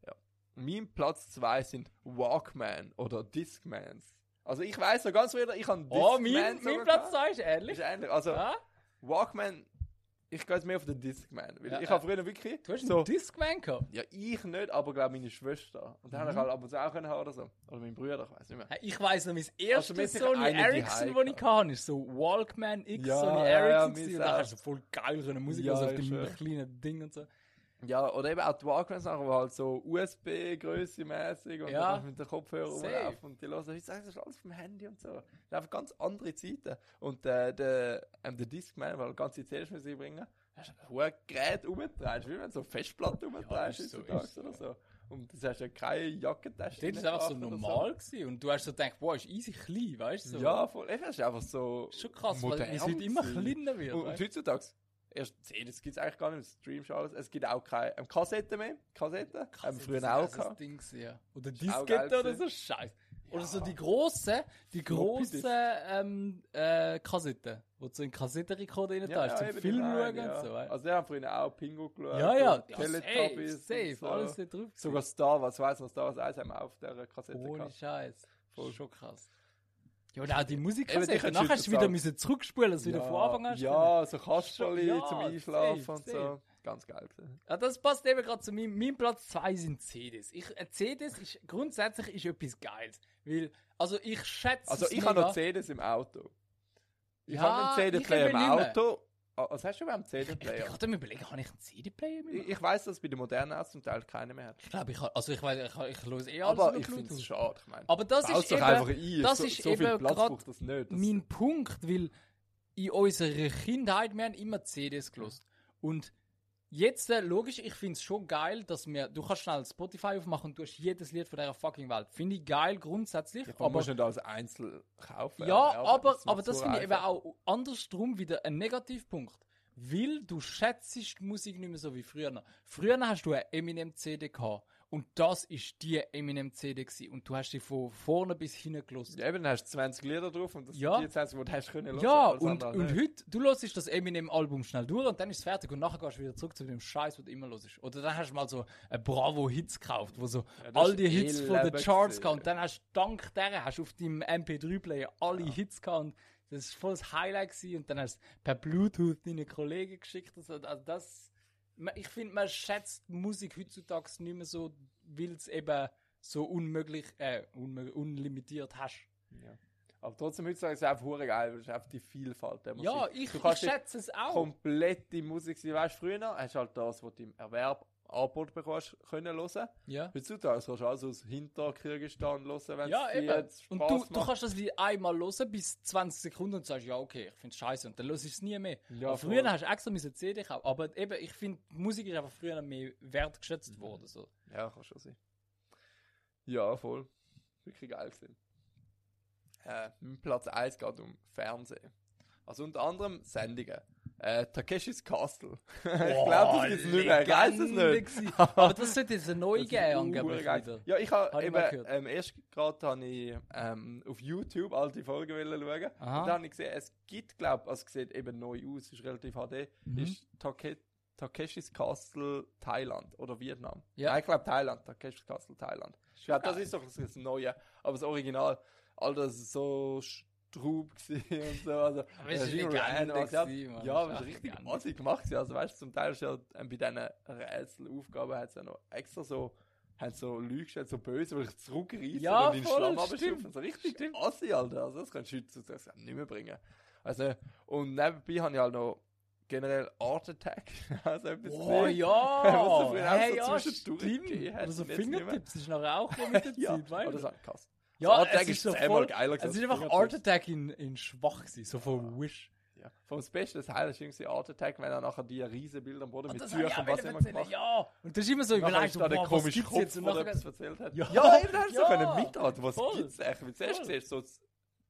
Speaker 3: Ja. Mein Platz 2 sind Walkman oder Discmans. Also ich weiß noch ganz früher, ich habe
Speaker 2: Oh, mein,
Speaker 3: Discman
Speaker 2: mein
Speaker 3: sogar
Speaker 2: Platz Ah.
Speaker 3: gehabt.
Speaker 2: 2 ist
Speaker 3: Ist
Speaker 2: ähnlich.
Speaker 3: ähnlich. Also
Speaker 2: Ja?
Speaker 3: Walkman ich gehe jetzt mehr auf den Discman. Weil
Speaker 2: Ja,
Speaker 3: ich
Speaker 2: ja.
Speaker 3: habe früher wirklich.
Speaker 2: Du hast
Speaker 3: so,
Speaker 2: einen Discman gehabt?
Speaker 3: ja, ich nicht, aber glaube meine Schwester. Und dann
Speaker 2: Mhm.
Speaker 3: habe ich halt ab und zu auch können haben oder so. Oder mein Bruder, ich weiß nicht mehr.
Speaker 2: Hey, Ich weiss noch, mein
Speaker 3: Also,
Speaker 2: erstes
Speaker 3: wir sind
Speaker 2: Sony
Speaker 3: eine, die
Speaker 2: Ericsson,
Speaker 3: heim
Speaker 2: das ich hatte, ist so Walkman X
Speaker 3: Ja,
Speaker 2: Sony
Speaker 3: ja, ja,
Speaker 2: Ericsson.
Speaker 3: wir
Speaker 2: gewesen.
Speaker 3: sind
Speaker 2: und dann
Speaker 3: auch.
Speaker 2: hast du voll geil können Musik
Speaker 3: Ja,
Speaker 2: hören auf
Speaker 3: ist
Speaker 2: dem
Speaker 3: schön.
Speaker 2: kleinen Ding und so.
Speaker 3: Ja, oder eben auch die Walkmans, nachher, die halt so USB-Größe mäßig und
Speaker 2: Ja.
Speaker 3: dann mit den Kopfhörern
Speaker 2: Safe.
Speaker 3: rumlaufen und die hören, ich sage, das ist alles vom Handy und so. Das einfach ganz andere Zeiten. Und äh, der, ähm, der Discman, weil ganze CDs müssen bringen, hast du ein hohes Gerät umgedreht, wie wenn du so Festplatte umdreht
Speaker 2: ist so, ist so,
Speaker 3: oder so. Und das hast du ja keine Jackentasche.
Speaker 2: Dort war es einfach so
Speaker 3: mitgebracht oder
Speaker 2: normal gewesen. und du hast so gedacht, wow, ist easy klein, weißt du? So.
Speaker 3: Ja, voll. Eben, das ist einfach so.
Speaker 2: Ist Schon krass, weil
Speaker 3: modern
Speaker 2: es heute immer
Speaker 3: gewesen.
Speaker 2: kleiner wird.
Speaker 3: Und, und
Speaker 2: weißt du?
Speaker 3: heutzutage, erst CDs gibt es eigentlich gar nicht, mehr, streamst alles. Es gibt auch keine ähm, Kassetten mehr. Kassetten.
Speaker 2: Krass,
Speaker 3: ähm,
Speaker 2: das
Speaker 3: früher
Speaker 2: war
Speaker 3: auch.
Speaker 2: so ein
Speaker 3: gehabt.
Speaker 2: Ding, gewesen, ja. Oder
Speaker 3: auch geil
Speaker 2: Diskette oder
Speaker 3: gewesen.
Speaker 2: so, scheiße. Oder
Speaker 3: Ja.
Speaker 2: so die grossen, die
Speaker 3: Floppy-Disk.
Speaker 2: grossen ähm, äh, Kassetten, wo du so in den Kassettenrekorder rein tust, zum
Speaker 3: eben,
Speaker 2: Film
Speaker 3: die
Speaker 2: schauen
Speaker 3: meine,
Speaker 2: und
Speaker 3: ja.
Speaker 2: so. weißt du?
Speaker 3: Also, wir haben früher auch Pingo geschaut.
Speaker 2: Ja, ja,
Speaker 3: und
Speaker 2: ja safe,
Speaker 3: Teletubbies.
Speaker 2: safe,
Speaker 3: und so.
Speaker 2: alles da drauf. gewesen.
Speaker 3: Sogar Star Wars, weiss noch, Star Wars 1 haben wir auf dieser Kassette
Speaker 2: Ohne
Speaker 3: gehabt.
Speaker 2: Scheiß.
Speaker 3: Voll.
Speaker 2: Schon krass. Ja, und auch die Musik.
Speaker 3: Eben, die
Speaker 2: Eben,
Speaker 3: kannst
Speaker 2: danach
Speaker 3: du
Speaker 2: hast du wieder
Speaker 3: heutzutage-
Speaker 2: müssen zurückspulen, dass du wieder
Speaker 3: ja,
Speaker 2: von Anfang an hast können.
Speaker 3: Ja, so Kasperli
Speaker 2: Ja,
Speaker 3: zum Einschlafen
Speaker 2: safe,
Speaker 3: und so. Ganz geil. gewesen.
Speaker 2: ja, das passt eben gerade zu meinem. Mein Platz 2 sind CDs. Ich, äh, CDs ist grundsätzlich ist etwas Geiles. Weil, also ich schätze.
Speaker 3: Also,
Speaker 2: es
Speaker 3: ich habe noch
Speaker 2: mega.
Speaker 3: CDs im Auto. Ich
Speaker 2: Ja,
Speaker 3: habe einen CD-Player
Speaker 2: ich
Speaker 3: im
Speaker 2: eben nicht mehr.
Speaker 3: Auto. Ah, Was hast du überhaupt einen
Speaker 2: Ich bin
Speaker 3: CD-Player?
Speaker 2: gerade am überlegen, habe ich einen CD-Player mit?
Speaker 3: Ich, ich weiss, dass bei den modernen Autos zum Teil keiner mehr hat.
Speaker 2: Ich glaube, ich habe. Also ich weiß, ich, hab- ich los eh alles
Speaker 3: Aber
Speaker 2: über
Speaker 3: ich finde es
Speaker 2: Bluetooth.
Speaker 3: schade. Ich meine,
Speaker 2: Aber das
Speaker 3: baust
Speaker 2: ist
Speaker 3: doch
Speaker 2: eben,
Speaker 3: einfach ein.
Speaker 2: das
Speaker 3: so,
Speaker 2: ist
Speaker 3: so viel
Speaker 2: eben
Speaker 3: Platz
Speaker 2: grad
Speaker 3: braucht das nicht. Das
Speaker 2: mein Punkt, weil in unserer Kindheit, wir haben immer CDs gelost. Und jetzt, äh, logisch, ich finde es schon geil, dass wir, du kannst schnell Spotify aufmachen und du hast jedes Lied von dieser fucking Welt. Finde ich geil grundsätzlich,
Speaker 3: Ja, man
Speaker 2: aber...
Speaker 3: muss nicht alles einzeln kaufen.
Speaker 2: Ja, aber,
Speaker 3: macht
Speaker 2: aber
Speaker 3: es
Speaker 2: das
Speaker 3: so
Speaker 2: finde ich eben
Speaker 3: einfach.
Speaker 2: auch andersrum wieder ein Negativpunkt. Weil du schätzt die Musik nicht mehr so wie früher. Früher hast du eine Eminem-CD gehabt und das ist die Eminem-CD gewesen. und du hast die von vorne bis hinten gelost.
Speaker 3: Ja, eben, dann hast du 20 Lieder drauf und das
Speaker 2: Ja.
Speaker 3: sind die 20, die du hast können hören,
Speaker 2: Ja,
Speaker 3: alles
Speaker 2: und,
Speaker 3: andere
Speaker 2: und
Speaker 3: nicht.
Speaker 2: heute, du hörst das Eminem-Album schnell durch und dann ist es fertig und nachher gehst du wieder zurück zu dem Scheiß, den du immer hörst. Oder dann hast du mal so ein Bravo-Hits gekauft, wo so
Speaker 3: Ja, das
Speaker 2: all
Speaker 3: ist
Speaker 2: die Hits
Speaker 3: eh
Speaker 2: von den
Speaker 3: Leben
Speaker 2: Charts
Speaker 3: gewesen.
Speaker 2: gehabt und dann hast du dank derer hast du auf deinem MP3-Player alle Hits gehabt und das ist voll das Highlight gewesen und dann hast du es per Bluetooth deinen Kollegen geschickt. Also, also das, man- ich finde, man schätzt Musik heutzutage nicht mehr so, weil es eben so unmöglich, äh, unmöglich, unlimitiert hast.
Speaker 3: Ja. Aber trotzdem, heutzutage ist es einfach hure geil, weil es ist einfach die Vielfalt der Musik.
Speaker 2: Ja, ich,
Speaker 3: du
Speaker 2: ich
Speaker 3: kannst dich
Speaker 2: schätze es auch.
Speaker 3: komplett die Musik sein. Weißt du, früher hast du halt das, was du im Erwerb Angebot bekommst, können hören.
Speaker 2: Ja.
Speaker 3: Heutzutage kannst du alles aus Hinterkirgistan hören, wenn
Speaker 2: Ja,
Speaker 3: es dir
Speaker 2: eben.
Speaker 3: jetzt
Speaker 2: Und
Speaker 3: Spaß
Speaker 2: du,
Speaker 3: macht.
Speaker 2: du kannst das Lied einmal hören bis 20 Sekunden und sagst, ja, okay, ich finde es scheiße. Und dann hörst du es nie mehr.
Speaker 3: Ja,
Speaker 2: Aber früher
Speaker 3: voll.
Speaker 2: hast du extra müssen CD kaufen. Aber eben, ich finde, Musik ist einfach früher mehr wertgeschätzt worden. So.
Speaker 3: Ja, kann schon sein. Ja, voll. Wirklich geil gewesen. Äh, mein Platz 1 geht um Fernsehen. Also unter anderem Sendungen. Äh, Takeshis Castle. ich glaube, das gibt's nicht mehr. Ich weiß es
Speaker 2: Legende
Speaker 3: nicht.
Speaker 2: gewesen. Aber das sollte jetzt neu
Speaker 3: Das ist
Speaker 2: geben,
Speaker 3: urgeil.
Speaker 2: angeblich wieder.
Speaker 3: Ja, ich habe
Speaker 2: Hab ich mal
Speaker 3: eben,
Speaker 2: gehört.
Speaker 3: ähm, erst gerade habe ich ähm, auf YouTube alte Folgen wollen schauen.
Speaker 2: Aha.
Speaker 3: Und dann habe ich gesehen, es gibt, glaube ich, also es sieht eben neu aus, ist relativ HD,
Speaker 2: Mhm.
Speaker 3: ist Take Takeshis Castle Thailand oder Vietnam.
Speaker 2: Ja.
Speaker 3: Nein, ich glaube Thailand, Takeshis Castle Thailand. Ich glaube, das
Speaker 2: geil.
Speaker 3: ist doch das- das Neue. Aber das Original, all das ist so strub gewesen und so. Also,
Speaker 2: Aber es
Speaker 3: äh,
Speaker 2: ist
Speaker 3: irgendwie
Speaker 2: Legende
Speaker 3: random.
Speaker 2: gewesen, Mann.
Speaker 3: Ja,
Speaker 2: Es
Speaker 3: aber
Speaker 2: ist
Speaker 3: es ist
Speaker 2: echt
Speaker 3: richtig
Speaker 2: Legende.
Speaker 3: massig gemacht. gewesen. Also weißt du, zum Teil ist ja ähm, bei diesen Rätselaufgaben hat es ja noch extra so haben so Leute gestellt, so böse, weil ich zurückreißen
Speaker 2: Ja,
Speaker 3: und in den
Speaker 2: voll,
Speaker 3: Schlamm
Speaker 2: stimmt,
Speaker 3: abschupfen. So richtig assi, Alter. Also das kannst du heutzutage nicht mehr bringen. Also, und nebenbei habe ich halt noch generell Art Attack. Also etwas
Speaker 2: Oh
Speaker 3: gesehen.
Speaker 2: ja!
Speaker 3: Was du früher auch so
Speaker 2: ja,
Speaker 3: zwischendurch gegeben hast
Speaker 2: Oder so
Speaker 3: und jetzt nicht mehr.
Speaker 2: Fingertips ist nachher auch gekommen mit der
Speaker 3: ja,
Speaker 2: Zeit, weißt
Speaker 3: aber
Speaker 2: du?
Speaker 3: das habe ich gehasst.
Speaker 2: Ja,
Speaker 3: Art Attack
Speaker 2: es ist
Speaker 3: ist
Speaker 2: so
Speaker 3: zehnmal
Speaker 2: voll,
Speaker 3: geiler
Speaker 2: Es
Speaker 3: als
Speaker 2: ist einfach
Speaker 3: Fingertips. Ah.
Speaker 2: Art Attack in, in schwach gewesen, so von Wish.
Speaker 3: Ja. Vom Special, das Highlight ist irgendwie Art Attack, wenn er nachher die riesen Bilder am Boden
Speaker 2: Und
Speaker 3: mit
Speaker 2: Oh, das hab ich
Speaker 3: Tüchern,
Speaker 2: auch
Speaker 3: was
Speaker 2: wieder
Speaker 3: immer
Speaker 2: erzählen,
Speaker 3: gemacht
Speaker 2: Ja, und das ist immer so
Speaker 3: Nachher
Speaker 2: überlegt,
Speaker 3: ist
Speaker 2: so,
Speaker 3: da der
Speaker 2: boah, was
Speaker 3: komische
Speaker 2: gibt's
Speaker 3: Kopf,
Speaker 2: jetzt? Und
Speaker 3: der
Speaker 2: nachher,
Speaker 3: etwas erzählt hat.
Speaker 2: Ja,
Speaker 3: eben, da hast du
Speaker 2: ja.
Speaker 3: so können mitraten, was
Speaker 2: Voll.
Speaker 3: gibt's eigentlich? Weil zuerst
Speaker 2: Voll.
Speaker 3: siehst du so das,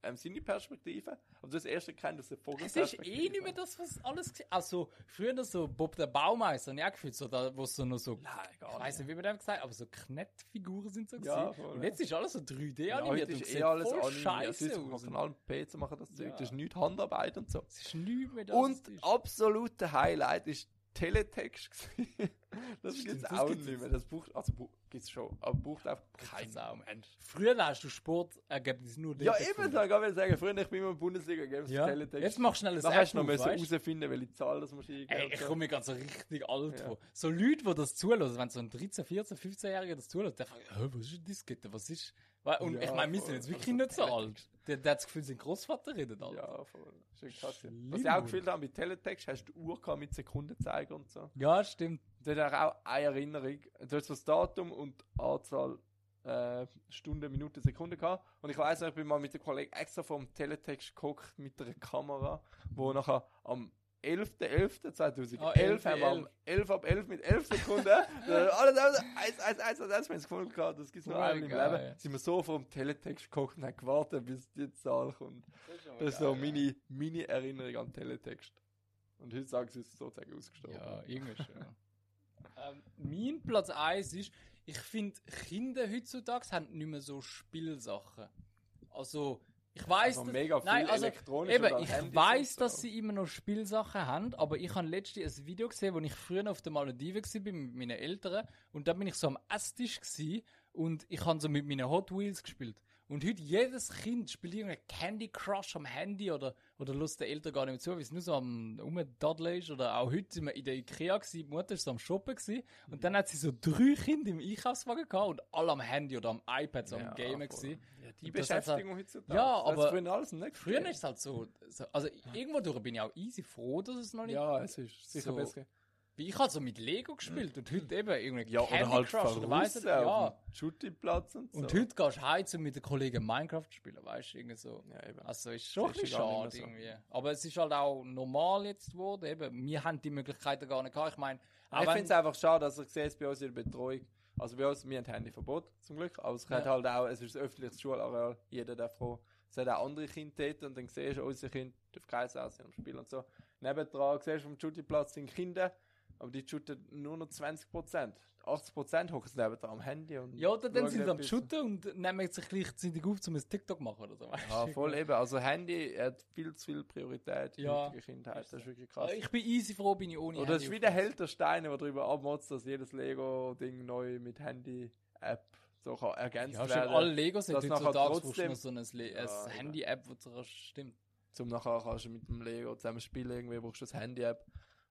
Speaker 3: ähm, seine Perspektive, aber du hast erst erkannt, dass er Vogel
Speaker 2: es ist eh nicht mehr das, was alles gesehen Also, früher so Bob der Baumeister, habe ich auch gefühlt, so, da, wo es so noch so,
Speaker 3: Nein,
Speaker 2: ich weiß
Speaker 3: gar nicht.
Speaker 2: nicht, wie man dem gesagt hat, aber so Knettfiguren sind so
Speaker 3: Ja,
Speaker 2: gewesen.
Speaker 3: voll,
Speaker 2: Und
Speaker 3: ja.
Speaker 2: jetzt ist alles so 3D
Speaker 3: Ja,
Speaker 2: animiert
Speaker 3: heute
Speaker 2: und
Speaker 3: ist
Speaker 2: sieht
Speaker 3: eh alles
Speaker 2: voll
Speaker 3: animiert.
Speaker 2: scheiße
Speaker 3: Scheiße.
Speaker 2: aus.
Speaker 3: Also, Kanal PC machen das Zeug,
Speaker 2: Ja.
Speaker 3: das ist nicht Handarbeit und so.
Speaker 2: Es ist nichts mehr das.
Speaker 3: Und
Speaker 2: es ist-
Speaker 3: absolute Highlight ist Teletext. gewesen. Das gibt
Speaker 2: Stimmt,
Speaker 3: es
Speaker 2: das
Speaker 3: auch
Speaker 2: gibt's
Speaker 3: nicht
Speaker 2: jetzt.
Speaker 3: mehr. Das braucht, also bu- gibt's schon, aber braucht einfach kein
Speaker 2: Sau.
Speaker 3: Mensch.
Speaker 2: Früher hast du Sportergebnisse nur
Speaker 3: Ja,
Speaker 2: dort
Speaker 3: eben,
Speaker 2: gefunden.
Speaker 3: da kann man sagen, Freunde, ich bin immer in der Bundesliga, geben Sie
Speaker 2: Ja.
Speaker 3: Teletext.
Speaker 2: Jetzt mach schnell ein
Speaker 3: Nachher hast
Speaker 2: App
Speaker 3: du noch
Speaker 2: auf,
Speaker 3: müssen
Speaker 2: weißt?
Speaker 3: herausfinden, welche Zahl das musst du eingeben
Speaker 2: Ey, ich
Speaker 3: und so.
Speaker 2: komme mir ganz so richtig alt
Speaker 3: Ja.
Speaker 2: vor. So Leute, die das zulassen, wenn so ein 13-, 14-, 15-Jähriger das zulässt, der fragt, «Hä, was ist das Gitter? Was ist. We- Und
Speaker 3: Ja,
Speaker 2: ich meine, wir sind
Speaker 3: voll.
Speaker 2: jetzt wirklich
Speaker 3: Also
Speaker 2: nicht so alt.
Speaker 3: Teletext.
Speaker 2: Der, der hat das Gefühl, sein Großvater redet alt. Ja,
Speaker 3: Ja, voll. Das ist krass. ja.
Speaker 2: Schlimm.
Speaker 3: Was ich auch gefühlt habe mit Teletext, hast du die Uhr gehabt mit Sekundenzeiger und so.
Speaker 2: stimmt.
Speaker 3: Da hat er auch eine Erinnerung. Du hast das Datum und die Anzahl äh, Stunden, Minuten, Sekunden gehabt. Und ich weiß noch, ich bin mal mit einem Kollegen extra vom Teletext geguckt mit einer Kamera, wo nachher am 11.11.2011
Speaker 2: Ah,
Speaker 3: 11 haben wir am 11 ab 11 mit 11 Sekunden. äh, alles, alles, eins, eins, eins, eins, eins, wir haben es gefunden gehabt, das gibt es nur
Speaker 2: Voll
Speaker 3: einmal im
Speaker 2: geil.
Speaker 3: Leben. Sind wir so vom Teletext geguckt und haben gewartet, bis die Zahl kommt. Das ist so meine, meine Erinnerung an Teletext. Und heute sagen sie es sozusagen ausgestorben.
Speaker 2: Ja, irgendwie schon. ähm, mein Platz 1 ist, ich finde, Kinder heutzutage haben nicht mehr so Spielsachen. Also, ich weiß,
Speaker 3: Also mega viel
Speaker 2: nein, also,
Speaker 3: elektronisch und
Speaker 2: eben,
Speaker 3: dann
Speaker 2: ich
Speaker 3: Handys
Speaker 2: weiß,
Speaker 3: und so.
Speaker 2: dass sie immer noch Spielsachen haben, aber ich habe letztens ein Video gesehen, wo ich früher auf der Malediven war mit meinen Eltern und dann bin ich so am Esstisch gsi und ich habe so mit meinen Hot Wheels gespielt. Und heute jedes Kind spielt irgendein Candy Crush am Handy oder, oder lässt den Eltern gar nicht mehr zu, weil es nur so am Rumdaddeln ist. Oder auch heute sind wir in der Ikea gsi, die Mutter war so am Shoppen gsi und dann hat sie so drei Kinder im Einkaufswagen gehabt und alle am Handy oder am iPad, so
Speaker 3: Ja,
Speaker 2: am Gamen
Speaker 3: voll.
Speaker 2: gsi.
Speaker 3: Die
Speaker 2: Und das hat's auch-
Speaker 3: Beschäftigung heutzutage.
Speaker 2: Ja,
Speaker 3: Das hat's
Speaker 2: aber-
Speaker 3: früher alles nicht
Speaker 2: Früher
Speaker 3: gegeben.
Speaker 2: ist es halt so, so also irgendwo durch bin ich auch easy froh, dass es noch nicht
Speaker 3: Ja, es ist sicher
Speaker 2: so.
Speaker 3: besser.
Speaker 2: Weil Ich habe so mit Lego gespielt und heute eben irgendwie
Speaker 3: Ja, oder halt
Speaker 2: Crush oder weiss
Speaker 3: verrissen
Speaker 2: nicht, ja.
Speaker 3: auf dem Shootingplatz und so.
Speaker 2: Und heute gehst du heim, um mit den Kollegen Minecraft zu spielen, weißt du, irgendwie so.
Speaker 3: Ja, eben.
Speaker 2: Also ist schon ein
Speaker 3: Das ist
Speaker 2: bisschen
Speaker 3: ja gar
Speaker 2: schade
Speaker 3: nicht mehr
Speaker 2: irgendwie. Aber es ist halt auch normal jetzt geworden, eben. Wir haben die Möglichkeiten gar nicht gehabt. Ich meine, auch
Speaker 3: ich
Speaker 2: Ah, wenn-
Speaker 3: finde es einfach schade, dass ich sehe es bei uns in der Betreuung. Also bei uns, wir haben Handyverbot, zum Glück. Aber es hat
Speaker 2: Ja.
Speaker 3: halt auch, es ist ein öffentliches Schulareal, jeder darf froh. Es hat auch andere Kinder dort und dann siehst du, unsere Kinder dürfen keins aussehen am Spiel und so. Nebendran siehst du vom Shootingplatz sind Kinder, aber die shooten nur noch 20%. 80% hocken sie nebendran am Handy und
Speaker 2: ja, oder dann
Speaker 3: schauen
Speaker 2: sind sie am
Speaker 3: etwas.
Speaker 2: Shooten und nehmen sich gleichzeitig auf, um ein TikTok zu machen oder so, weißt
Speaker 3: Ja, voll eben. Also Handy hat viel zu viel Priorität in
Speaker 2: Ja.
Speaker 3: der heutigen Kindheit. Das ist wirklich krass.
Speaker 2: Ich bin easy froh, bin ich ohne
Speaker 3: Oder es
Speaker 2: Handy
Speaker 3: ist wie der
Speaker 2: aufgewachsen.
Speaker 3: Held der Steine, der darüber abmotzt, dass jedes Lego-Ding neu mit Handy-App so kann ergänzt
Speaker 2: Ja, schon
Speaker 3: werden.
Speaker 2: alle Legos sind
Speaker 3: dass nachher
Speaker 2: heutzutage
Speaker 3: trotzdem-
Speaker 2: trotzdem... so ein, Le-
Speaker 3: Ja,
Speaker 2: ein
Speaker 3: eben.
Speaker 2: Handy-App, wo du stimmt.
Speaker 3: Zum nachher kannst du mit dem Lego zusammen spielen, irgendwie brauchst du das Handy-App.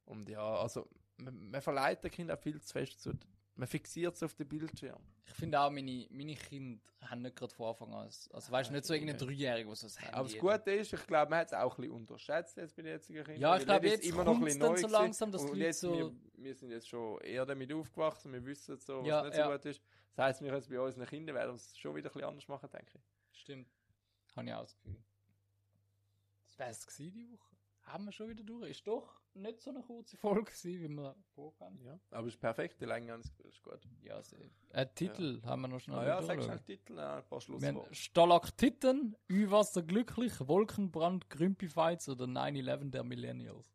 Speaker 3: Und ja, also man, man verleiht den Kindern auch viel zu fest zu. Man fixiert es auf den Bildschirm.
Speaker 2: Ich finde auch, meine, meine Kinder haben nicht gerade von Anfang an. ein- Also, weißt du, nicht so irgendein Dreijähriger, der so ein Handy
Speaker 3: Aber das
Speaker 2: hat.
Speaker 3: Gute ist, ich glaube, man hat es auch ein bisschen unterschätzt jetzt bei den jetzigen Kindern.
Speaker 2: Ja, ich
Speaker 3: weil
Speaker 2: glaube,
Speaker 3: jeder ist
Speaker 2: jetzt kommt's dann so
Speaker 3: gewesen.
Speaker 2: langsam, dass die
Speaker 3: und
Speaker 2: Leute
Speaker 3: jetzt,
Speaker 2: so-
Speaker 3: wir, wir sind jetzt schon eher damit aufgewachsen, wir wissen so, was
Speaker 2: Ja,
Speaker 3: nicht so
Speaker 2: ja.
Speaker 3: gut ist. Das heisst, wir können es bei unseren Kindern werden wir es schon wieder ein bisschen anders machen, denke ich.
Speaker 2: Stimmt. Habe ich auch das Gefühl. Das wäre es gewesen, die Woche. Haben wir schon wieder durch. Ist doch nicht so eine kurze Folge gewesen, wie wir vorgehen.
Speaker 3: Ja. Aber es ist perfekt, die Länge habe ich das Gefühl, ist gut.
Speaker 2: Ja, sehr. Äh, Titel haben wir noch schnell
Speaker 3: Ah ja, sag
Speaker 2: durchschauen.
Speaker 3: schnell den Titel, dann ein paar
Speaker 2: Wir haben
Speaker 3: Schlussworte.
Speaker 2: Stalaktiten, Üwasser glücklich, Wolkenbrand, Grümpifights oder 9-11 der Millennials.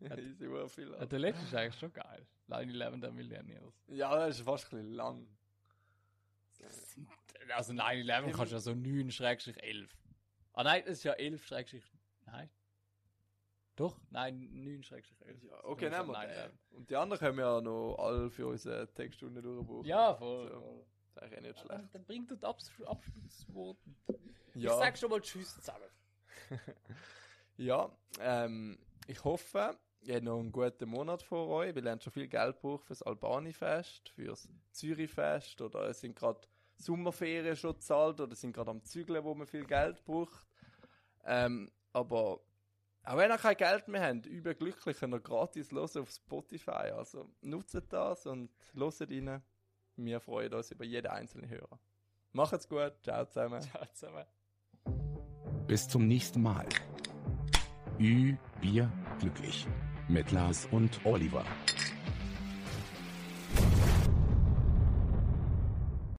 Speaker 3: Easy, war viel.
Speaker 2: Äh, der letzte ist eigentlich schon geil. 9-11 der Millennials.
Speaker 3: Ja, das ist fast ein bisschen lang.
Speaker 2: Also 9-11 kannst du ja so 9-11. Ah nein, das ist ja 11-11. Nein. Doch? Nein, 9-11.
Speaker 3: Ja, okay, nehmen wir
Speaker 2: ja.
Speaker 3: den. Und die anderen können wir ja noch alle für unsere Textstunden durchbrauchen.
Speaker 2: Ja, voll.
Speaker 3: So,
Speaker 2: voll.
Speaker 3: das ist eigentlich nicht schlecht.
Speaker 2: Dann, dann bringt das Abs- Abschlusswort.
Speaker 3: Ja.
Speaker 2: Ich sag schon mal Tschüss zusammen.
Speaker 3: Ja, ähm, ich hoffe, ihr habt noch einen guten Monat vor euch. Wir haben schon viel Geld gebraucht fürs Albani-Fest, fürs Zürich-Fest oder es sind gerade Sommerferien schon gezahlt oder sind gerade am Zügeln, wo man viel Geld braucht. Ähm, aber auch wenn ihr kein Geld mehr habt, überglücklich könnt ihr gratis hören auf Spotify. Also nutzt das und hört rein. Wir freuen uns über jeden einzelnen Hörer. Macht's gut, ciao zusammen.
Speaker 2: Ciao zusammen.
Speaker 1: Bis zum nächsten Mal. Ü, Bier, glücklich. Mit Lars und Oliver.